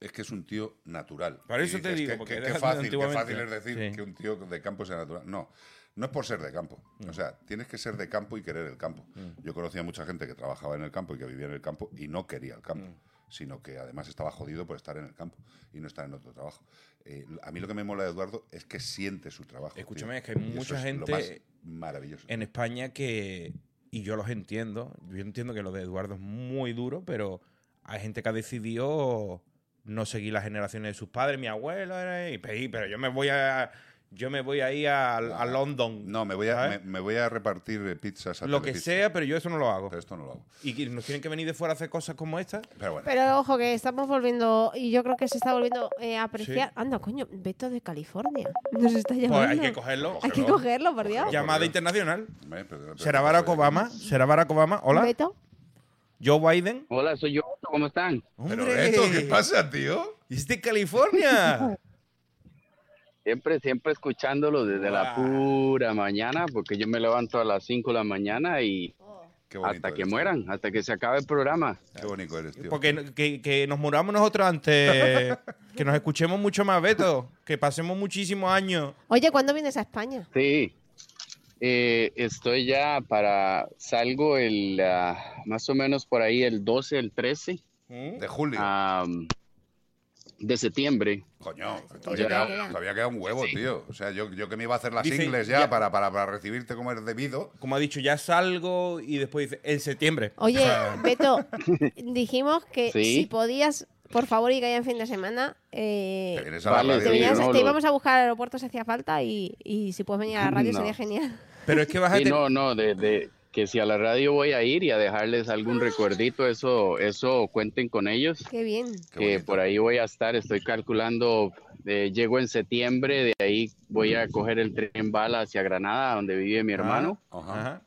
es que es un tío natural. Por Y eso te dices, digo, "Qué- porque qué- era qué fácil, qué antiguamente". fácil es decir Sí. que un tío de campo sea natural. No, no es por ser de campo. O sea, tienes que ser de campo y querer el campo. Yo conocía mucha gente que trabajaba en el campo y que vivía en el campo y no quería el campo. sino que además estaba jodido por estar en el campo y no estar en otro trabajo. Eh, a mí lo que me mola de Eduardo es que siente su trabajo. tío. Escúchame, es que Y hay eso mucha es lo gente Eh, más maravilloso. en España que, y yo los entiendo, yo entiendo que lo de Eduardo es muy duro, pero hay gente que ha decidido no seguir las generaciones de sus padres, mi abuelo era IPI, pero yo me voy a... Yo me voy ahí a, a London. No, me voy a, me, ¿sabes? me voy a repartir eh, pizzas a Lo que Telepizza. sea, pero yo eso no lo hago. esto no lo hago. Y que nos tienen que venir de fuera a hacer cosas como esta. Pero bueno. Pero ojo, que estamos volviendo, y yo creo que se está volviendo eh, a apreciar. Sí. Anda, coño, Beto de California. Nos está Pues llamando. hay que cogerlo. Hay que cogerlo, por Dios. Llamada internacional. Hombre, pero- pero- ¿Será Barack Obama? ¿Será Barack Obama? Hola. Beto. Joe Biden. Hola, soy yo. ¿Cómo están? ¡Hombre! Beto, ¿qué pasa, tío? ¿Es de (laughs) California? Siempre, siempre escuchándolo desde la pura mañana, porque yo me levanto a las 5 de la mañana y hasta que mueran, hasta que se acabe el programa. Qué bonito eres, tío. Porque que, que nos muramos nosotros antes. que nos escuchemos mucho más, Beto. Que pasemos muchísimos años. Oye, ¿cuándo vienes a España? Sí, Eh, estoy ya para, salgo el, ah, más o menos por ahí el 12, el 13. ¿Mm? De julio. de septiembre. Coño, Todavía queda, todavía queda un huevo, tío. O sea, yo, yo que me iba a hacer las Dice, ingles ya, ya- Para, para, para recibirte como es debido. Como ha dicho, ya salgo y después dice, en septiembre. Oye, (laughs) Ah. Beto, dijimos que Sí. si podías, por favor, y que haya en fin de semana, eh, Te vienes te, a la Vale, radio. sí, venías- no, te lo- íbamos a buscar al aeropuerto si hacía falta y, y si puedes venir a la radio (laughs) No. sería genial. Pero es que vas a Sí, tener- no, no, de, de- que si a la radio voy a ir y a dejarles algún recuerdito, eso, eso cuenten con ellos. Qué bien. que por ahí voy a estar, estoy calculando, eh, llego en septiembre, de ahí voy a coger el tren bala hacia Granada, donde vive Ah, mi hermano.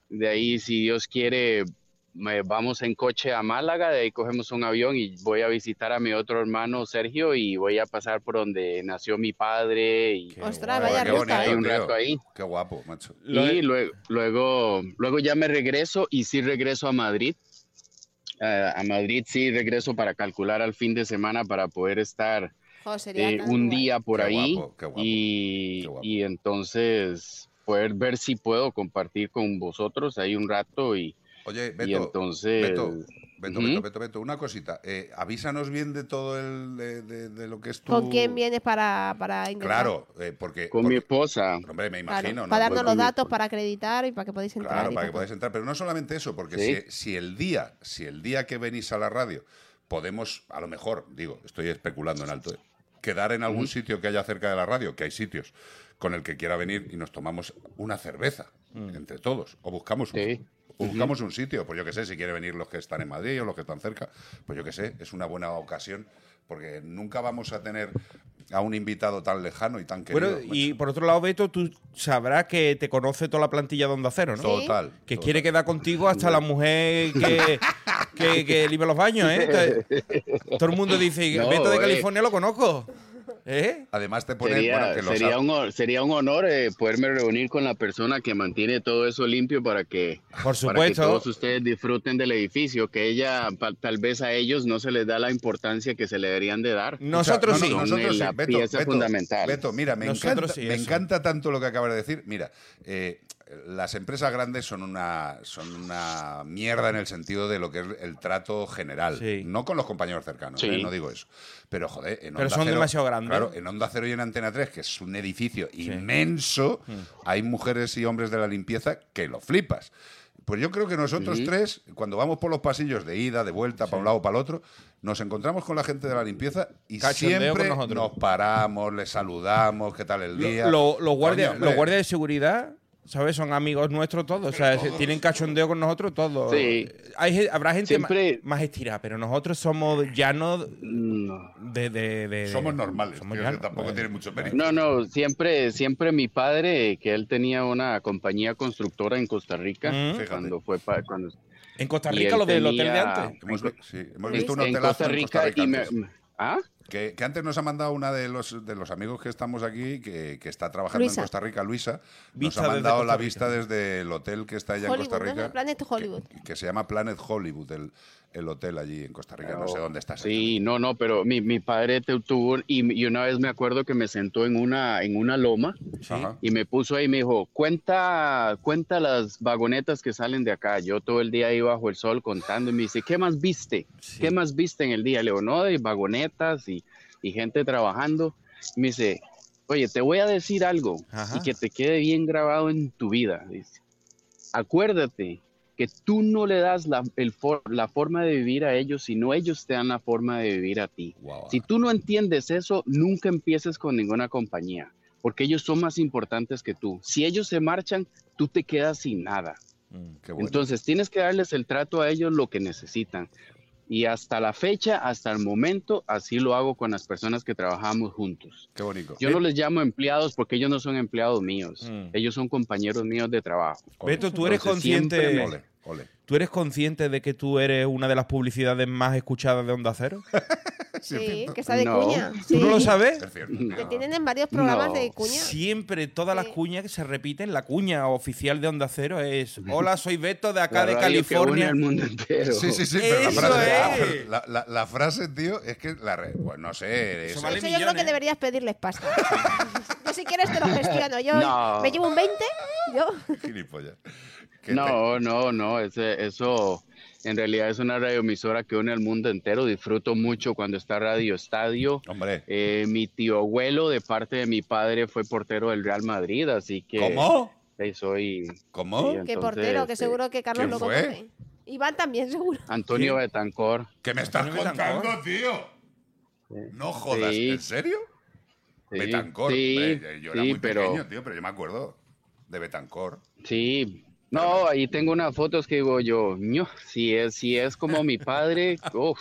De ahí, si Dios quiere, me- vamos en coche a Málaga, de ahí cogemos un avión y voy a visitar a mi otro hermano Sergio y voy a pasar por donde nació mi padre y Ostras, vaya qué ruta, bonito, ¿eh? un rato ahí. Qué guapo, macho. Y luego, luego, luego ya me regreso y sí regreso a Madrid. Eh, a Madrid sí regreso para calcular al fin de semana para poder estar Jo, Oh, sería eh, tan un guay. día por Qué ahí guapo, qué guapo, y, y entonces poder ver si puedo compartir con vosotros ahí un rato y, Oye, y Beto, entonces... Beto, Beto, Ujú. Beto, Beto, Beto, una cosita. Eh, avísanos bien de todo el, de, de- de lo que es tu... ¿Con quién vienes para, para intentar? Claro, eh, porque... Con mi esposa. Hombre, me Claro, imagino. ¿no? para darnos Porque- los datos, para acreditar y para que podáis entrar. Claro, y para que todo. podáis entrar. Pero no solamente eso, porque Sí. si, si el día, si el día que venís a la radio, podemos, a lo mejor, digo, estoy especulando en alto, ¿eh? quedar en algún Ujú. sitio que haya cerca de la radio, que hay sitios, con el que quiera venir y nos tomamos una cerveza Mm. entre todos. O buscamos un, o buscamos un sitio. Pues yo que sé, si quiere venir los que están en Madrid o los que están cerca, pues yo que sé, es una buena ocasión. Porque nunca vamos a tener a un invitado tan lejano y tan querido. Bueno, y por otro lado, Beto, tú sabrás que te conoce toda la plantilla de Onda Cero, ¿no? Sí. Total, Que quiere quedar contigo hasta la mujer que, que, que limpia los baños, ¿eh? Entonces, todo el mundo dice, No, Beto de eh. California lo conozco. ¿Eh? Además te Sería, bueno, que lo sería sabe. un, hon- sería un honor eh, poderme reunir con la persona que mantiene todo eso limpio para que, Por para que supuesto. todos ustedes disfruten del edificio, que ella pa- tal vez a ellos no se les da la importancia que se le deberían de dar. Escucha, Son no, no, nosotros la sí, Beto, pieza Beto, fundamental. Beto, mira, me, encanta, Nosotros sí, me eso. encanta tanto lo que acabas de decir. Mira, eh, las empresas grandes son una, son una mierda en el sentido de lo que es el trato general. No con los compañeros cercanos, Sí. ¿eh? no digo eso. Pero joder, en Pero Onda son Cero- demasiado grandes. Claro, en Onda Cero y en Antena 3, que es un edificio inmenso, Mm. hay mujeres y hombres de la limpieza que lo flipas. Pues yo creo que nosotros Ujú. tres, cuando vamos por los pasillos de ida, de vuelta, para un lado, para el otro, nos encontramos con la gente de la limpieza y Cachondeo siempre con nosotros. nos paramos, les saludamos, qué tal el día. Lo- los, guardias, Coño, hombre, los guardias de seguridad, ¿sabes? Son amigos nuestros todos. O sea, se- tienen cachondeo con nosotros todos. Sí. Hay ge- habrá gente ma- Siempre- más, estirada, pero nosotros somos llanos de, de- de- Somos normales, somos tío, que llanos. tampoco tiene mucho mérito. No, no, siempre, siempre mi padre, que él tenía una compañía constructora en Costa Rica, Mm. cuando fue pa- cuando En Costa y Rica él lo del hotel de tenía- antes. Hemos, vi- sí, hemos Sí, visto un en hotelazo Costa Rica y me- antes. ¿Ah? Que, que antes nos ha mandado una de los, de los amigos que estamos aquí, que, que está trabajando Luisa. en Costa Rica, Luisa, Vista nos ha desde mandado Costa la Rica. vista desde el hotel que está ella en Hollywood, Costa ¿no? Rica, Planet Hollywood. que se llama Planet Hollywood, el, el hotel allí en Costa Rica. No sé dónde estás. Sí, no, no, pero mi, mi padre te tuvo y, y una vez me acuerdo que me sentó en una, en una loma Ajá. y me puso ahí y me dijo, cuenta, cuenta las vagonetas que salen de acá. Yo todo el día ahí bajo el sol contando y me dice, ¿qué más viste? ¿Qué más viste en el día? Le digo, no, de vagonetas y, y gente trabajando. Y me dice, oye, te voy a decir algo y que te quede bien grabado en tu vida. Dice, acuérdate que tú no le das la, el for- la forma de vivir a ellos, sino ellos te dan la forma de vivir a ti. Si tú no entiendes eso, nunca empieces con ninguna compañía, porque ellos son más importantes que tú. Si ellos se marchan, tú te quedas sin nada. Entonces tienes que darles el trato a ellos lo que necesitan. Y hasta la fecha, hasta el momento, así lo hago con las personas que trabajamos juntos. Qué bonito. Mm. Yo no les llamo empleados porque ellos no son empleados míos. Ellos son compañeros míos de trabajo. Beto, tú eres Entonces, consciente. siempre me- ¿Tú eres consciente de que tú eres una de las publicidades más escuchadas de Onda (laughs) Cero? Sí, que está de No. cuña. ¿Tú Sí. no lo sabes? Te tienen en varios programas de cuña. Siempre todas las cuñas que se repiten, la cuña oficial de Onda Cero es Hola, soy Beto de acá La de radio que une California. al mundo entero. Sí, (laughs) sí, sí, pero la frase, la, la- la frase, tío, es que la re- pues no sé, es- Por eso yo creo que deberías pedirles pasta. yo si quieres te lo gestiono. Yo No. me llevo un 20, yo. Gilipollas. No, no, no, ese- eso en realidad es una radioemisora que une al mundo entero. Disfruto mucho cuando está Radio Estadio. Eh, Hombre. mi tío abuelo, de parte de mi padre, fue portero del Real Madrid, así que. ¿Cómo? Sí, soy. ¿Cómo? sí, que entonces, portero, que eh, seguro que Carlos lo conoce. Iván también, (laughs) seguro. Antonio Betancor. ¿Qué me estás contando, tío? No jodas, Sí. ¿en serio? Sí, Betancor. sí, hombre, yo era sí, muy pero- pequeño, tío, pero yo me acuerdo de Betancor. Sí. No, ahí tengo unas fotos que digo yo, ño, si es, si es como mi (laughs) padre, uff.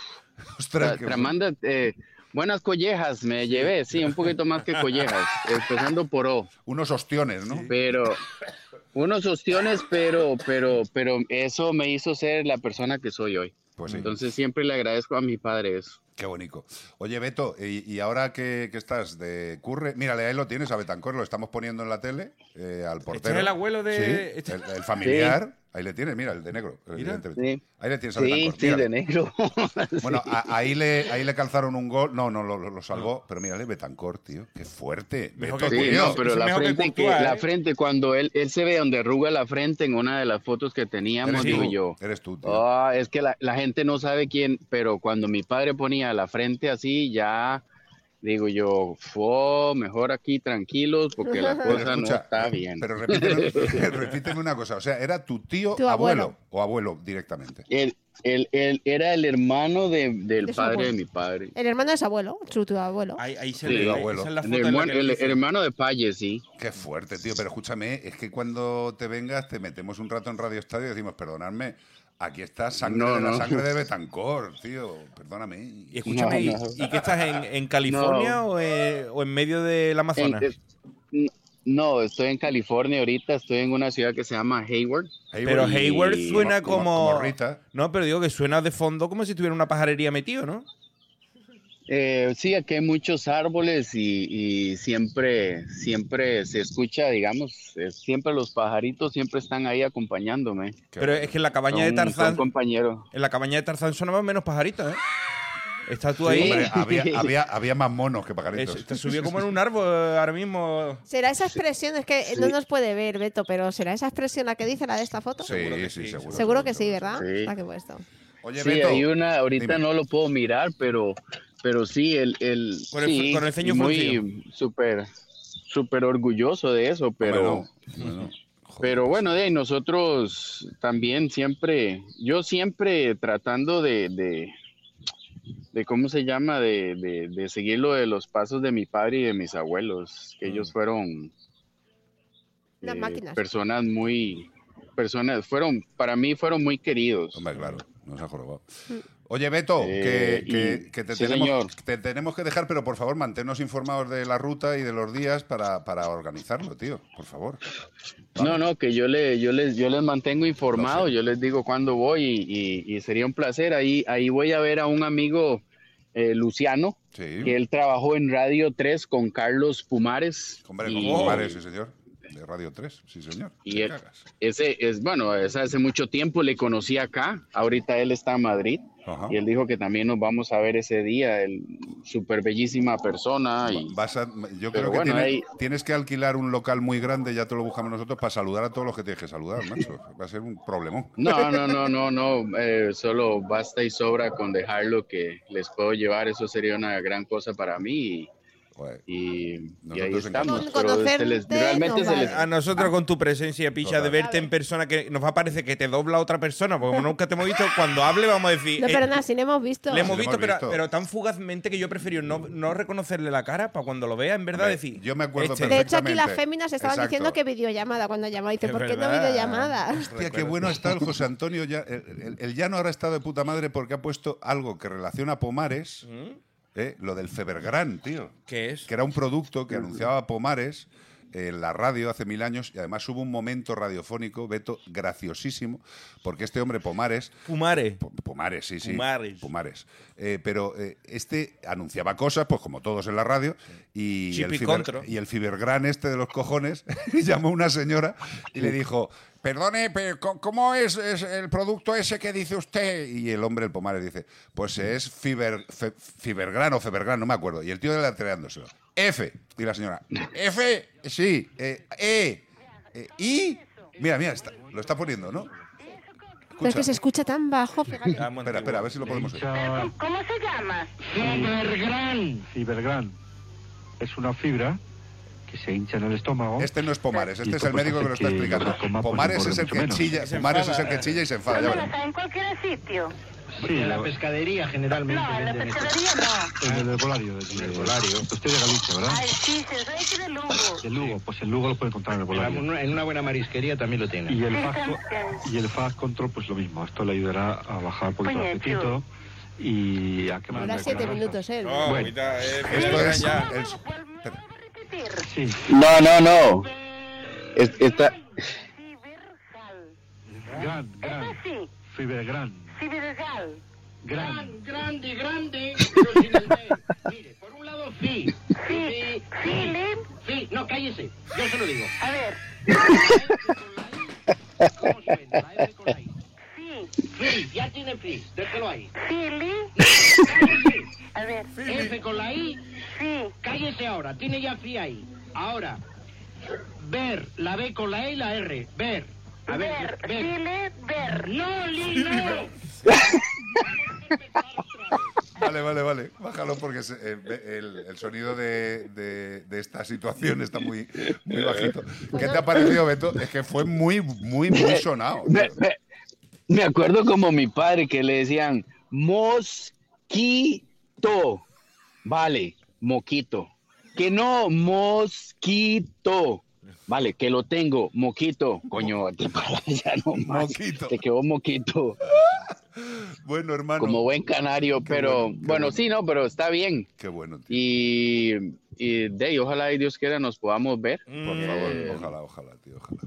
Ostras, Tra- qué tramanda, eh, buenas collejas me llevé, sí, un poquito más que (laughs) collejas, empezando por O. Unos ostiones, ¿no? Pero, unos ostiones, pero, pero, pero eso me hizo ser la persona que soy hoy. Pues Entonces siempre le agradezco a mi padre eso. Qué bonito. Oye, Beto, y, y ahora que, que estás de curre, mírale, ahí lo tienes a Betancor, lo estamos poniendo en la tele, eh, ¿Este al portero. es el abuelo de- Sí, este- el, el familiar. Ahí le tienes, mira, el de negro. evidentemente. Ahí le tienes a Sí, Betancor. sí, mírale. de negro. (laughs) Bueno, a- ahí, le, ahí le calzaron un gol. No, no, lo, lo- lo salvó. Pero mírale, Betancor, tío. Qué fuerte. Mejor Beto, que sí, tío. no, pero la frente, que- ¿eh? la frente, cuando él, él se ve donde arruga la frente en una de las fotos que teníamos, Eres digo tú, yo. Eres tú, tío. "Ah, es que la, la gente no sabe quién, pero cuando mi padre ponía la frente así, ya digo yo, "Fo, mejor aquí tranquilos porque la Pero cosa escucha, no está bien. Pero repíteme, (laughs) repíteme una cosa. O sea, era tu tío Tu abuelo, abuelo. o abuelo directamente. Él, él- él era el hermano de- del De su padre de abuelo. mi padre. El hermano de su abuelo, su, tu abuelo. Sí, le- abuelo. esa es la foto el, en la hermano- que el- dice. el hermano de Palle, sí. Qué fuerte, tío. Pero escúchame, es que cuando te vengas, te metemos un rato en Radio Estadio y decimos, perdonadme, aquí está sangre No, de la no. sangre (laughs) de Betancor, tío. Perdóname. Y Escúchame, ¿y- ¿y qué estás en, en California o, eh, o en medio del Amazonas? En- es- no, estoy en California ahorita, estoy en una ciudad que se llama Hayward. Pero Y- Hayward suena como, No, pero digo que suena de fondo como si tuviera una pajarería metido, ¿no? Eh, sí, aquí hay muchos árboles y, y siempre, siempre se escucha, digamos, eh, siempre los pajaritos siempre están ahí acompañándome. Pero es que en la cabaña de Son- Tarzán, son compañeros. en la cabaña de Tarzán suena más o menos pajarito, ¿eh? Estás tú Sí. ahí. Hombre, había, había- había más monos que pajaritos. Es- te subió como en un árbol eh, ahora mismo. ¿Será esa expresión? Es que no nos puede ver, Beto, pero ¿será esa expresión la que dice la de esta foto? Sí, sí, seguro. Seguro que sí, ¿verdad? Sí. La que he puesto. Oye, sí, Beto, hay una, ahorita dime. no lo puedo mirar, pero, pero sí, el, el, Con el- sí, con el ceño muy súper, súper orgulloso de eso, pero, pero bueno, de ahí nosotros también siempre, yo siempre tratando de, de, de ¿cómo se llama? De, de, de seguir lo de los pasos de mi padre y de mis abuelos, que Mm. ellos fueron Las eh, máquinas. personas muy, personas, fueron, para mí fueron muy queridos. Hombre, claro, nos ha jorobado. Mm. Oye, Beto, que, Eh, que- y- que te, sí, tenemos, señor. te tenemos que dejar, pero por favor, manténnos informados de la ruta y de los días para, para organizarlo, tío, por favor. No, no, que yo, le, yo, les, yo les mantengo informado, yo les digo cuándo voy y, y- y sería un placer. Ahí, ahí voy a ver a un amigo, eh, Luciano, que él trabajó en Radio 3 con Carlos Pumares. Hombre, y- como Pumares, sí, señor. De Radio 3, sí, señor. Y e- ese es, bueno, es hace mucho tiempo le conocí acá, ahorita él está en Madrid y él dijo que también nos vamos a ver ese día, el súper bellísima persona. Y, Vas a- yo creo que bueno, tienes, ahí- tienes que alquilar un local muy grande, ya te lo buscamos nosotros, para saludar a todos los que tienes que saludar, macho. Va a ser un problemón. No, no, no, no, no, eh, solo basta y sobra con dejarlo que les puedo llevar, eso sería una gran cosa para mí. y- Y, y ahí Nosotros estamos. encantados. pero se les- realmente se les, A nosotros con tu presencia, picha, Total. de verte en persona, que nos va a parecer que te dobla otra persona, porque como nunca te hemos visto, cuando hable vamos a decir... No, eh, pero nada, si le hemos visto. le hemos visto, Pero, pero tan fugazmente que yo prefiero no, no reconocerle la cara para cuando lo vea, en verdad, decir... "Este". Yo me acuerdo De hecho, aquí las féminas estaban diciendo que videollamada cuando llamaba. Dice, Es ¿por qué no verdad. videollamada? Hostia, qué bueno está el José Antonio. Ya, el, el- el llano ahora está de puta madre porque ha puesto algo que relaciona a Pomares, eh, lo del Febergran, tío. ¿Mm? ¿Qué es? Que era un producto que anunciaba Pomares en la radio hace mil años y además hubo un momento radiofónico, Beto, graciosísimo, porque este hombre Pomares... Pumare. Pomares, sí, sí. Pumares. Pumares. Eh, pero eh, este anunciaba cosas, pues como todos en la radio, y, Chip el, y fiber- contra. y el fibergrán este de los cojones (laughs) llamó una señora y le dijo, perdone, pero co- ¿cómo es, es el producto ese que dice usted? Y el hombre, el Pomares, dice, pues es fiber, fe- fibergrán o febergrán, no me acuerdo. Y el tío deletreándoselo. F. Y la señora, F, sí, eh, E, eh, I. Mira, mira, está- lo está poniendo, ¿no? Pero es que se escucha tan bajo. fíjate. Espera, espera, a ver si lo podemos oír. ¿Cómo se llama? Fibergran. Fibergran es una fibra que se hincha en el estómago. Este no es Pomares, Y este es tú el médico que lo puedes está hacer que explicando. lo coma, pues, Pomares engorde es el mucho que menos. chilla, Y se Pomares es enfada. el que chilla y se enfada. ya ¿Dónde verás. lo sabe? ¿En cualquier sitio? Sí, la- pescadería generalmente. No, en la pescadería no. en el herbolario. del- del herbolario. Usted de Galicia, ¿verdad? Ay, sí, se sabe que de Lugo. El Lugo, pues el Lugo lo puede encontrar en el herbolario. En una buena marisquería también lo tiene. Y el Fasco- Y el fast control, pues lo mismo. Esto le ayudará a bajar un poquito el apetito y a quemar Dura el siete corazón. minutos él. Oh, No, Bueno. ahorita, eh, Esto es... el- No, no, no. Es- está- Gran, Este gran. Fibergran. Cibergal. Gran. Grande, grande. pero sin el D. Mire, por un lado, sí. Sí, sí, Sí, no, cállese. Yo se lo digo. A ver. ¿Cómo suena? La R con la I. Sí. Sí, ya tiene fi. Déjelo ahí. (laughs) Cállese. A ver. F con la I. Sí. Cállese ahora. Tiene ya fi ahí. Ahora. Ver. La B con la E y la R. Ver. A ver. Ver. ver. No, Lili, no. Vale, vale, vale. Bájalo porque se- eh, ve- el, el sonido de, de- de esta situación está muy, muy bajito. ¿Qué te ha parecido, Beto? Es que fue muy, muy, muy sonado. Me, me- me acuerdo como mi padre que le decían mosquito. Vale, moquito. Que no, mosquito. Vale, que lo tengo, moquito. Coño, te (laughs) para ya no más. Te quedó moquito. Bueno, hermano. Como buen canario, pero bueno, sí, no, pero está bien. Qué bueno. Y, y de ahí, ojalá y Dios quiera nos podamos ver. Por favor, Eh, ojalá, ojalá, tío, ojalá.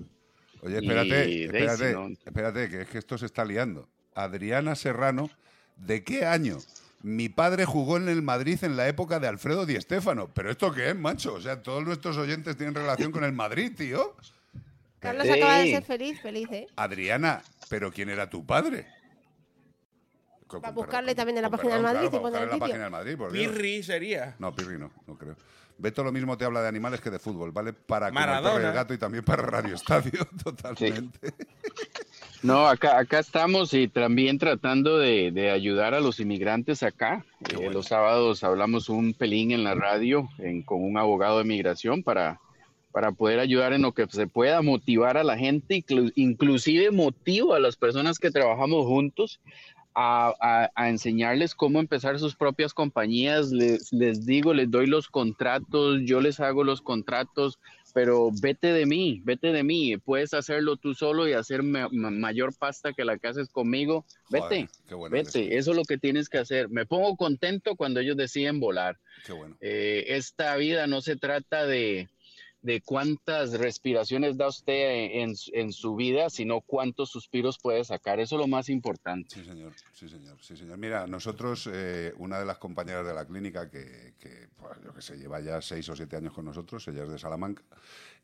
Oye, Y espérate, Daisy, espérate, ¿no? espérate, que es que esto se está liando. Adriana Serrano, ¿de qué año? Mi padre jugó en el Madrid en la época de Alfredo Di Stéfano. ¿Pero esto qué es, macho? O sea, todos nuestros oyentes tienen relación con el Madrid, tío. Carlos acaba de ser feliz, feliz, ¿eh? Adriana, ¿pero quién era tu padre? Va a buscarle también en la página perdón, del Madrid claro, y pone para buscar el en vídeo. la página del Madrid, por Dios. Pirri sería. No, Pirri no, no creo. Beto lo mismo te habla de animales que de fútbol, ¿vale? Para como el perro y Maradona. el gato y también para Radio Estadio, (laughs) totalmente. No, acá, acá estamos y también tratando de, de ayudar a los inmigrantes acá. Eh, Los sábados hablamos un pelín en la radio en- con un abogado de migración para, para poder ayudar en lo que se pueda, motivar a la gente, inclu- inclusive motivo a las personas que trabajamos juntos a, a- a enseñarles cómo empezar sus propias compañías. Les, les digo, les doy los contratos, yo les hago los contratos, pero vete de mí, vete de mí. Puedes hacerlo tú solo y hacer ma- ma- mayor pasta que la que haces conmigo. Vete, Joder, qué bueno vete. Eso es lo que tienes que hacer. Me pongo contento cuando ellos deciden volar. Qué bueno. Eh, esta vida no se trata de, de cuántas respiraciones da usted en, en su vida, sino cuántos suspiros puede sacar. Eso es lo más importante. Sí, señor, sí, señor, sí, señor. Mira, nosotros, eh, una de las compañeras de la clínica que, que, pues, yo que sé, lleva ya seis o siete años con nosotros, ella es de Salamanca,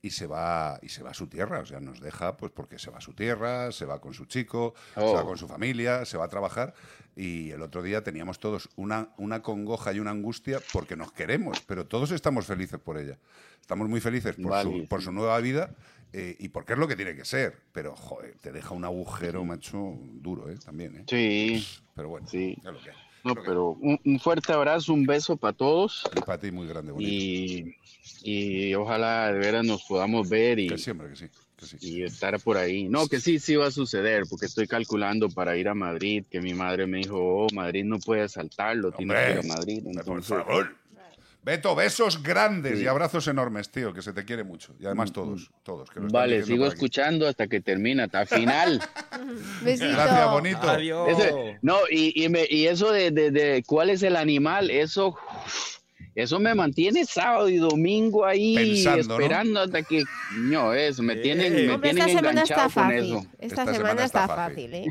y se va y se va a su tierra, o sea, nos deja pues porque se va a su tierra, se va con su chico, Oh. se va con su familia, se va a trabajar y el otro día teníamos todos una una congoja y una angustia porque nos queremos, pero todos estamos felices por ella. Estamos muy felices por, Vale. su, por su nueva vida eh, y porque es lo que tiene que ser, pero joder, te deja un agujero, macho, duro, ¿eh? También, ¿eh? Sí. Pero bueno, sí. es lo que hay. No, pero un, un fuerte abrazo, un beso para todos. Y para ti muy grande, bonito. Y, y ojalá de veras nos podamos ver y, y estar por ahí. No, que sí, sí va a suceder, porque estoy calculando para ir a Madrid, que mi madre me dijo, oh, Madrid no puede saltarlo, tiene que ir a Hombre, Madrid. por entonces- favor. Beto, besos grandes Sí. Mm, y abrazos enormes, tío, que se te quiere mucho. Y además todos, todos. Que lo están Vale, diciendo sigo por aquí. escuchando hasta que termina, hasta el (laughs) final. Besito. Gracias, bonito. Adiós. Ese- no, y, y me- y eso de, de- de cuál es el animal, eso, eso me mantiene sábado y domingo ahí Pensando, ¿no? esperando hasta que. No, eso, me tienen, me Hombre, tienen esta semana enganchado está con fácil. eso. Esta, semana, está, fácil, ¿eh?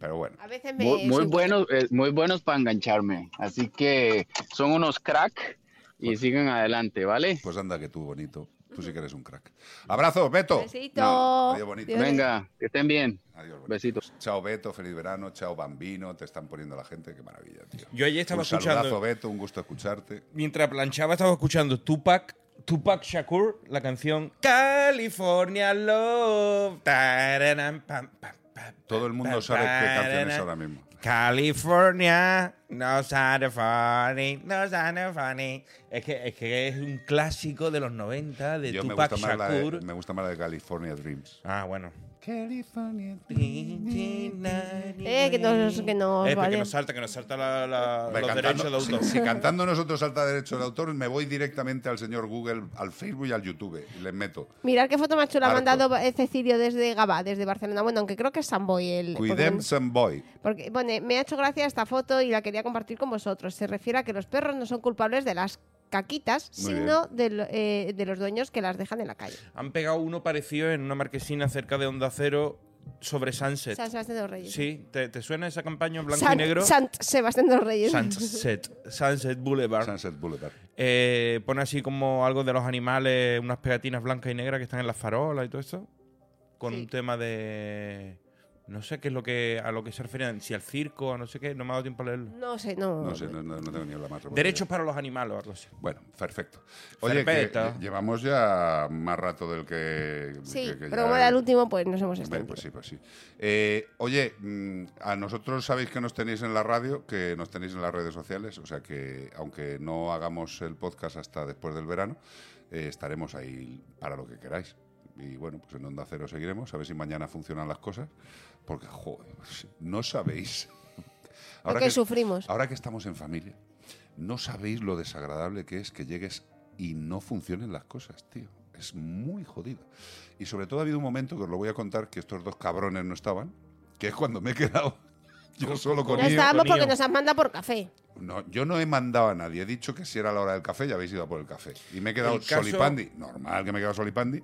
Pero bueno. A veces me. Muy, muy siento- buenos, eh, muy buenos para engancharme. Así que son unos crack y sigan adelante, ¿vale? Pues anda que tú, bonito. Tú sí que eres un crack. Abrazos, Beto. Besito. adiós, bonito. Adiós. Venga, que estén bien. Adiós, bonito. Besitos. Chao, Beto. Feliz verano. Chao, Bambino. Te están poniendo la gente. Qué maravilla, tío. Yo ayer estaba un escuchando- saludazo, Beto. Un gusto escucharte. Mientras planchaba estaba escuchando Tupac, Tupac Shakur, la canción California Love. Taranam, pam, pam, pam, Todo el mundo pam, sabe qué canción es taranam. ahora mismo. California, no sound funny, no sound funny. Es que, es que es un clásico de los 90 de Yo me Tupac gusta, más la de, Shakur. me gusta más la de California Dreams. Ah, bueno. California Eh, que nos, que nos Eh, pero que vale. nos salta, que nos salta la- la- Hombre, los derechos cantando- de autor. Si, si cantando nosotros salta derecho de autor, me voy directamente al señor Google, al Facebook y al YouTube y les meto. Mirad qué foto más chula ha Harto. mandado eh, Cecilio desde Gabá, desde Barcelona. Bueno, aunque creo que es Samboy el. porque- Cuidem some boy. Porque pone, me ha hecho gracia esta foto y la quería compartir con vosotros. Se refiere a que los perros no son culpables de las caquitas, Muy sino de, lo- eh, de los dueños que las dejan en la calle. Han pegado uno parecido en una marquesina cerca de Onda Cero sobre Sunset. San Sebastián de los Reyes. Sí, ¿te, te suena esa campaña en blanco San- y negro? Sant Sebastián de los Reyes. (laughs) Sunset, Sunset Boulevard. Sunset Boulevard. Eh, pone así como algo de los animales, unas pegatinas blancas y negras que están en las farolas y todo eso. Con un tema de. No sé qué es lo que a lo que se referían, si al circo, a no sé qué, no me ha dado tiempo a leerlo. No sé, no. No sé, no, no- no tengo ni la más remota Derechos para los animales o algo así. Bueno, perfecto. idea. Oye, que Perfecto. lle- llevamos ya más rato del que... Sí, que- que pero ya- como era el último, pues nos hemos Hombre, extendido. pues sí, pues sí. Eh, oye, mm, a nosotros sabéis que nos tenéis en la radio, que nos tenéis en las redes sociales, o sea que aunque no hagamos el podcast hasta después del verano, eh, estaremos ahí para lo que queráis. Y bueno, pues en Onda Cero seguiremos, a ver si mañana funcionan las cosas, porque, joder, no sabéis. que sufrimos. Ahora que estamos en familia, no sabéis lo desagradable que es que llegues y no funcionen las cosas, tío. Es muy jodido. Y sobre todo ha habido un momento que os lo voy a contar que estos dos cabrones no estaban, que es cuando me he quedado (laughs) yo solo con No ellos. estábamos porque nos han mandado por café. No, yo no he mandado a nadie. He dicho que si era la hora del café, ya habéis ido a por el café. Y me he quedado El caso- solipandi. Normal que me he quedado solipandi.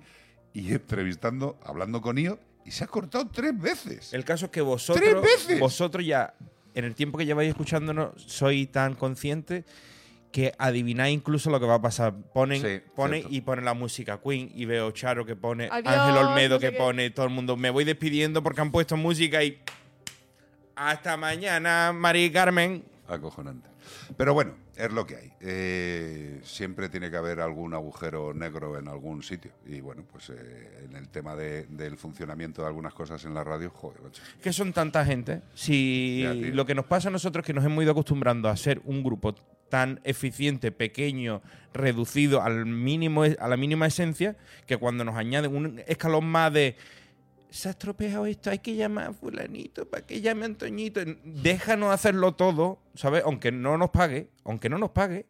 Y entrevistando, hablando con ellos. Y se ha cortado tres veces. El caso es que vosotros, ¡Tres veces! vosotros ya, en el tiempo que lleváis escuchándonos, sois tan conscientes que adivináis incluso lo que va a pasar. Ponen, Sí, ponen cierto. y ponen la música Queen y veo Charo que pone, Adiós, Ángel Olmedo no sé que qué. pone, todo el mundo. Me voy despidiendo porque han puesto música y hasta mañana, Mari Carmen. Acojonante. Pero bueno, es lo que hay. Eh, siempre tiene que haber algún agujero negro en algún sitio. Y bueno, pues eh, en el tema de- del funcionamiento de algunas cosas en la radio, joder, macho. que son tanta gente. Si Ya, tío. lo que nos pasa a nosotros es que nos hemos ido acostumbrando a ser un grupo tan eficiente, pequeño, reducido al mínimo, a la mínima esencia, que cuando nos añaden un escalón más de se ha estropeado esto, hay que llamar a fulanito para que llame a Antoñito. Déjanos hacerlo todo, ¿sabes? Aunque no nos pague, aunque no nos pague,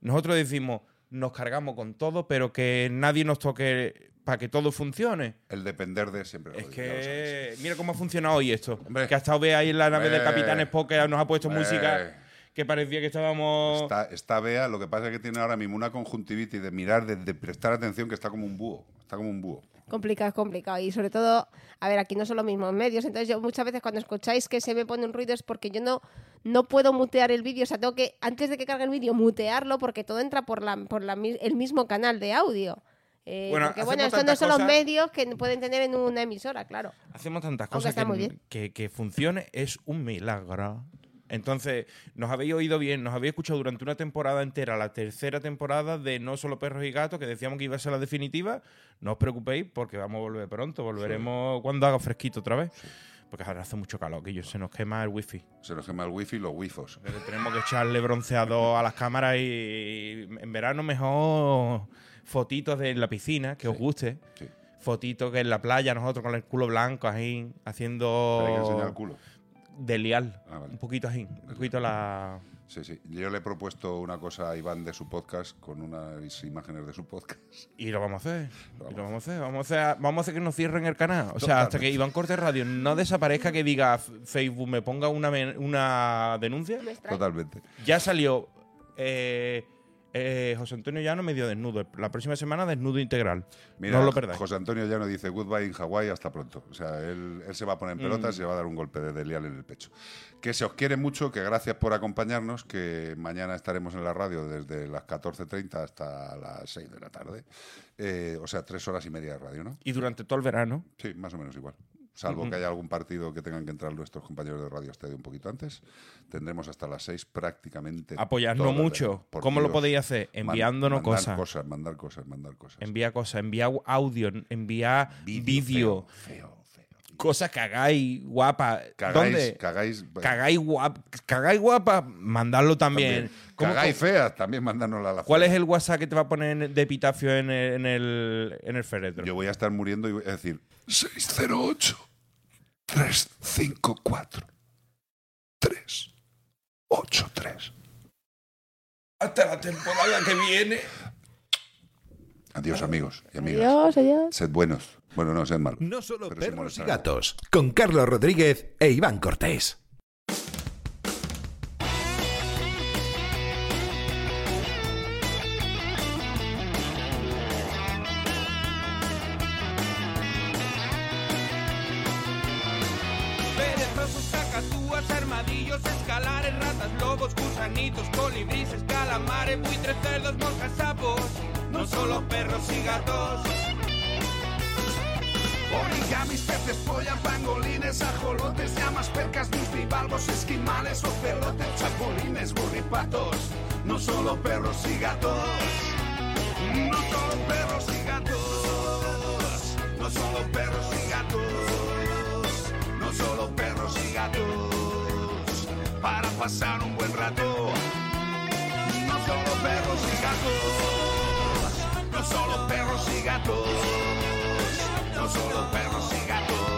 nosotros decimos, nos cargamos con todo, pero que nadie nos toque para que todo funcione. El depender de siempre. Es que mira cómo ha funcionado hoy esto. Que ha estado Bea ahí en la nave Eh. del Capitán Spock que nos ha puesto Eh. música que parecía que estábamos... Está, está Bea, lo que pasa es que tiene ahora mismo una conjuntivitis de mirar, de, de prestar atención, que está como un búho. Está como un búho. Complicado, es complicado. Y sobre todo, a ver, aquí no son los mismos medios. Entonces, yo muchas veces cuando escucháis que se me pone un ruido es porque yo no, no puedo mutear el vídeo. O sea, tengo que, antes de que cargue el vídeo, mutearlo porque todo entra por, la, por la mi- el mismo canal de audio. Eh, Bueno, porque hacemos bueno, estos no tantas son los cosas. medios que pueden tener en una emisora, claro. Hacemos tantas Aunque cosas está que, muy bien. que- que funcione es un milagro. Entonces, nos habéis oído bien, nos habéis escuchado durante una temporada entera, la tercera temporada de No Solo Perros y Gatos, que decíamos que iba a ser la definitiva. No os preocupéis porque vamos a volver pronto, volveremos cuando haga fresquito otra vez. Porque ahora hace mucho calor, que yo se nos quema el wifi. Se nos quema el wifi y los wifos. Tenemos que echarle bronceado a las cámaras y en verano mejor fotitos de en la piscina, que os guste. Fotitos que en la playa, nosotros con el culo blanco, así, haciendo... Pero hay que enseñar el culo. Ah, De lial. Un poquito así, un poquito la... Sí, sí. Yo le he propuesto una cosa a Iván de su podcast con unas imágenes de su podcast. Y lo vamos a hacer. Y lo vamos a hacer. Vamos a hacer, vamos a hacer que nos cierren el canal. O sea, hasta que Iván Corte Radio no desaparezca, que diga F- Facebook, me ponga una, men- una denuncia. Totalmente. Ya salió eh, eh, José Antonio Llano medio desnudo. La próxima semana desnudo integral. Mira, no os lo perdáis. José Antonio Llano dice goodbye in Hawái, hasta pronto. O sea, él, él se va a poner en pelotas Mm. y se va a dar un golpe de delial en el pecho. Que se os quiere mucho, que gracias por acompañarnos, que mañana estaremos en la radio desde las 14.30 hasta las 6 de la tarde. Eh, o sea, tres horas y media de radio, ¿no? Y durante todo el verano. Sí, más o menos igual. Salvo Ujú. que haya algún partido que tengan que entrar nuestros compañeros de Radio Estadio un poquito antes, tendremos hasta las 6 prácticamente. Apoyadnos todo el mucho. verano. Por ¿Cómo lo Dios. podéis hacer? Man- Enviándonos mandar cosas. Mandar cosas, mandar cosas. Envía cosas, envía au- audio, envía vídeo. Cosas que hagáis guapa. Cagáis, ¿Dónde? cagáis- Cagáis guapa. Cagáis guapa, mandadlo también. ¿Cómo- Cagáis feas, también mandárnosla a la ¿Cuál es el WhatsApp que te va a poner en- de epitafio en el, en el, en el féretro? Yo voy a estar muriendo y voy a decir 608 354 383. Hasta la temporada que viene. Adiós, amigos y amigas. Adiós, adiós. Sed buenos. Bueno, no, sed malos. No solo Pero sí perros y molestar. gatos, con Carlos Rodríguez e Iván Cortés. Perezosos, cacatúas, armadillos, escalares, ratas, lobos, gusanitos, colibrises, calamares, buitres, cerdos, moscas, sapos, no solo perros y gatos. Origamis, peces, polla, pangolines, ajolotes, llamas, percas, bivalvos, esquimales, ocelotes, chapulines, burripatos. No solo perros y gatos. No solo perros y gatos. No solo perros y gatos. No solo perros y gatos. Para pasar un buen rato. No solo perros y gatos. No solo perros y gatos. No solo perros y gatos.